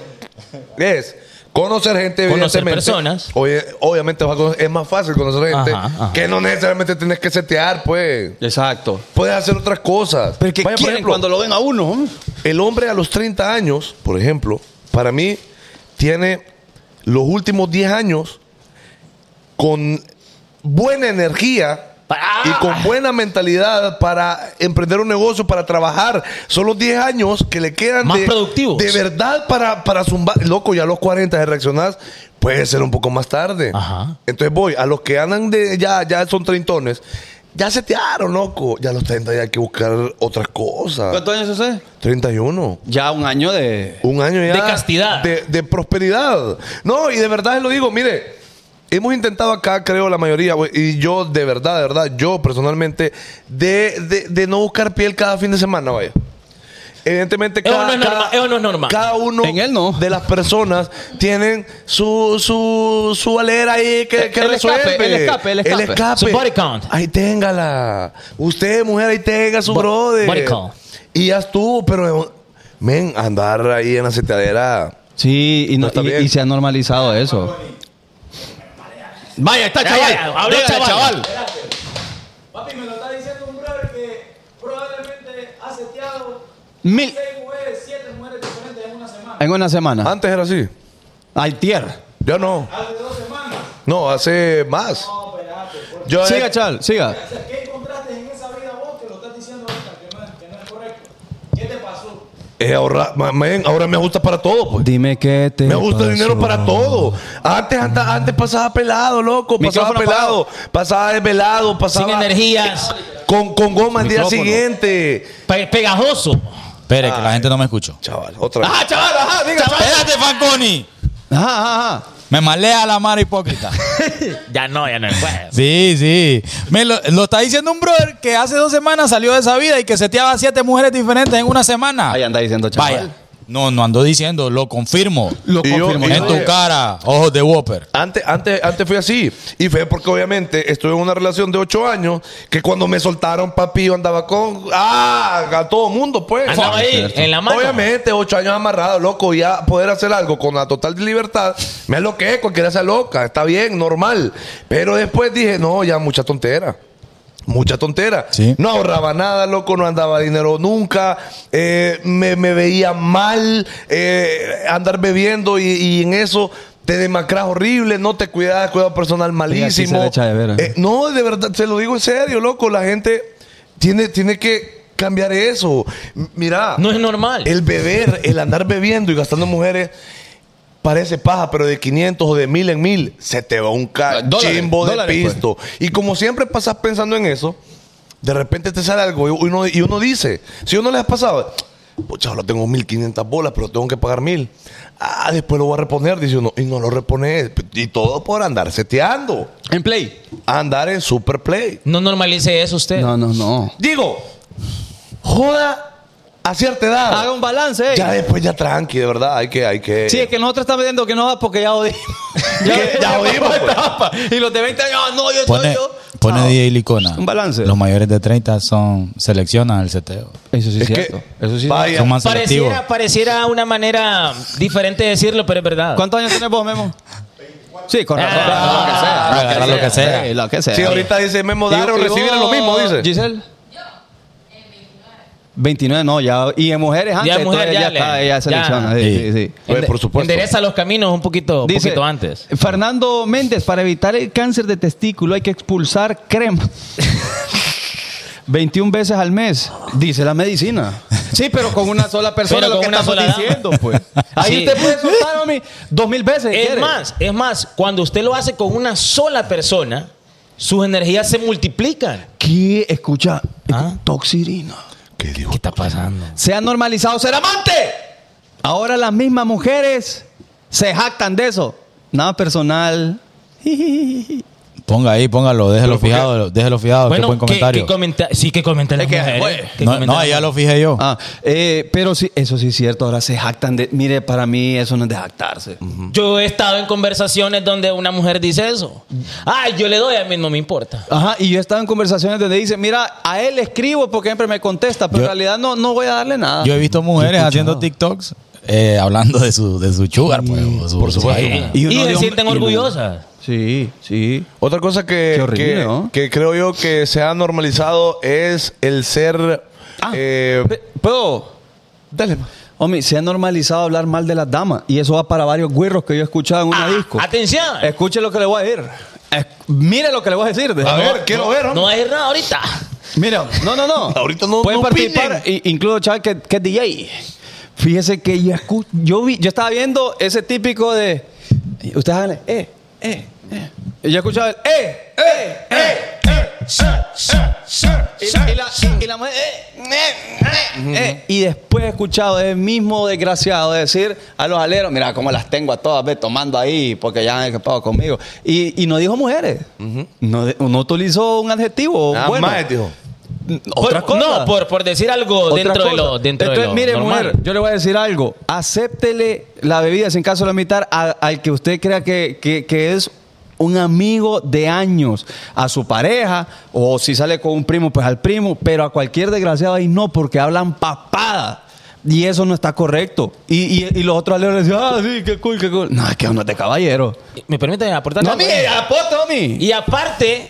Speaker 4: es conocer gente,
Speaker 5: Conocer
Speaker 4: evidentemente.
Speaker 5: personas.
Speaker 4: Oye, obviamente vas a conocer- es más fácil conocer gente
Speaker 5: Ajá, ajá.
Speaker 4: que no necesariamente tienes que setear, pues.
Speaker 7: Exacto.
Speaker 4: Puedes hacer otras cosas.
Speaker 7: Pero que
Speaker 4: Vaya, por
Speaker 7: quieren
Speaker 4: ejemplo,
Speaker 7: cuando lo ven a uno.
Speaker 4: El hombre a los 30 años, por ejemplo, para mí tiene los últimos 10 años con buena energía y
Speaker 5: Ah.
Speaker 4: con buena mentalidad para emprender un negocio, para trabajar. Son los 10 años que le quedan
Speaker 5: Más
Speaker 4: de,
Speaker 5: productivos.
Speaker 4: de verdad para, para zumbar. Loco, ya a los 40 de reaccionás. Puede ser un poco más tarde.
Speaker 5: Ajá.
Speaker 4: Entonces voy, a los que andan de ya, ya son treintones, ya se tearon, loco. Ya a los 30 ya hay que buscar otras cosas.
Speaker 7: ¿Cuántos años es usted?
Speaker 4: 31.
Speaker 7: Ya un año de.
Speaker 4: Eh, Un año ya.
Speaker 5: De castidad.
Speaker 4: De, de prosperidad. No, y de verdad lo digo, mire. Hemos intentado acá, creo, la mayoría, güey, y yo de verdad, de verdad, yo personalmente, de, de- de no buscar piel cada fin de semana, vaya. Evidentemente,
Speaker 5: Eso
Speaker 4: cada,
Speaker 5: no es normal,
Speaker 4: cada-
Speaker 5: eso no es normal.
Speaker 4: cada uno
Speaker 7: En él no.
Speaker 4: de las personas tienen su, su, su alera ahí que, que
Speaker 7: El- el escape,
Speaker 4: resuelve.
Speaker 7: el escape, el escape.
Speaker 5: Su body count.
Speaker 4: Ahí téngala. Usted, mujer, ahí tenga su
Speaker 5: Bo-
Speaker 4: brother.
Speaker 5: body count.
Speaker 4: Y ya estuvo, pero men, andar ahí en la seteadera.
Speaker 7: Sí, y, no-
Speaker 4: No está
Speaker 7: y-
Speaker 4: bien.
Speaker 7: y se ha normalizado eso. Vaya, está
Speaker 5: Ya, ya, ya, habló el chaval.
Speaker 9: Papi, me lo está diciendo un brother que probablemente ha seteado
Speaker 7: Mil.
Speaker 9: seis mujeres, siete mujeres diferentes en una semana.
Speaker 7: En una semana.
Speaker 4: Antes era así.
Speaker 7: Altier.
Speaker 4: Ya no.
Speaker 9: Hace dos semanas.
Speaker 4: No, hace más. Yo
Speaker 7: Siga, chaval, siga.
Speaker 9: ¿Qué encontraste en esa vida vos que lo estás diciendo ahorita? Que no es, que no es
Speaker 4: eh, ahorra- ma- men, ahora me ajusta para todo, pues.
Speaker 7: Dime qué te.
Speaker 4: Me gusta
Speaker 7: pasó.
Speaker 4: dinero para todo. Antes, anta- antes pasaba pelado, loco. Pasaba
Speaker 5: Micrófono
Speaker 4: pelado. Pasaba desvelado. Pasaba
Speaker 5: Sin energías.
Speaker 4: Con, con goma el día
Speaker 7: Micrófono.
Speaker 4: siguiente.
Speaker 5: Pe- pegajoso.
Speaker 6: Espere, que la gente no me escuchó.
Speaker 4: Chaval, otra vez.
Speaker 5: ¡Ah, chaval! ¡Ajá! Diga, chaval.
Speaker 6: Espérate, Fanconi.
Speaker 7: Ajá, ajá, ajá.
Speaker 6: Me malea la
Speaker 7: [LAUGHS]
Speaker 6: mara hipócrita.
Speaker 5: Ya no, ya no pues. puedes.
Speaker 6: Sí, sí. Me lo, lo está diciendo un brother que hace dos semanas salió de esa vida y que seteaba a siete mujeres diferentes en una semana.
Speaker 7: Ahí anda diciendo chaval.
Speaker 6: Vaya. No, no ando diciendo, lo confirmo.
Speaker 7: Lo
Speaker 4: Y yo-
Speaker 7: confirmo.
Speaker 4: y
Speaker 6: en
Speaker 4: yo-
Speaker 6: tu cara, ojos de Whopper.
Speaker 4: Antes, antes, antes fui así. Y fue porque obviamente estuve en una relación de ocho años que cuando me soltaron, papi, yo andaba con. ¡Ah! A todo mundo, pues.
Speaker 5: Andaba ahí, en la mano.
Speaker 4: Obviamente, ocho años amarrado, loco, ya poder hacer algo con la total libertad, me lo que es, cualquiera sea loca, está bien, normal. Pero después dije, no, ya mucha tontera. Mucha tontera.
Speaker 6: Sí.
Speaker 4: No ahorraba nada, loco, no andaba dinero nunca. eh, me, me veía mal eh, andar bebiendo y, y en eso te demacras horrible, no te cuidas, cuidado personal
Speaker 7: sí se
Speaker 4: malísimo.
Speaker 7: le echa de veras.
Speaker 4: Eh, no, de verdad, se lo digo en serio, loco. La gente tiene, tiene que cambiar eso. M- Mira.
Speaker 5: No es normal.
Speaker 4: El beber, el andar bebiendo y gastando en mujeres parece paja, pero de 500 o de 1000 en 1000 se te va un cachimbo de
Speaker 7: Ah, dólares, pues.
Speaker 4: pisto. Y como siempre pasas pensando en eso, de repente te sale algo y uno, y uno dice, si uno les ha pasado, pucha, ahora tengo 1500 bolas, pero tengo que pagar 1000. Ah, después lo voy a reponer, dice uno, y no lo repone. Y todo por andar seteando,
Speaker 7: En play.
Speaker 4: andar en super play.
Speaker 5: No normalice eso usted.
Speaker 7: No, no, no.
Speaker 4: Digo, joda a cierta edad.
Speaker 7: Haga un balance, eh.
Speaker 4: Ya después ya tranqui, de verdad, hay que, hay que.
Speaker 7: Sí, es que nosotros estamos viendo que no va porque ya oímos.
Speaker 4: Ya- [LAUGHS] ya jodimos,
Speaker 7: [LAUGHS]
Speaker 4: pues.
Speaker 7: Y los de 20 años, ah, no, yo soy
Speaker 6: Pone,
Speaker 7: yo.
Speaker 6: pone
Speaker 7: Ah.
Speaker 6: DJ Licona.
Speaker 7: Un balance.
Speaker 6: Los mayores de 30 son seleccionan el seteo.
Speaker 7: Eso sí es
Speaker 4: Es que-
Speaker 7: cierto. Eso sí es
Speaker 4: Vaya.
Speaker 7: cierto.
Speaker 6: Son más selectivos.
Speaker 5: Pareciera, pareciera una manera diferente de decirlo, pero es verdad.
Speaker 7: ¿Cuántos años tenés vos, Memo? Sí, con razón.
Speaker 5: Ah,
Speaker 7: lo que sea.
Speaker 6: agarra lo que sea.
Speaker 7: Sí, lo que sea.
Speaker 4: Sí, ahorita dice Memo
Speaker 7: Y-
Speaker 4: dar o
Speaker 7: y
Speaker 4: recibir es
Speaker 7: vos,
Speaker 4: lo mismo, dice.
Speaker 7: Giselle. Yo. 29, no, ya. Y en mujeres antes.
Speaker 5: en mujer
Speaker 7: entonces
Speaker 5: ya
Speaker 7: ya,
Speaker 5: le-
Speaker 7: está, ya
Speaker 5: ya.
Speaker 7: selecciona. Sí, sí, sí.
Speaker 4: Oye, Pues, por supuesto.
Speaker 5: Endereza los caminos un poquito,
Speaker 7: Dice,
Speaker 5: poquito antes.
Speaker 7: Fernando Méndez, para evitar el cáncer de testículo hay que expulsar crema. [LAUGHS] 21 veces al mes, dice la medicina. Sí, pero con una sola persona
Speaker 5: Pero
Speaker 7: lo
Speaker 5: con
Speaker 7: que
Speaker 5: una
Speaker 7: estamos
Speaker 5: sola dama.
Speaker 7: diciendo, pues. Ahí
Speaker 5: Sí.
Speaker 7: usted puede soltar, mami, dos mil veces. si
Speaker 5: Es
Speaker 7: quiere.
Speaker 5: más, es más, cuando usted lo hace con una sola persona, sus energías se multiplican.
Speaker 7: ¿Qué? Escucha,
Speaker 5: Ah.
Speaker 7: toxirina.
Speaker 4: ¿Qué dijo?
Speaker 5: está pasando?
Speaker 7: Se ha normalizado ser amante. Ahora las mismas mujeres se jactan de eso. Nada personal.
Speaker 6: Ponga ahí, póngalo, déjelo fijado, déjelo fijado. qué buen
Speaker 5: Bueno, que,
Speaker 6: comentario.
Speaker 5: comenta sí que comentan las
Speaker 7: Es que,
Speaker 5: mujeres,
Speaker 7: güey,
Speaker 5: que
Speaker 6: no,
Speaker 5: comentan
Speaker 6: no,
Speaker 5: las
Speaker 6: ya lo
Speaker 5: mujeres.
Speaker 6: fijé yo.
Speaker 7: Ah, eh, pero sí, eso sí es cierto. Ahora se jactan de. Mire, para mí eso no es de jactarse.
Speaker 5: Yo he estado en conversaciones donde una mujer dice eso. Ah, yo le doy a mí, no me importa.
Speaker 7: Ajá, y yo he estado en conversaciones donde dice, mira, a él le escribo porque siempre me contesta, pero
Speaker 6: Yo-
Speaker 7: en realidad no, no voy a darle nada.
Speaker 6: Yo he visto mujeres haciendo TikToks eh, hablando de su, de su sugar, pues, o su-
Speaker 4: por
Speaker 6: su
Speaker 4: supuesto.
Speaker 6: vaina.
Speaker 5: Y,
Speaker 7: uno de
Speaker 5: se
Speaker 7: hombre-
Speaker 5: sienten
Speaker 7: y uno-
Speaker 5: orgullosas.
Speaker 7: Sí, sí.
Speaker 4: Otra cosa que,
Speaker 7: Qué horrible,
Speaker 4: que,
Speaker 7: ¿no?
Speaker 4: que creo yo que se ha normalizado es el ser.
Speaker 7: Ah,
Speaker 4: eh,
Speaker 7: pe- ¿Puedo?
Speaker 4: dale.
Speaker 7: Hombre, se ha normalizado hablar mal de las damas y eso va para varios güirros que yo he escuchado en una
Speaker 5: Ah,
Speaker 7: disco. Eh,
Speaker 5: atención.
Speaker 7: Escuche lo que le voy a decir. Es- mire lo que le voy a decir.
Speaker 4: A ver, quiero ver. hombre.
Speaker 5: No es nada ahorita.
Speaker 7: Mira, no, no, no.
Speaker 4: [LAUGHS] Ahorita no-
Speaker 7: Pueden
Speaker 4: no
Speaker 7: participar, i- incluso chaval que, que es DJ. Fíjese que yo, escu- yo, vi, yo estaba viendo ese típico de. Ustedes háganle, eh, eh, eh. Y yo escuchaba el, eh, eh, eh, eh, eh, eh. Y la- y la- y la mujer, eh, eh, eh, eh. Y después he escuchado el mismo desgraciado decir a los aleros, mira cómo las tengo a todas ve, tomando ahí porque ya han escapado conmigo. Y, y no dijo mujeres. no, de- no utilizó un adjetivo.
Speaker 4: Ah,
Speaker 7: bueno.
Speaker 4: mae, dijo.
Speaker 7: Otra
Speaker 5: Por-
Speaker 7: cosa.
Speaker 5: Pues, No, por, por decir algo
Speaker 7: Otra
Speaker 5: dentro de
Speaker 7: cosa.
Speaker 5: lo, dentro de
Speaker 7: Entonces,
Speaker 5: lo
Speaker 7: mire,
Speaker 5: normal.
Speaker 7: mujer, yo le voy a decir algo. Acéptele la bebida, si en caso de la mitad, a- al que usted crea que, que- que es un amigo de años, a su pareja, o si sale con un primo, pues al primo, pero a cualquier desgraciado ahí no, porque hablan papada. Y eso no está correcto. Y, y- y los otros aleros le dicen, ah, sí, qué cool, qué cool. No, es que uno es de caballero.
Speaker 5: ¿Me permiten aportar?
Speaker 7: No,
Speaker 5: algo?
Speaker 7: mire, apoto, mami.
Speaker 5: eh.
Speaker 7: [LAUGHS]
Speaker 5: Y aparte,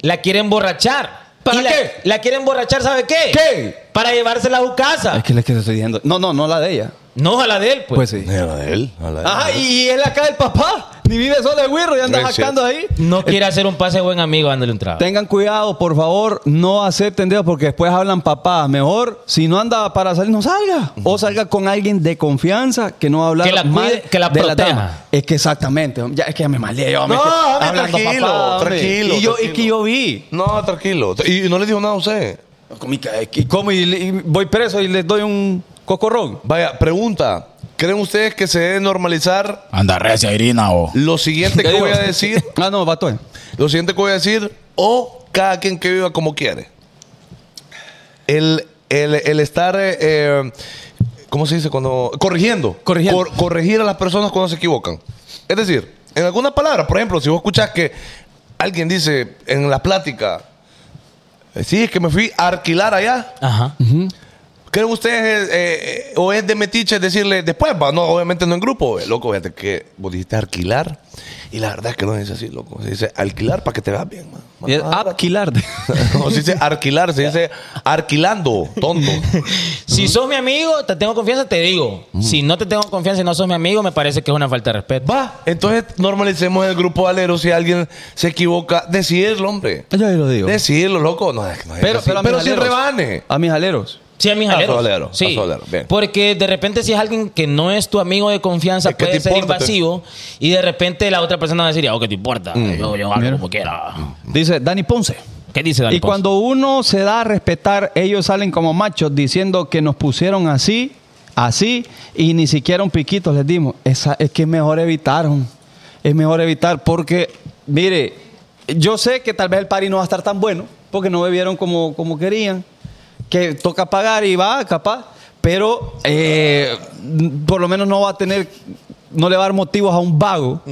Speaker 5: la quiere emborrachar.
Speaker 7: ¿Para
Speaker 5: Y la-
Speaker 7: qué?
Speaker 5: La quiere emborrachar, ¿sabe qué?
Speaker 7: ¿Qué?
Speaker 5: Para llevársela a su casa.
Speaker 7: Es que le que le estoy diciendo. No, no, no la de ella.
Speaker 5: No, a la de él, pues.
Speaker 7: Pues sí.
Speaker 4: Mira, de él, a la de él.
Speaker 7: Ajá, y, y es la cara del papá. Ni vive solo el güirro y anda
Speaker 4: Es
Speaker 7: jactando ahí.
Speaker 5: No quiere hacer un pase buen amigo, dándole un trago.
Speaker 7: Tengan cuidado, por favor, no acepten dedos porque después hablan papás. Mejor, si no anda para salir, no salga. O salga con alguien de confianza que no va a hablar
Speaker 5: Que la
Speaker 7: mal
Speaker 5: cuide, que la
Speaker 7: de
Speaker 5: proteja.
Speaker 7: dama. Es que exactamente. hombre, Ya, es que ya me malé. yo, hombre,
Speaker 4: No,
Speaker 7: que-
Speaker 4: hombre,
Speaker 7: hablando
Speaker 4: tranquilo,
Speaker 7: hombre.
Speaker 4: tranquilo,
Speaker 7: Y, yo, y que
Speaker 4: tranquilo.
Speaker 7: yo vi.
Speaker 4: No, tranquilo. Y no le dijo nada a usted.
Speaker 7: Comí que- Y como y, le- y voy preso y les doy un cocorrón.
Speaker 4: Vaya, pregunta. ¿Creen ustedes que se debe normalizar
Speaker 6: Anda recia, Irina, o.
Speaker 7: [LAUGHS]
Speaker 4: lo siguiente
Speaker 7: ¿Qué
Speaker 4: que voy a [LAUGHS] decir?
Speaker 7: Ah, no, vato. eh.
Speaker 4: Lo siguiente que voy a decir, o cada quien que viva como quiere. El, el- el estar, eh, eh, ¿cómo se dice? cuando Corrigiendo.
Speaker 7: Corrigiendo.
Speaker 4: Cor- corregir a las personas cuando se equivocan. Es decir, en algunas palabras, por ejemplo, si vos escuchás que alguien dice en la plática, eh, sí, es que me fui a alquilar allá.
Speaker 5: Ajá.
Speaker 4: ¿Creen ustedes eh, eh, o es de metiche decirle después? Va, no, obviamente no en grupo. eh, Loco, fíjate que vos dijiste alquilar y la verdad es que no se dice así, loco. Se dice alquilar para que te veas bien, man.
Speaker 7: Y es apquilar.
Speaker 4: [LAUGHS] No, se dice alquilar, se dice alquilando, tonto.
Speaker 5: Si sos mi amigo, te tengo confianza, te digo. Si no te tengo confianza y no sos mi amigo, me parece que es una falta de respeto.
Speaker 4: Va, entonces normalicemos el grupo de aleros si alguien se equivoca, decirlo, hombre.
Speaker 7: Yo ahí lo digo.
Speaker 4: Decirlo, loco. No, es- no es
Speaker 7: Pero,
Speaker 4: así.
Speaker 7: pero, a mis
Speaker 4: pero sin
Speaker 7: aleros.
Speaker 4: rebane.
Speaker 7: A mis aleros.
Speaker 5: Sí, a mis
Speaker 4: A su
Speaker 5: aleros.
Speaker 4: alero, a
Speaker 5: sí.
Speaker 4: su alero, bien.
Speaker 5: Porque de repente si es alguien que no es tu amigo de confianza,
Speaker 4: Es que
Speaker 5: puede
Speaker 4: te
Speaker 5: ser
Speaker 4: importa,
Speaker 5: invasivo y de repente la otra persona va a decir, oh, ¿qué te importa?
Speaker 4: Mm.
Speaker 5: Yo, yo hablo como quiera.
Speaker 7: Dice Dani Ponce.
Speaker 5: ¿Qué dice Dani
Speaker 7: Y
Speaker 5: Ponce?
Speaker 7: cuando uno se da a respetar, ellos salen como machos diciendo que nos pusieron así, así, y ni siquiera un piquito les dimos. Esa- es que es mejor evitar, hom. es mejor evitar, porque, mire, yo sé que tal vez el party no va a estar tan bueno, porque no bebieron como, como querían, que toca pagar y va, capaz, pero eh, por lo menos no va a tener, no le va a dar motivos a un vago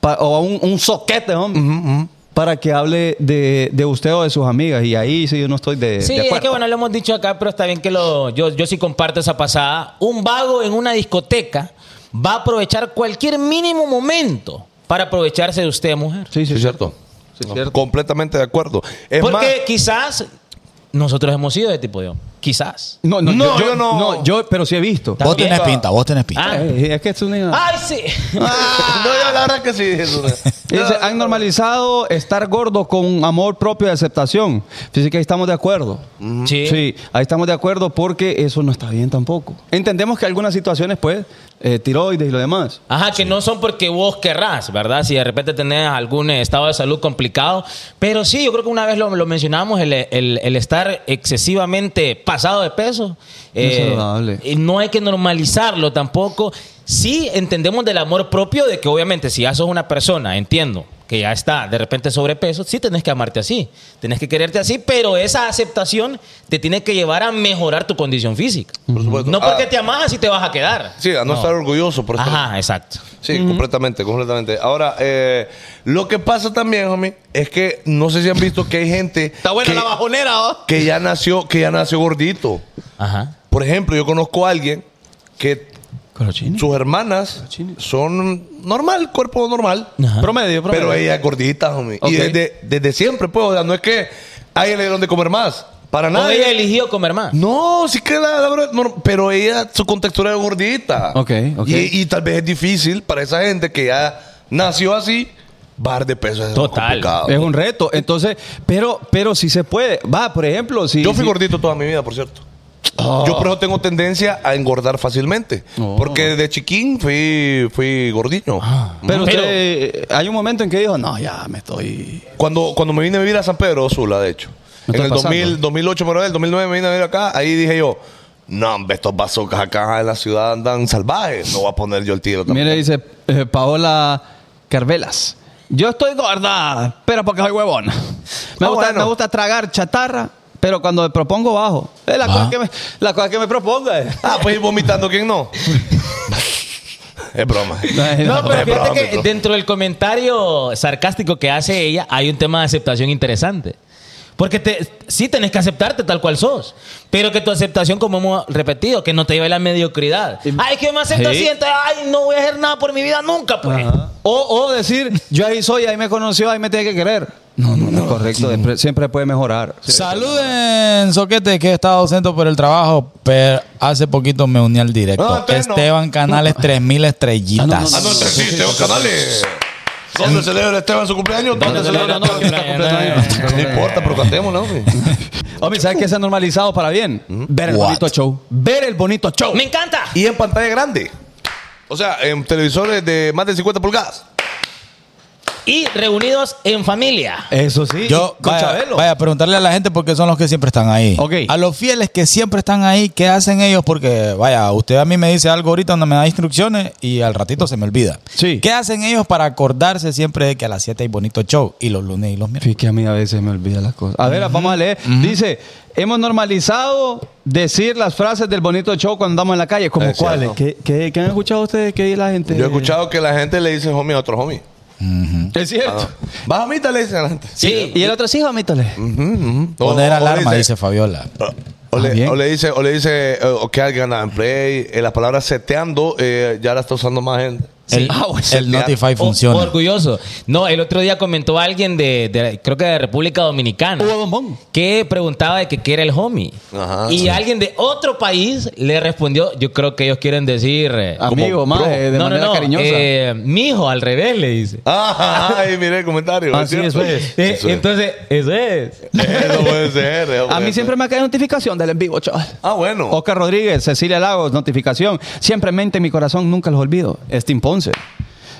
Speaker 7: pa- o a un, un soquete, hombre, para que hable de, de usted o de sus amigas. Y ahí sí yo no estoy de.
Speaker 5: Sí,
Speaker 7: de
Speaker 5: es
Speaker 7: acuerdo.
Speaker 5: que bueno, lo hemos dicho acá, pero está bien que lo. Yo, yo sí comparto esa pasada. Un vago en una discoteca va a aprovechar cualquier mínimo momento para aprovecharse de usted, mujer.
Speaker 4: Sí, sí, es cierto. No, Completamente de acuerdo. Es
Speaker 5: Porque
Speaker 4: más,
Speaker 5: quizás nosotros hemos sido de tipo de hombre. Quizás.
Speaker 7: No, no,
Speaker 4: No,
Speaker 7: yo,
Speaker 4: yo no.
Speaker 7: no. yo, pero sí he visto.
Speaker 6: Vos
Speaker 5: También.
Speaker 6: tenés pinta, vos tenés pinta.
Speaker 5: Ah.
Speaker 7: Eh, es que es una.
Speaker 5: ¡Ay, sí!
Speaker 4: no, yo la verdad que sí. Jesús.
Speaker 7: Dice, han normalizado estar gordo con amor propio y aceptación. Así que ahí estamos de acuerdo.
Speaker 5: Sí.
Speaker 7: ahí estamos de acuerdo porque eso no está bien tampoco. Entendemos que algunas situaciones, pues, eh, tiroides y lo demás.
Speaker 5: Ajá, que no son porque vos querrás, ¿verdad? Si de repente tenés algún eh, estado de salud complicado. Pero sí, yo creo que una vez lo, lo mencionamos, el, el- el estar excesivamente pasado de peso. eh,
Speaker 7: es saludable.
Speaker 5: y no hay que normalizarlo tampoco. Sí entendemos del amor propio de que obviamente si ya sos una persona, entiendo, que ya está de repente sobrepeso, sí tenés que amarte así, tenés que quererte así, pero esa aceptación te tiene que llevar a mejorar tu condición física.
Speaker 4: Por supuesto.
Speaker 5: No porque
Speaker 4: Ah.
Speaker 5: te amas así te vas a quedar.
Speaker 4: Sí, a no, estar orgulloso por estar-
Speaker 5: Ajá, exacto.
Speaker 4: Sí, completamente, completamente. Ahora, eh, lo que pasa también, homie, es que no sé si han visto que hay gente que,
Speaker 5: bajonera, ¿oh? ¿o?
Speaker 4: que ya nació, que ya nació gordito.
Speaker 5: Ajá.
Speaker 4: Por ejemplo, yo conozco a alguien que sus hermanas son normal, cuerpo normal,
Speaker 5: Ajá.
Speaker 7: Promedio, promedio.
Speaker 4: pero ella es gordita, homie.
Speaker 7: Ok.
Speaker 4: Y desde, desde siempre, pues, o sea, no es que a ella le dieron de comer más. Para
Speaker 5: O
Speaker 4: nada.
Speaker 5: ella eligió comer más.
Speaker 4: No, sí que la, la verdad, no, pero ella, su contextura es gordita.
Speaker 7: Ok, ok.
Speaker 4: Y, y tal vez es difícil para esa gente que ya nació así, bajar de peso es
Speaker 5: Total.
Speaker 4: complicado.
Speaker 7: Es un reto. Entonces, pero, pero si se puede. Va, por ejemplo, si.
Speaker 4: Yo fui
Speaker 7: si- Ah.
Speaker 4: gordito toda mi vida, por cierto.
Speaker 7: Oh.
Speaker 4: Yo por eso tengo tendencia a engordar fácilmente. Porque desde chiquín fui, fui gordito.
Speaker 7: Pero,
Speaker 5: Pero-
Speaker 7: usted, eh, hay un momento en que dijo, no, ya me estoy.
Speaker 4: Cuando, cuando me vine a vivir a San Pedro Sula, de hecho.
Speaker 7: Me
Speaker 4: En
Speaker 7: está
Speaker 4: el
Speaker 7: pasando.
Speaker 4: 2000, 2008, pero el 2009 me vine a vivir acá. Ahí dije yo, no, hombre, estos bazocas acá en la ciudad andan salvajes. No voy a poner yo el tiro también.
Speaker 7: Mire, dice eh, Paola Carvelas. Yo estoy gorda, pero porque soy huevona. Me, gusta,
Speaker 4: Ah, bueno.
Speaker 7: me gusta tragar chatarra, pero cuando me propongo bajo. Es la,
Speaker 6: Ah.
Speaker 7: cosa, que me, la cosa que me proponga. eh.
Speaker 4: Ah, pues ir vomitando, ¿quién no? [LAUGHS] es broma.
Speaker 5: No,
Speaker 4: No,
Speaker 5: pero
Speaker 4: es
Speaker 5: fíjate
Speaker 4: broma,
Speaker 5: que
Speaker 4: bro.
Speaker 5: dentro del comentario sarcástico que hace ella, hay un tema de aceptación interesante. Porque te, sí tenés que aceptarte tal cual sos. Pero que tu aceptación, como hemos repetido, que no te lleve a la mediocridad. Ay, que me acepto
Speaker 7: Sí.
Speaker 5: así, entonces, ay, no voy a hacer nada por mi vida nunca, pues.
Speaker 7: Ajá. O, o decir, yo ahí soy, ahí me conoció, ahí me tiene que querer. No, no, no es correcto. siempre- Siempre puede mejorar.
Speaker 6: Saluden, Soquete, que he estado ausente por el trabajo, pero hace poquito me uní al directo.
Speaker 4: No, pero no.
Speaker 6: Esteban Canales, 3000 estrellitas.
Speaker 4: Ah, no, entre sí, Esteban Canales. ¿Dónde celebra Esteban su cumpleaños? ¿Dónde celebra Esteban su cumpleaños? No importa, pero cantemos, ¿no?
Speaker 7: Hombre, ¿sabes qué se ha normalizado para bien? Ver el
Speaker 6: Mm. What?
Speaker 7: bonito show. Ver el bonito show.
Speaker 5: ¡Me encanta!
Speaker 4: Y en pantalla grande. O sea, en televisores de más de 50 pulgadas.
Speaker 5: Y reunidos en familia.
Speaker 7: Eso sí.
Speaker 6: Yo,
Speaker 7: con
Speaker 6: vaya,
Speaker 7: Chabelo.
Speaker 6: vaya a preguntarle a la gente porque son los que siempre están ahí.
Speaker 7: Ok.
Speaker 6: A los fieles que siempre están ahí, ¿qué hacen ellos? Porque, vaya, usted a mí me dice algo ahorita donde me da instrucciones y al ratito se me olvida.
Speaker 7: Sí.
Speaker 6: ¿Qué hacen ellos para acordarse siempre de que a las 7 hay bonito show y los lunes y los miércoles?
Speaker 7: Fíjate que a mí a veces me olvida las cosas. A ver, vamos a leer. Dice, hemos normalizado decir las frases del bonito show cuando andamos en la calle. ¿Como
Speaker 4: Es
Speaker 7: cuáles?
Speaker 4: cierto.
Speaker 7: ¿Qué, qué, qué han escuchado ustedes? ¿Qué dice la gente?
Speaker 4: Yo he escuchado que la gente le dice homie a otro homie.
Speaker 7: Es
Speaker 4: Ah.
Speaker 7: cierto.
Speaker 4: Vas a mita, le dicen a la gente.
Speaker 5: Sí.
Speaker 7: Y el otro sí, mamítale. Oh,
Speaker 4: O-
Speaker 6: Poner
Speaker 4: mm. o- o le
Speaker 6: alarma,
Speaker 4: dice-
Speaker 6: dice Fabiola.
Speaker 4: O
Speaker 7: Ah,
Speaker 4: le,
Speaker 7: bien.
Speaker 4: o le dice, o le dice, eh, o que alguien en play, eh, las palabras seteando, eh, ya la está usando más gente.
Speaker 6: El,
Speaker 5: Ah,
Speaker 4: bueno,
Speaker 6: el
Speaker 4: ya.
Speaker 7: Oh,
Speaker 6: Notify
Speaker 5: O-
Speaker 6: funciona.
Speaker 5: Orgulloso. No, el otro día comentó alguien de, de- creo que de República Dominicana.
Speaker 7: Hugo Bombón.
Speaker 5: Que preguntaba de que qué era el homie.
Speaker 4: Ajá.
Speaker 5: y alguien de otro país le respondió, yo creo que ellos quieren decir... eh,
Speaker 7: Amigo, más, eh, de
Speaker 5: no, no,
Speaker 7: manera
Speaker 5: no,
Speaker 7: cariñosa.
Speaker 5: eh, mijo, al revés le dice.
Speaker 4: Ah, ay, mire el comentario.
Speaker 7: Así
Speaker 4: ¿cierto?
Speaker 7: eso es. pues.
Speaker 5: Eh,
Speaker 4: Eso es.
Speaker 5: entonces, eso es.
Speaker 4: Eso puede ser. eso
Speaker 7: A
Speaker 4: puede
Speaker 7: mí
Speaker 4: ser.
Speaker 7: siempre me ha caído notificación del en vivo, chaval.
Speaker 4: Ah, bueno.
Speaker 7: Oscar Rodríguez, Cecilia Lagos, notificación. Siempre en mente, en mi corazón, nunca los olvido. Steam Ponce.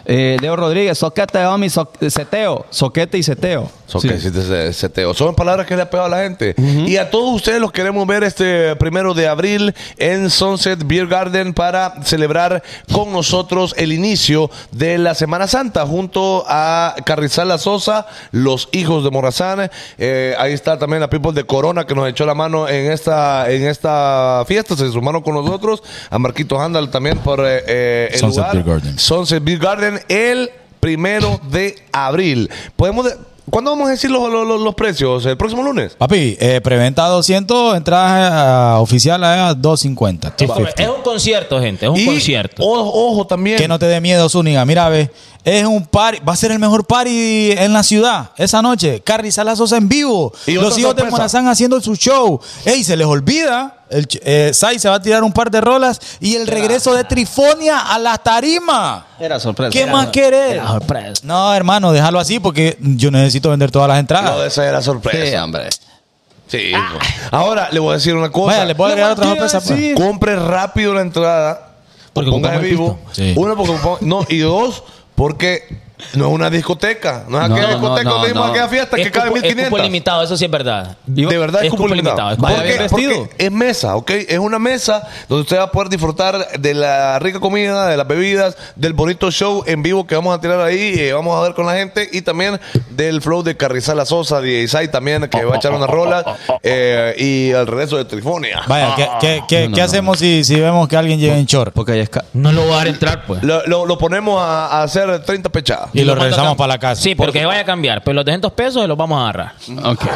Speaker 7: Eh, Leo Rodríguez, soquete, homi, so- seteo. Soquete y seteo.
Speaker 4: Son
Speaker 7: Sí.
Speaker 4: que sí te- se- seteo. Son palabras que le ha pegado a la gente. Y a todos ustedes los queremos ver este primero de abril en Sunset Beer Garden para celebrar con nosotros el inicio de la Semana Santa junto a Carrizal La Sosa, los hijos de Morazán. Eh, ahí está también la People de Corona que nos echó la mano en esta, en esta fiesta. Se sumaron con nosotros. A Marquito Handal también por eh, eh, el
Speaker 6: Sunset
Speaker 4: lugar.
Speaker 6: Beer Garden.
Speaker 4: Sunset Beer Garden el primero de abril. Podemos de- ¿Cuándo vamos a decir los, los- los- los precios? ¿El próximo lunes?
Speaker 6: Papi, eh, preventa 200, entrada eh, oficial a 250.
Speaker 5: Es,
Speaker 6: 250.
Speaker 7: eh,
Speaker 5: un concierto, gente, es un
Speaker 4: Y,
Speaker 5: concierto.
Speaker 4: o- ojo también.
Speaker 6: Que no te dé miedo, Zúñiga. Mira, ve, es un party, va a ser el mejor party en la ciudad esa noche. Carrie Salazosa en vivo.
Speaker 4: Y
Speaker 6: Los
Speaker 4: otra
Speaker 6: hijos de
Speaker 4: sorpresa.
Speaker 6: Morazán haciendo su show. Ey, se les olvida. El, ch- eh, Sai se va a tirar un par de rolas y el regreso de Trifonia a la tarima.
Speaker 7: Era sorpresa.
Speaker 6: ¿Qué
Speaker 7: Era-
Speaker 6: más querés?
Speaker 5: Era sorpresa.
Speaker 6: No, hermano, déjalo así porque yo necesito vender todas las
Speaker 4: No,
Speaker 6: entradas.
Speaker 4: esa era sorpresa.
Speaker 7: Sí, hombre.
Speaker 4: Sí, hijo. Ahora le voy a decir una cosa.
Speaker 6: Vaya, les voy a agregar otra sorpresa. pues.
Speaker 4: Compre rápido la entrada.
Speaker 5: Porque
Speaker 4: Porque pongas en
Speaker 5: ocupamos el
Speaker 4: vivo.
Speaker 6: pisto. Sí.
Speaker 4: Uno, porque ocupamos- No, y dos, porque no es una discoteca. No es aquella
Speaker 7: No, no,
Speaker 4: discoteca
Speaker 7: no,
Speaker 4: donde vimos
Speaker 7: no.
Speaker 4: aquella fiesta
Speaker 5: Es
Speaker 4: que cabe
Speaker 5: cupo- Es cupo
Speaker 4: 1500.
Speaker 5: limitado, eso sí es verdad.
Speaker 4: De verdad es,
Speaker 5: es
Speaker 4: cupo
Speaker 5: cupo
Speaker 4: limitado.
Speaker 5: limitado, es
Speaker 4: ¿Por
Speaker 7: cupo
Speaker 4: qué?
Speaker 7: limitado.
Speaker 4: Porque es mesa, ¿ok? Es una mesa donde usted va a poder disfrutar de la rica comida, de las bebidas, del bonito show en vivo que vamos a tirar ahí, eh, vamos a ver con la gente y también del flow de Carrizal La Sosa, de Isai también, que va a echar una rola eh, y al regreso de Trifonia.
Speaker 6: Vaya,
Speaker 4: Ah.
Speaker 6: ¿qué, qué- qué- qué hacemos si, si vemos que alguien llega en short?
Speaker 7: Porque ahí es ca-
Speaker 5: No lo va a dejar entrar, pues.
Speaker 4: Lo, lo- lo ponemos a, a hacer 30 pechadas.
Speaker 6: Y lo
Speaker 5: mando
Speaker 6: regresamos
Speaker 5: acá.
Speaker 6: para la casa.
Speaker 5: Sí, porque se vaya a cambiar. Pero los 200 pesos se los vamos a agarrar.
Speaker 4: [LAUGHS]
Speaker 7: [LAUGHS]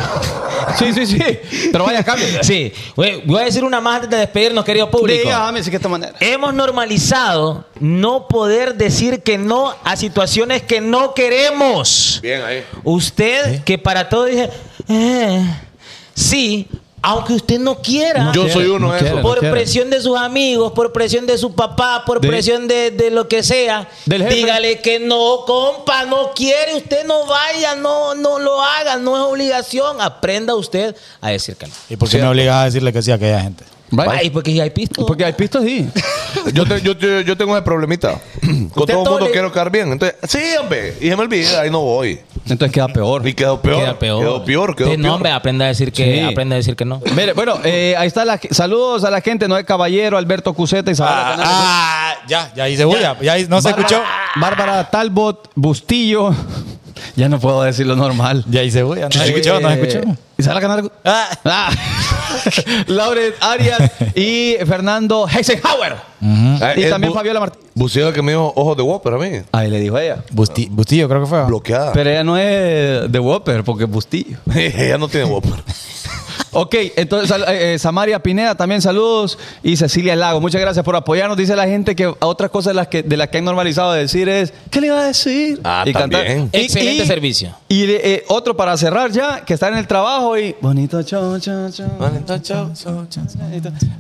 Speaker 7: Sí, sí, sí. Pero vaya, cambio. [LAUGHS]
Speaker 5: Sí. Oye, Voy a decir una más antes de despedirnos, querido público.
Speaker 7: Dígame si que esta manera.
Speaker 5: Hemos normalizado no poder decir que no a situaciones que no queremos.
Speaker 4: Bien ahí.
Speaker 5: Usted, que para todo dice, eh, sí, aunque usted no quiera.
Speaker 4: Yo soy uno
Speaker 7: no
Speaker 4: de esos.
Speaker 7: quiere.
Speaker 5: por
Speaker 7: quieren.
Speaker 5: presión de sus amigos, por presión de su papá, por
Speaker 7: De-
Speaker 5: presión de, de lo que sea,
Speaker 7: Del jefe.
Speaker 5: dígale que no, compa, no quiere, usted no vaya, no, no lo haga, no es obligación. Aprenda usted a decir que no.
Speaker 6: ¿Y por qué me obligas a decirle que sí a aquella gente?
Speaker 7: Vaya.
Speaker 5: Ay, porque si hay pisto.
Speaker 7: Porque hay pistas, sí.
Speaker 4: Yo, te- yo, te- yo tengo ese problemita. Con todo el
Speaker 5: todo
Speaker 4: mundo
Speaker 5: le-
Speaker 4: quiero quedar bien. Entonces, sí, hombre. Y se me olvida, ahí no voy.
Speaker 7: Entonces queda peor.
Speaker 4: Y quedó peor.
Speaker 5: queda peor.
Speaker 4: Quedó peor. Quedó
Speaker 5: Sí,
Speaker 4: peor.
Speaker 5: No, hombre, aprenda a decir que,
Speaker 7: Sí.
Speaker 5: aprenda a decir que no.
Speaker 7: Mire, bueno, eh, ahí está la, saludos a la gente, Noé Caballero, Alberto Cuseta, Isabel
Speaker 6: Ah, ah, ya, ya hice bulla. Ya, hice- no se escuchó.
Speaker 4: Ah.
Speaker 7: Bárbara Talbot, Bustillo. Ya no puedo decirlo normal. Eh,
Speaker 6: Ya hice bulla. No se escuchó, no se escuchó.
Speaker 7: Isabela Canal.
Speaker 6: Ah.
Speaker 7: Ah. [LAUGHS] Lauren Arias y Fernando Heisenhower.
Speaker 4: Ah,
Speaker 7: Y
Speaker 4: el
Speaker 7: también
Speaker 4: bu-
Speaker 7: Fabiola Martínez.
Speaker 4: Buceo que me dijo ojos de Whopper a mí.
Speaker 7: Ahí le dijo ella.
Speaker 6: Busti- Bustillo, creo que fue.
Speaker 4: [LAUGHS] Bloqueada.
Speaker 7: Pero ella no es de Whopper, porque es Bustillo.
Speaker 4: Ella no tiene Whopper.
Speaker 7: Ok, entonces sal- eh, eh, Samaria Pineda también saludos y Cecilia Lago, muchas gracias por apoyarnos. Dice la gente que a otras cosas de las que, de las que han normalizado decir es, ¿qué le iba a decir?
Speaker 4: Ah, también.
Speaker 5: Excelente servicio.
Speaker 7: Y de- eh, otro para cerrar ya, que está en el trabajo y... Bonito show, show, show.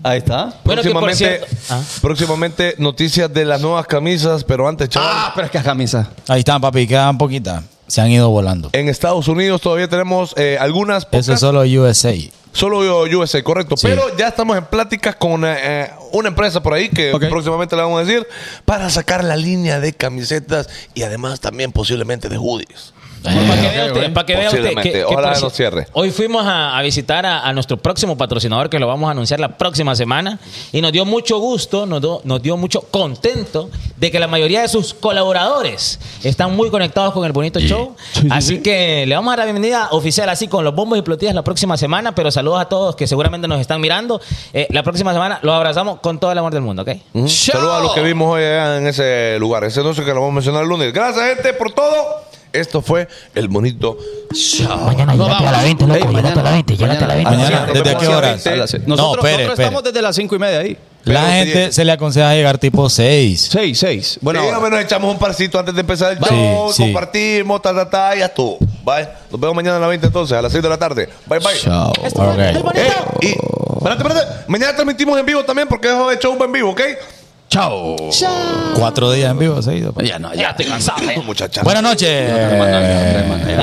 Speaker 7: Ahí está.
Speaker 5: [LAUGHS] Bueno, que por
Speaker 4: próximamente,
Speaker 5: cierto- Ah.
Speaker 4: próximamente noticias de las nuevas camisas, pero antes, chaval.
Speaker 7: Ah, pero es que es camisa.
Speaker 6: Ahí están, papi, quedan poquitas. Se han ido volando.
Speaker 1: Eh,
Speaker 4: En Estados Unidos todavía tenemos eh, algunas.
Speaker 6: Eso es
Speaker 4: pocas.
Speaker 6: solo USA.
Speaker 4: Solo USA, correcto.
Speaker 6: Sí.
Speaker 4: Pero ya estamos en pláticas con eh, una empresa por ahí que
Speaker 7: Ok.
Speaker 4: próximamente le vamos a decir para sacar la línea de camisetas y además también posiblemente de hoodies.
Speaker 5: Para que vea usted, para que vea usted.
Speaker 4: Posiblemente.
Speaker 5: por
Speaker 4: Ojalá no
Speaker 5: cierto,
Speaker 4: cierre.
Speaker 5: Hoy fuimos a, a visitar a, a nuestro próximo patrocinador que lo vamos a anunciar la próxima semana y nos dio mucho gusto, nos, do- nos dio mucho contento de que la mayoría de sus colaboradores están muy conectados con el bonito show. Así que le vamos a dar la bienvenida oficial así con los bombos y plotillas la próxima semana, pero saludos a todos que seguramente nos están mirando. Eh, la próxima semana los abrazamos con todo el amor del mundo, ¿ok?
Speaker 4: Saludos a los que vimos hoy allá en ese lugar. Ese anuncio que lo vamos a mencionar el lunes. Gracias, gente, por todo. Esto fue el bonito.
Speaker 10: Mañana llegate a la 20, loco.
Speaker 7: Ey,
Speaker 10: llegate a la 20, llegate a la 20.
Speaker 6: Mañana,
Speaker 4: sí,
Speaker 6: ¿desde
Speaker 4: nos
Speaker 6: qué
Speaker 4: vemos
Speaker 6: horas?
Speaker 4: a
Speaker 7: A
Speaker 4: las
Speaker 7: las
Speaker 4: seis.
Speaker 7: seis.
Speaker 6: No,
Speaker 7: Nosotros,
Speaker 6: espere,
Speaker 7: nosotros
Speaker 6: espere.
Speaker 7: estamos desde las cinco y media ahí.
Speaker 6: La
Speaker 4: Pero
Speaker 6: gente
Speaker 4: sigue.
Speaker 6: se le aconseja llegar tipo 6.
Speaker 7: Seis, seis. Bueno,
Speaker 4: Bueno, nos echamos un parcito antes de empezar el
Speaker 6: Sí,
Speaker 4: show.
Speaker 6: sí.
Speaker 4: Compartimos, ta, ta, ta, y ya estuvo. Bye. Nos vemos mañana a las 20 entonces, a las 6 de la tarde. Bye, bye.
Speaker 6: Chao. Ok.
Speaker 4: Eh, y, espérate, espérate. Mañana transmitimos en vivo también porque es de show en vivo, ¿ok?
Speaker 1: Chao.
Speaker 6: Cuatro días en vivo, seguido. papi.
Speaker 1: Ya no, ya.
Speaker 5: estoy cansado.
Speaker 4: Muchachas.
Speaker 6: Buenas noches.